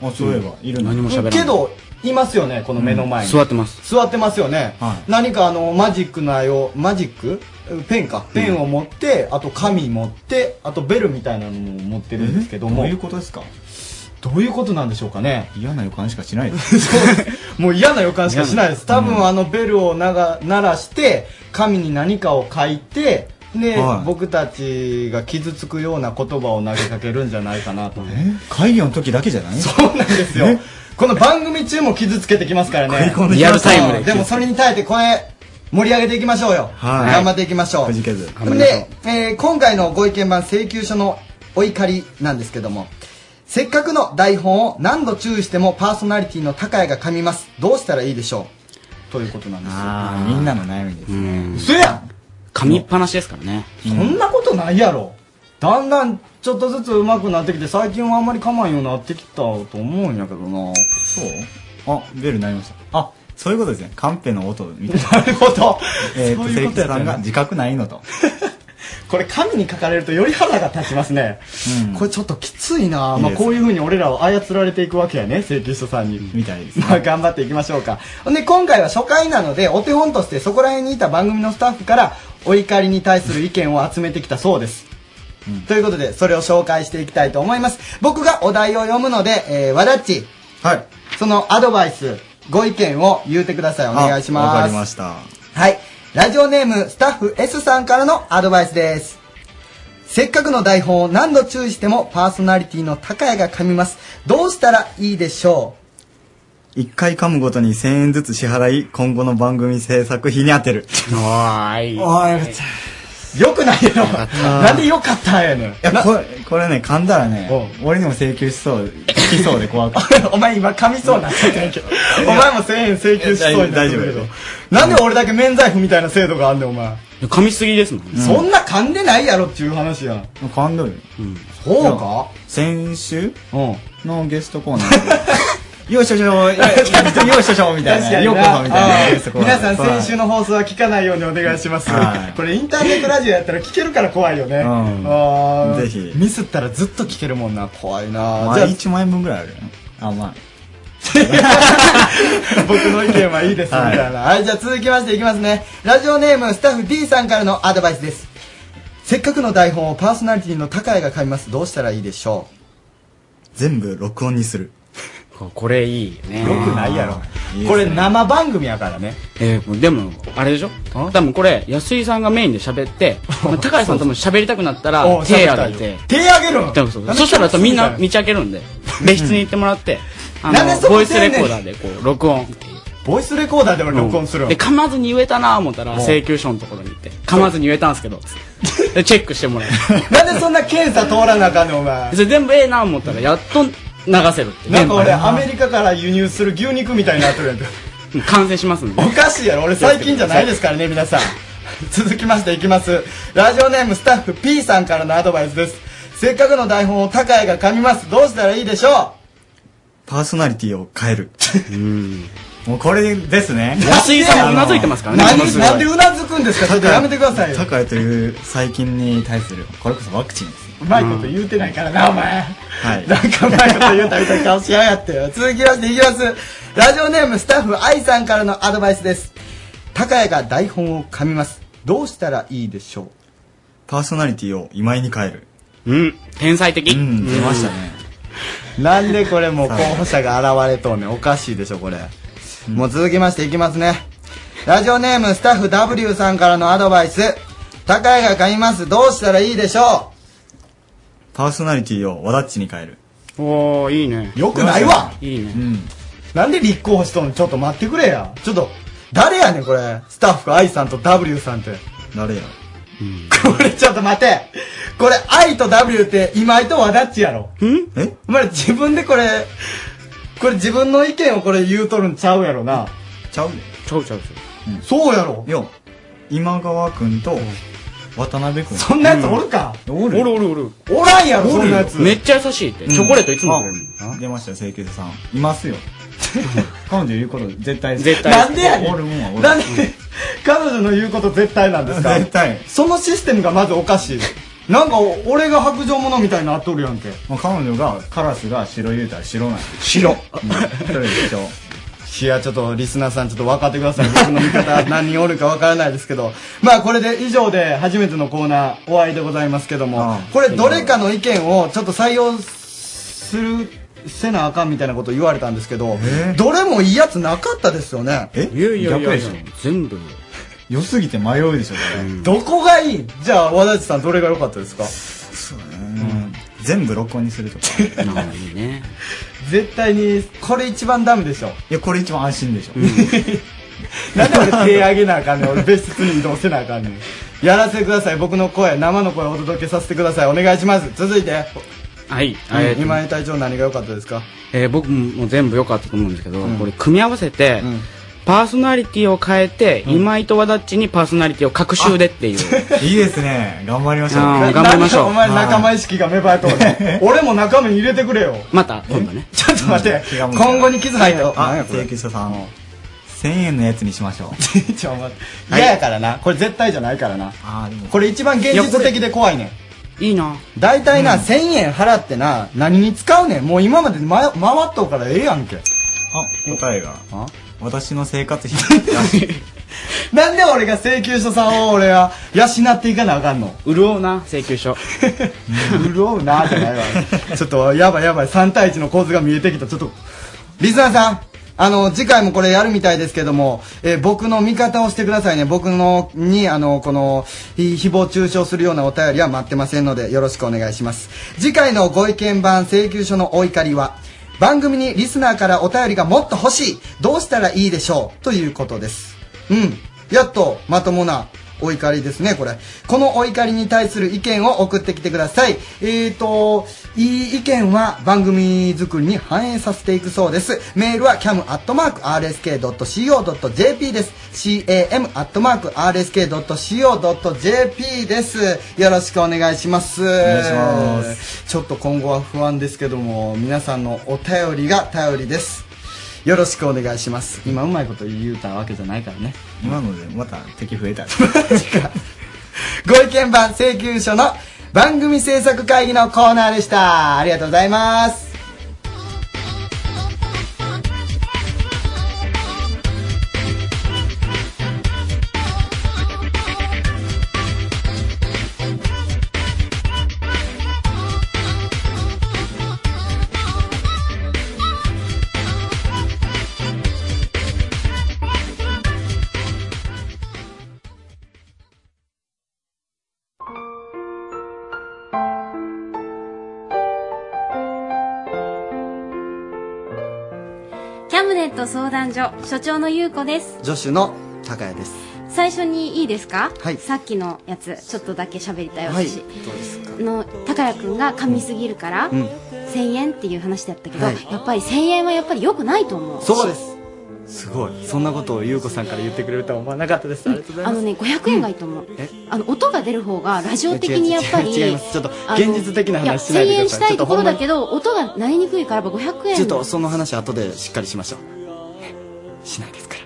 G: あそういえばいる
J: 何も喋らない
B: けどいますよねこの目の前に、
J: 座ってます。
B: 座ってますよね、何かあのマジックの絵をマジックペンかペンを持って、あと紙持ってあとベルみたいなのも持ってるんですけども
G: どういうことですか
B: どういうことなんでしょうかね
G: 嫌な予感しかしな
B: *laughs*
G: いです。
B: もう嫌な予感しかしないです
G: 嫌
B: 多
G: な
B: 分あのベルをなが鳴らして紙に何かを書いてで、
G: はい
B: 僕たちが傷つくような言葉を投げかけるんじゃないかなと
G: 会議の時だけじゃない
B: そうなんですよ。この番組中も傷つけてきますからね
G: 込んできますリアルタイムで
B: でもそれに耐えて声盛り上げていきましょうよ、
G: はい
B: 頑張っていきましょう
G: くじけず頑張りましょう
B: で、えー今回のご意見番請求書のお怒りなんですけどもせっかくの台本を何度注意してもパーソナリティの高谷が噛みますどうしたらいいでしょうということなんです
G: あーみんなの悩みですね
B: そやん
J: 噛みっぱなしですからね。
B: そんなことないやろだんだんちょっとずつ上手くなってきて最近はあんまり噛まんようになってきたと思うんやけどな
G: そうあベル鳴りましたあそういうことですねカンペの音みたいな
B: なるほど
G: *laughs* えっ
B: そ
G: と
B: ういう
G: 関
B: ことやったな
G: さんが自覚ないのと
B: *laughs* これ紙に書かれるとより腹が立ちますね、これちょっときついなまあ、こういうふうに俺らを操られていくわけやね請求書さんにみたいです、まあ、頑張っていきましょうかほんで今回は初回なのでお手本としてそこら辺にいた番組のスタッフからお怒りに対する意見を集めてきたそうです、ということでそれを紹介していきたいと思います僕がお題を読むので、えー、わだっち、はい、そのアドバイスご意見を言うてくださいお願いします
G: あわかりました
B: はい。ラジオネーム、スタッフ S さんからのアドバイスです。せっかくの台本を何度注意してもパーソナリティの高谷が噛みます。どうしたらいいでしょ
G: 一回噛むごとに1000円ずつ支払い今後の番組制作費に当てるおーい
B: おーいうよくないやろなんでよかったんやねん。
G: いやこれこれね噛んだらね俺にも請求しそうしそうで怖く
B: *laughs* お前今噛みそうなってたけど。お前も1000円請求しそうになっ
G: 大
B: てる
G: 丈夫
B: け
G: 大
B: ど
G: 丈夫。
B: なんで俺だけ免罪符みたいな制度があんねん、お前。
J: 噛みすぎですもん。
B: そんな噛んでないやろっていう話やん。
G: 噛んどるよ
B: そうか
G: 先週のゲストコーナーでよいしょしょ
B: *laughs*
G: よいしょしょみたい
B: 確
G: な
B: かに
G: ようこそみたいなゲストコーナ
B: 皆
G: ー
B: さん先週の放送は聞かないようにお願いします、
G: はい
B: これインターネットラジオやったら聞けるから怖いよね、
G: うん
B: あー
G: ぜひ
B: ミスったらずっと聞けるもんな怖いな、
G: まあ
B: じゃあ
G: 1万円分ぐらいあるよねあまあ
B: *laughs* 僕の意見はいいですみ
G: はい
B: たいな、はい、じゃあ続きましていきますねラジオネームスタッフ D さんからのアドバイスですせっかくの台本をパーソナリティの高谷が買いますどうしたらいいでしょ
G: 全部録音にする
J: これいいね。
B: よくないやろ
J: いいですね
B: これ生番組やからね
J: えーでも、あれでしょ多分これ、安井さんがメインで喋
B: *laughs*
J: って、まあ高橋さんとも喋りたくなったら
B: おう、
J: 手挙げて。
B: 手挙げるん
J: 多分そう
B: なんで
J: そしたらみんな
B: そ
J: 道開けるんで、別室に行ってもらって、あ
B: *laughs* なんでそ
J: の、
B: こ
J: ボ
B: 出
J: イ
B: ん
J: ス
B: ねん
J: レコーダーでこう、録音。
B: ボイスレコーダーで俺録音するん
J: で、噛まずに言えたなぁ思ったら、
B: おう
J: 請求書のところに行って、噛まずに言えたんです
B: *laughs*
J: けど、つってで、チェックしてもらえる。
B: なんでそんな検査通らなあかんねんお前
J: それ全部ええなぁ思ったら、やっと流せるっていう。
B: なんか俺
J: 全部
B: アメリカから輸入する牛肉みたいになってるやんか
J: うん感染しますんで。
B: おかしいやろ俺最近じゃないですからね皆さん *laughs* 続きましていきますラジオネームスタッフ P さんからのアドバイスですせっかくの台本を高谷が噛みますどうしたらいいでしょ
G: パーソナリティを変えるもうこれですね
J: 安井さんもうなずいてますからね
G: あの
J: ものすごいなんで
B: うなずくんですかちょっとやめてくださいよ
G: 高いという細菌に対するこれこそワクチンです
B: ううまいこと言うてないからな、お前 *laughs*
G: はい
B: なんかうまいこと言うたみたいな顔しやがってよ続きましていきますラジオネームスタッフ I さんからのアドバイスです高谷が台本を噛みますどうしたらいいでしょう
G: パーソナリティを今井に変える
J: うん天才的
G: うん出ましたね
B: なんでこれもう候補者が現れとんねんおかしいでしょこれ、もう続きましていきますねラジオネームスタッフ W さんからのアドバイス高谷が買いますどうしたらいいでしょ
G: パーソナリティをわだっちに変える
J: おーいいね
B: よくないわ
J: いいね
B: うなんで立候補しとんのちょっと待ってくれやちょっと誰やねんこれスタッフ I さんと W さんって
G: 誰や
B: これちょっと待てこれ I と W って今井と和田っちやろ
J: ん
G: え
B: お前ら自分でこれこれ自分の意見をこれ言うとるんちゃうやろな
G: ちゃう
J: ちゃうちゃう
B: そうやろ
G: よ今川君と渡辺君
B: そんなやつおるか、
G: おる
J: おるおるおる
B: おらんやろそんなやつ
J: めっちゃ優しいって、チョコレートいつもくれる
G: あ出ましたよ清潔さんいま
J: *laughs*
G: すよ彼女言うこと絶対
J: 絶対
B: なんでやね
G: おるもんはお
B: ん
G: る
B: なんで、彼女の言うこと絶対なんですか
G: 絶対
B: そのシステムがまずおかしいなんか俺が白状者みたいになっとるやんけ
G: もう彼女がカラスが白言うたら白なん
B: 白
G: それでしょ
B: いやちょっとリスナーさんちょっと分かってくだ
G: *laughs*
B: さい僕の味方何人おるか分からないですけどまあこれで以上で初めてのコーナーお会いでございますけどもこれどれかの意見をちょっと採用するせなあかんみたいなこと言われたんですけどどれもいいやつなかったですよね
G: え
J: いやいやいやいや
G: 逆で
J: 全部
G: 良すぎて迷うでしょこれ
B: どこがいいじゃあ和田地さんどれが良かったですか
G: 全部録音にするとか
J: いいね
B: *laughs* 絶対にこれ一番ダメでしょ
G: いやこれ一番安心でしょ、
B: *laughs* なんで俺手上げなあかんねん俺別室に移動せなあかんねんやらせてください僕の声生の声をお届けさせてくださいお願いします続いて、
J: はい、
B: うん
J: えーと
B: 今井隊長何が良かったですか
J: えー僕も全部良かったと思うんですけど、これ組み合わせて、パーソナリティを変えて、今井と和田っちにパーソナリティを隔週でっていう
B: *laughs*
G: いいですね頑張りましょう
J: あー頑張りましょう
B: お前仲間意識が芽生え
G: *laughs*
B: とるね俺も仲間に入れてくれよ
J: また今度ね
B: ちょっと待って今後に傷入ったよ
G: あ請求書さん1000円のやつにしましょう
B: *laughs* ちょっと待って嫌やからなこれ絶対じゃないからなこれ一番現実的で怖いね
J: んいいな
B: 大体な、1000円払ってな何に使うねんもう今まで、ま、回っとうからええやんけ
G: あ答えが私の生活費
B: *laughs* なんで俺が請求書さんを俺は養っていかなあかんの
J: 潤うな請求書
B: *laughs* 潤うなじゃないわちょっとやばいやばい3対1の構図が見えてきたちょっとリスナーさんあの次回もこれやるみたいですけども、えー僕の味方をしてくださいね僕のにあのこのひ誹謗中傷するようなお便りは待ってませんのでよろしくお願いします次回のご意見版請求書のお怒りは番組にリスナーからお便りがもっと欲しいどうしたらいいでしょうということですうんやっとまともなお怒りですねこれこのお怒りに対する意見を送ってきてくださいえーといい意見は番組作りに反映させていくそうですメールは cam.rsk.co.jp です cam.rsk.co.jp ですよろしくお願いしますお
G: 願いします
B: ちょっと今後は不安ですけども皆さんのお便りが頼りですよろしくお願いします今うまいこと言うたわけじゃないからね
G: 今のでまた敵増
B: *laughs*
G: えた
B: ご意見番請求書の番組制作会議のコーナーでしたありがとうございます
C: キャムネット相談所所長の優子です
B: 助手の高谷です
C: 最初にいいですか、
B: はい
C: さっきのやつちょっとだけ喋りたい
B: はい
C: 私、あの高谷君が噛みすぎるから、
B: うん
C: 1000円っていう話だったけど、
B: はい
C: やっぱり1000円はやっぱり良くないと思う
B: そうですすごいそんなことを優子さんから言ってくれるとは思わなかったですありがとうござ
C: あ
B: いま
C: の
B: す
C: ね500円がいいと思う、
B: え
C: あの音が出る方がラジオ的にやっぱり
B: 違います違いますちょっと
C: あの
B: 現実的な話しないで
C: や1000
B: くだ
C: 円
B: さい
C: した
B: ちょ
C: い
B: っと
C: と
B: ほ
C: こ
B: ん
C: ろ
B: まに
C: だけど音が鳴りにくいからやっぱ500円
B: ちょっとその話後でしっかりしましょうしないですか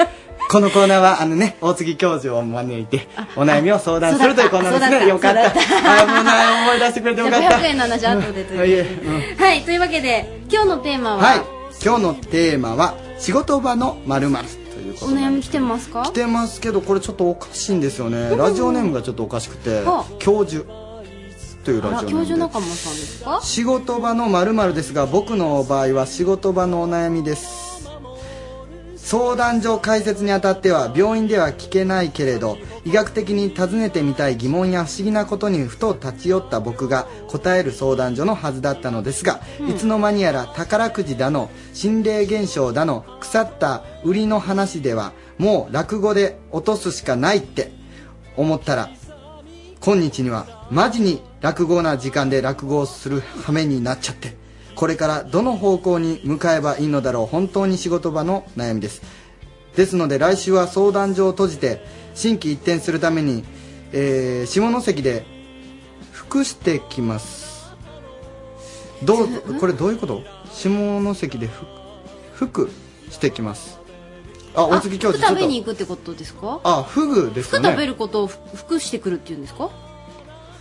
B: らこのコーナーはあのね大杉教授を招いてお悩みを相談するというコーナーですねよ
C: そう
B: かっ
C: だった
B: た
C: そうだった
B: 危ない思い出してくれてよかっ
C: じゃあ
B: た
C: 500円の話は後でということ
B: い
C: で
B: えうん
C: はいというわけで今日のテーマは、
B: はい今日のテーマは仕事場のまるまるというこ
C: お
B: とで
C: 悩み来てますか
B: 来てますけどこれちょっとおかしいんですよね
C: うん
B: ラジオネームがちょっとおかしくて
C: は
B: 「教授」というラ
C: あら
B: ジオネ
C: 教
B: ー
C: 授
B: ム
C: 仲間さんですか
B: 仕事場のまるですが僕の場合は仕事場のお悩みです相談所開設にあたっては病院では聞けないけれど医学的に尋ねてみたい疑問や不思議なことにふと立ち寄った僕が答える相談所のはずだったのですが、
K: うん
B: いつの間にやら宝くじだの心霊現象だの腐った売りの話ではもう落語で落とすしかないって思ったら今日にはマジに落語な時間で落語をする羽目になっちゃってこれからどの方向に向かえばいいのだろう本当に仕事場の悩みですですので来週は相談所を閉じて心機一転するために、えー下関で服してきます
C: *laughs*
B: どうこれどういうこと下関で服服してきますあ大月教
C: 服
B: 授
C: 食べに
B: ちょっ
C: 行くってことですか
B: とあフグですか
C: 服
B: ね
C: 食べることをふ服してくるっていうんですか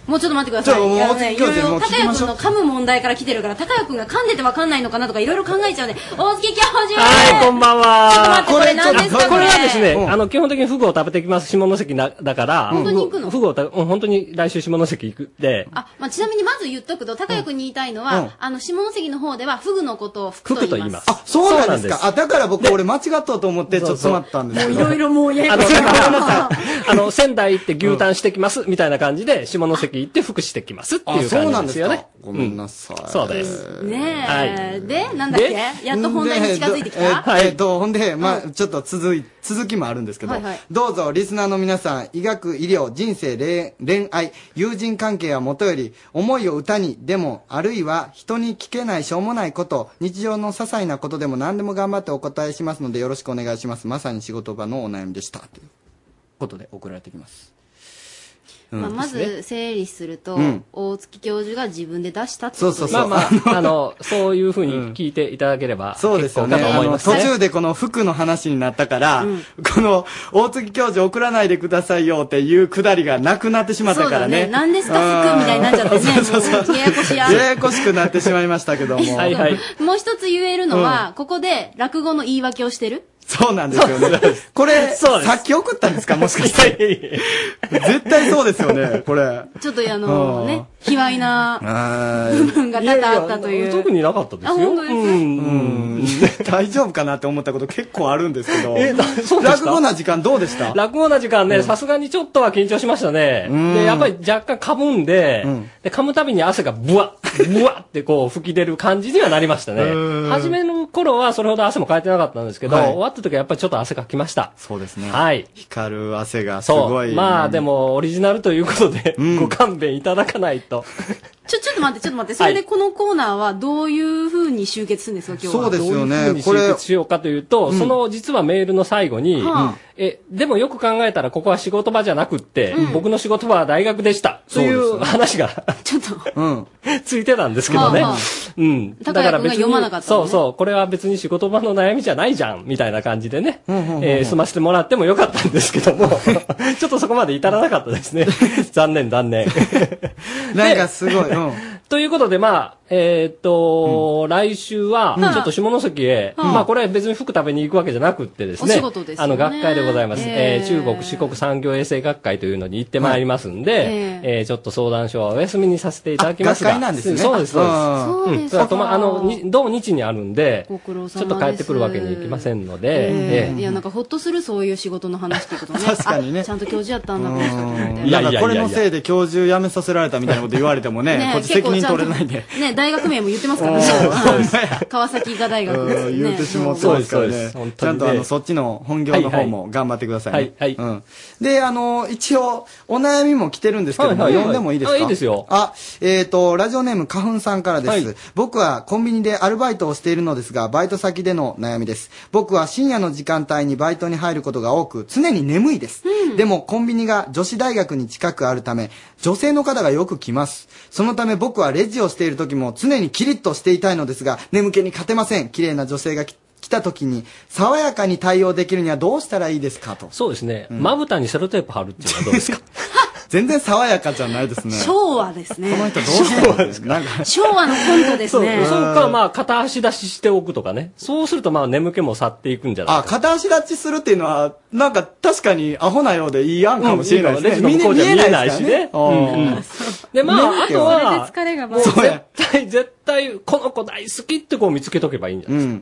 C: もうちょっと待ってくだ
B: ち
C: さ
B: ょもう
C: い。あのね、い
B: ちょっ
C: ろ
B: と
C: いろ、
B: もう
C: 高
B: 聞きま
C: 谷
B: しょ
C: 君
B: う
C: の噛む問題から来てるから、高谷君が噛んでてわかんないのかなとか、いろいろ考えちゃうね。大月教授
O: はい、こんばんは。
C: ちょっと待ってこれ何ですか
O: これはですね、
C: これ
O: あの、基本的にフグを食べてきます。下関なだから。
C: 本当に行くの
O: フグを食べ、うん本当に来週下関行くって。
C: あ、まあ、ちなみにまず言っとくと、高谷君に言いたいのは、
O: うん
C: あの、下関の方では、フグのことを服
O: フ
C: と
O: グと言
C: 言い
O: い
C: ま。
O: ますす。
B: そうなんです
O: そう
B: かあだから僕俺間違ったと思ってちょっと待ったんですけど
C: もういろいろもうやや
B: あの
C: こしい
B: だから
C: あ
O: *laughs* あの、仙台行って牛タンしてきます、みたいな感じで、下関行って福してきますっていう感じですよね。
B: ごめんなさい。
O: そうです。
C: ね
O: は
C: え、で、なんだっけやっと本題に近づいてき
B: でえ
C: た
B: ーえーと、ほんで、まあちょっと続い、続きもあるんですけど、
C: はいはい
B: どうぞ、リスナーの皆さん、医学、医療、人生、恋恋愛、友人関係はもとより、思いを歌に、でも、あるいは、人に聞けないしょうもないこと、日常の些細なことでも何でも頑張ってお答えしますので、よろしくお願いします。まさに仕事場のお悩みでした。ということで、送られてきます。うん
C: まあ、ま
B: ですね
C: ず整理すると、
B: うん
C: 大月教授が自分で出したってことですね
O: まあまあ、
B: *laughs*
O: あの、そういうふうに聞いていただければ、
B: そうですよね。
O: 結構かと
B: あ
O: 思い
B: の
O: ますね
B: 途中でこの服の話になったから、この大月教授送らないでくださいよっていうくだりがなくなってしまったからね。
C: そうだねなんでスタ服みたいになっちゃってね
B: うんそうそうそう
C: もうややこしや
B: ややこしくなってしまいましたけども。
O: *laughs* はいはい。
C: もう一つ言えるのは、ここで落語の言い訳をしてる
B: そうなんですよね。これ、さっき送ったんですかもしかして。絶対そうですよね、これ。
C: ちょっとあの
B: うん
C: ね、卑猥な
B: あ
C: 部分が多々あったという。
O: 特になかったです
C: あ、本当ですか、
B: うん大丈夫かなって思ったこと結構あるんですけど。
O: えだそうです
B: 落
O: か
B: 語な時間どうでした
O: 落語な時間ね、さすがにちょっとは緊張しましたね。で、やっぱり若干噛むんで、で噛むたびに汗がブワッ、 *laughs* ブワッってこう吹き出る感じにはなりましたね
J: うん。
O: 初めの頃はそれほど汗もかいてなかったんですけど、
J: はい
O: 終わった時はやっぱりちょっと汗かきました。
B: そうですね。
O: はい。
B: 光る汗がす
O: そ
B: ご
O: う。
B: い。
O: まあでも、オリジナルということで、ご勘弁いただかないと。
C: ちょ、ちょっと待って、ちょっと待って。それでこのコーナーはどういう風に集結するんですか、今日は。
O: どういうふうに集結しようかというと、
C: うん
O: その実はメールの最後に、
C: はあ
O: え、でもよく考えたらここは仕事場じゃなくって、
C: うん
O: 僕の仕事場は大学でした。という話が、
C: ちょっ
B: と、
O: ついてたんですけどね。
C: はあはあ
O: うん。だ
C: 高
O: から
C: 谷君が
O: 別に、
C: 読まなかった
O: そ
C: のね
O: うそう、これは別に仕事場の悩みじゃないじゃん、みたいな感じでね、
B: うんうん
O: えー済ませてもらってもよかったんですけど
B: *laughs*
O: も、ちょっとそこまで至らなかったですね。 *laughs* 残念、残念。
B: なんかすごい。うん
O: *laughs* ということで、まあ、えーっと、来週は
B: うん、
O: ちょっと下関へ、
B: うん
O: まあ、これは別に服食べに行くわけじゃなくってですね、
B: お仕事ですよ
O: あ
B: ね
O: の、学会でございます。
B: え
O: え
B: ー
O: ー中国四国産業衛生学会というのに行ってまいりますんで、
B: はい
O: えーちょっと相談所はお休みにさせていただきますが、
B: あ学会なんですね
O: そうです、そうです。
B: あ
O: うん
B: そうです
O: そ
B: か
O: れとまあ、あの、に同日にあるんで、
C: ご苦労様です
O: ちょっと帰ってくるわけにいきませんので、
C: えーい
O: え
C: や、なんかほっとするそういう仕事の話っていうことね。
B: *laughs* 確かにね
C: あちゃんと教授やったんだこの人と思って
B: いやいやこれのせいで教授辞めさせられたみたいなこと言われてもね、
C: ね
B: こっち責任取れないんで。
C: ね、大学名も言ってますからね。 *laughs*
B: *laughs*
C: 川崎医科大学です
B: う
C: ね。
B: ん言うてしまってますから
O: そうです
B: ね
O: そうです。
B: ちゃんとあの、そっちの本業の
O: はいは
B: 方
O: い
B: も頑張ってくださいね。
O: はい
B: うんで、あの、一応、お悩みも来てるんですけども、
O: はいはいはい
B: 読んでもいいですか
O: あいいですよ
B: あ、えっと、ラジオネーム、花粉さんからです
O: は。
B: 僕はコンビニでアルバイトをしているのですが、バイト先での悩みです。僕は深夜の時間帯にバイトに入ることが多く、常に眠いです。でも、コンビニが女子大学に近くあるため、女性の方がよく来ます。そのため僕はレジをしている時も常にキリッとしていたいのですが、眠気に勝てません。綺麗な女性がき来た時に、爽やかに対応できるにはどうしたらいいですかと。
O: そうですね。まぶたにセロテープ貼るっていうのはどうですか
B: *laughs* 全然爽やかじゃないです
O: *laughs*
B: ね
C: 昭和ですね。
B: この人どうしたんですかなんか
C: 昭和のコントですね。
O: そうそうか、まあ、片足出ししておくとかね。そうすると、まあ、眠気も去っていくんじゃない
B: あ、片足立ちするっていうのは、なんか確かにアホなようでいい案かもしれないですね。
O: うんいいかもレジの向こうじゃ見えない
B: ですから
O: しねうんうんで、まあ、あとは、
C: それで疲れが
O: もう絶対、絶対、この子大好きってこう見つけとけばいいんじゃないですか。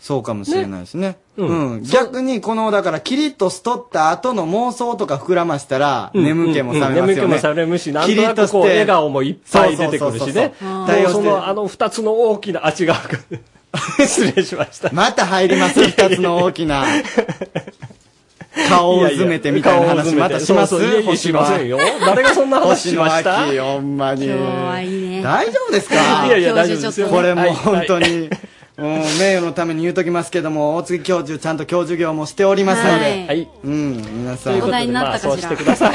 B: そうかもしれないですね。
O: うん
B: うん逆に、この、だから、キリッとしとった後の妄想とか膨らましたら、眠気も覚めますよね。
O: うんうん眠気も覚めるし、なんとなくこう、笑顔もいっぱい出てくるしね。
B: そうそうそうそう
O: もう
B: 対応して
O: その、あの、二つの大きな、 *laughs* あ、違う。失礼しました。
B: また入ります、二つの大きな。顔を詰めてみたいな話、またします
O: いやいや顔を詰めてそうそういえいえしませんよ誰がそんな話しました
B: 星野秋ほんまに。
O: 今日はいいね
B: 大丈夫ですか
O: いやいや大丈夫ですよ
B: これもう
O: はい
B: 本当に。うん、名誉のために言うときますけども、大月教授、ちゃんと教授業もしておりますので、
O: はい。
B: うん、皆さ
O: とい
B: ん。
O: うことでお題になったかしらまあそうしてくだ
B: さい。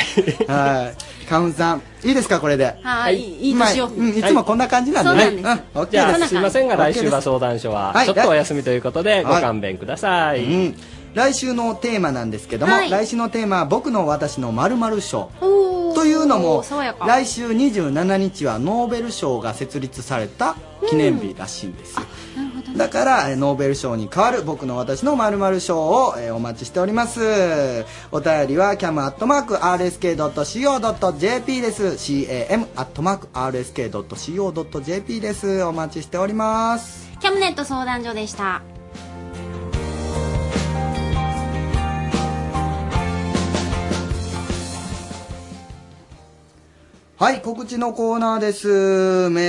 B: はい。カウンさん、いいですか、これで。
C: はいいいい
B: まあ
C: 年を
B: うんいつもこんな感じなんでね。
C: そうなん
B: うん、OK
O: じゃ
B: で
O: あ、
B: す。
O: すいませんが、来週
B: OK で
O: は
B: す
O: 相談所は
B: は、い
O: ちょっとお休みということで、ご
B: はい
O: 勘弁ください。
B: うん来週のテーマなんですけども、
C: はい
B: 来週のテーマは僕の私の〇〇賞
C: おー
B: というのも
C: 爽やか
B: 来週27日はノーベル賞が設立された記念日らしいんですよ、だからえーノーベル賞に代わる僕の私の〇〇賞をえーお待ちしておりますお便りは cam.rsk.co.jp です cam.rsk.co.jp ですお待ちしております
C: キャムネット相談所でした。
I: 「
B: はい、告知のコーナーです。メ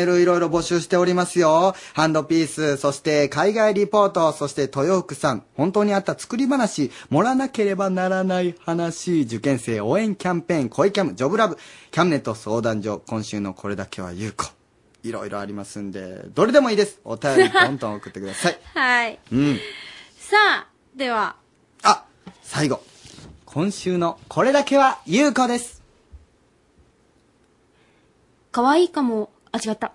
B: ールいろいろ募集しておりますよ。ハンドピース、そして海外リポート、そして豊福さん、本当にあった作り話、盛らなければならない話、受験生応援キャンペーン、恋キャム、ジョブラブ、キャムネット相談所、今週のこれだけは有効。いろいろありますんで、どれでもいいです。お便りどんどん送ってください。
C: はい。
B: うん。
C: さあ、では、
B: 最後。今週のこれだけは有効です。
C: 可愛いかも。あ、違った。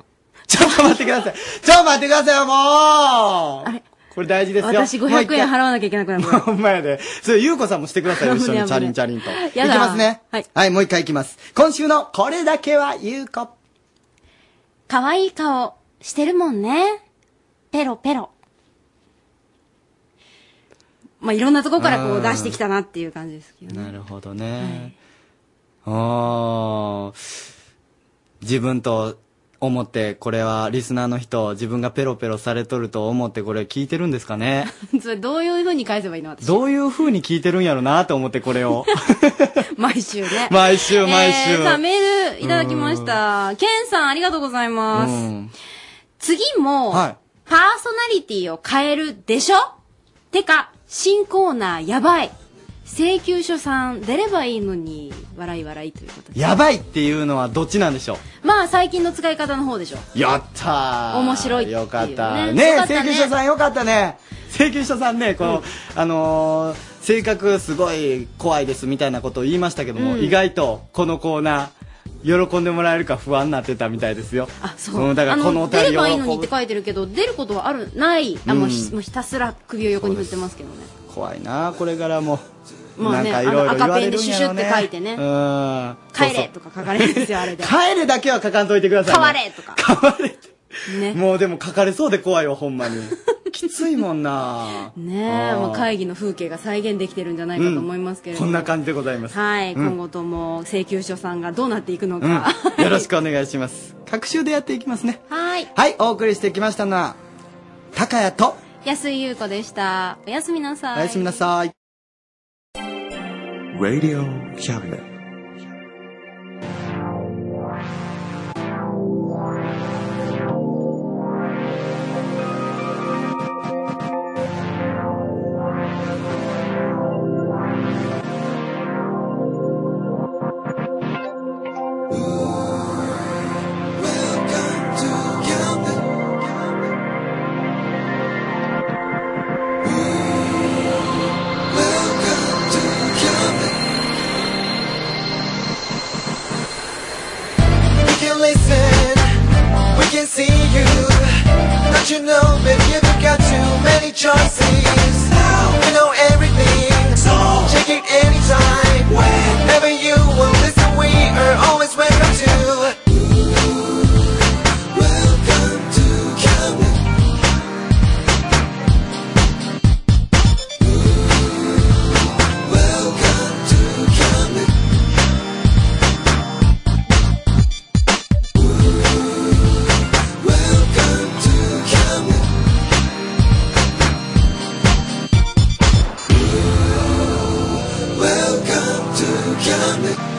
B: ちょっと待ってください。ちょっと待ってくださいよ、もうこれ大事ですよ。
C: 私
B: もう一
C: 500
B: 回
C: 円払わなきゃいけなくなる。
B: ほんまやで。それ、ゆうこさんもしてくださいよ、一緒に。チャリンチャリンと。いき
C: やだ
B: ますね。はい。もう一回いきます。今週の、これだけはゆうこ。
C: 可愛い顔してるもんね。ペロペロ。まあ、いろんなとこからこ
B: う
C: うん出してきたなっていう感じですけどね。
B: なるほどね。あー自分と思って、これはリスナーの人、自分がペロペロされとると思って、これ聞いてるんですか
C: *laughs*
B: ね。
C: *laughs* それどういう風に返せばいいの私。
B: どういう風に聞いてるんやろなと思って、これを。
C: 毎週ね。
B: 毎週毎週
C: *laughs* えーさあ、メールいただきました。ケンさん、ありがとうございます。
B: うん
C: 次も、
B: はい
C: パーソナリティを変えるでしょてか、新コーナーやばい。請求書さん出ればいいのに、笑い笑いということで。
B: やばいっていうのはどっちなんでしょ
C: まあ、最近の使い方の方でしょ。
B: うやったー
C: 面白いっていうね
B: よかったね
C: よかったね
B: 請求書さんよかったね請求書さんねこう、あのー性格すごい怖いですみたいなことを言いましたけども、
C: うん
B: 意外とこのコーナー喜んでもらえるか不安になってたみたいですよあ
C: そう
B: だからこのお
C: あの出
B: 便り
C: れ
B: を
C: ばいいのにって書いてるけど、出ることはある、ない。あ、もうひ
B: うん
C: もうひたすら首を横に振ってますけどね。
B: 怖いなこれからも、
C: もう
B: なん
C: ね
B: かいろいろ言われるんやろ、ね、
C: あの赤ペンでシュシュって書いてね
B: うん
C: 帰れ
B: そう
C: とか書かれるんですよ、あれで。
B: そう帰れだけは書かんといてください、
C: 変われとか。
B: もうでも書かれそうで怖いわほんまにきついもんな
C: *laughs* ねえ、
B: あー
C: もう会議の風景が再現できてるんじゃないかと思いますけれど
B: こん
C: も。
B: な感じでございます
C: はい、
B: うん
C: 今後とも請求書さんがどうなっていくの
B: うん
C: か。
B: よろしくお願いします各週でやっていきますね
C: はい、
B: はいお送りしてきましたのは高谷と
C: 安井優子でした。おやすみなさい。
B: おやすみなさい
R: Radio Cabinet.
I: We can listen, we can see you. Don't you know, baby, you've got too many choices. We know everything, so check it anytime. Whenever you will listen, we are always welcome to. Welcome to Camden. Welcome to Camden. Welcome to Camden.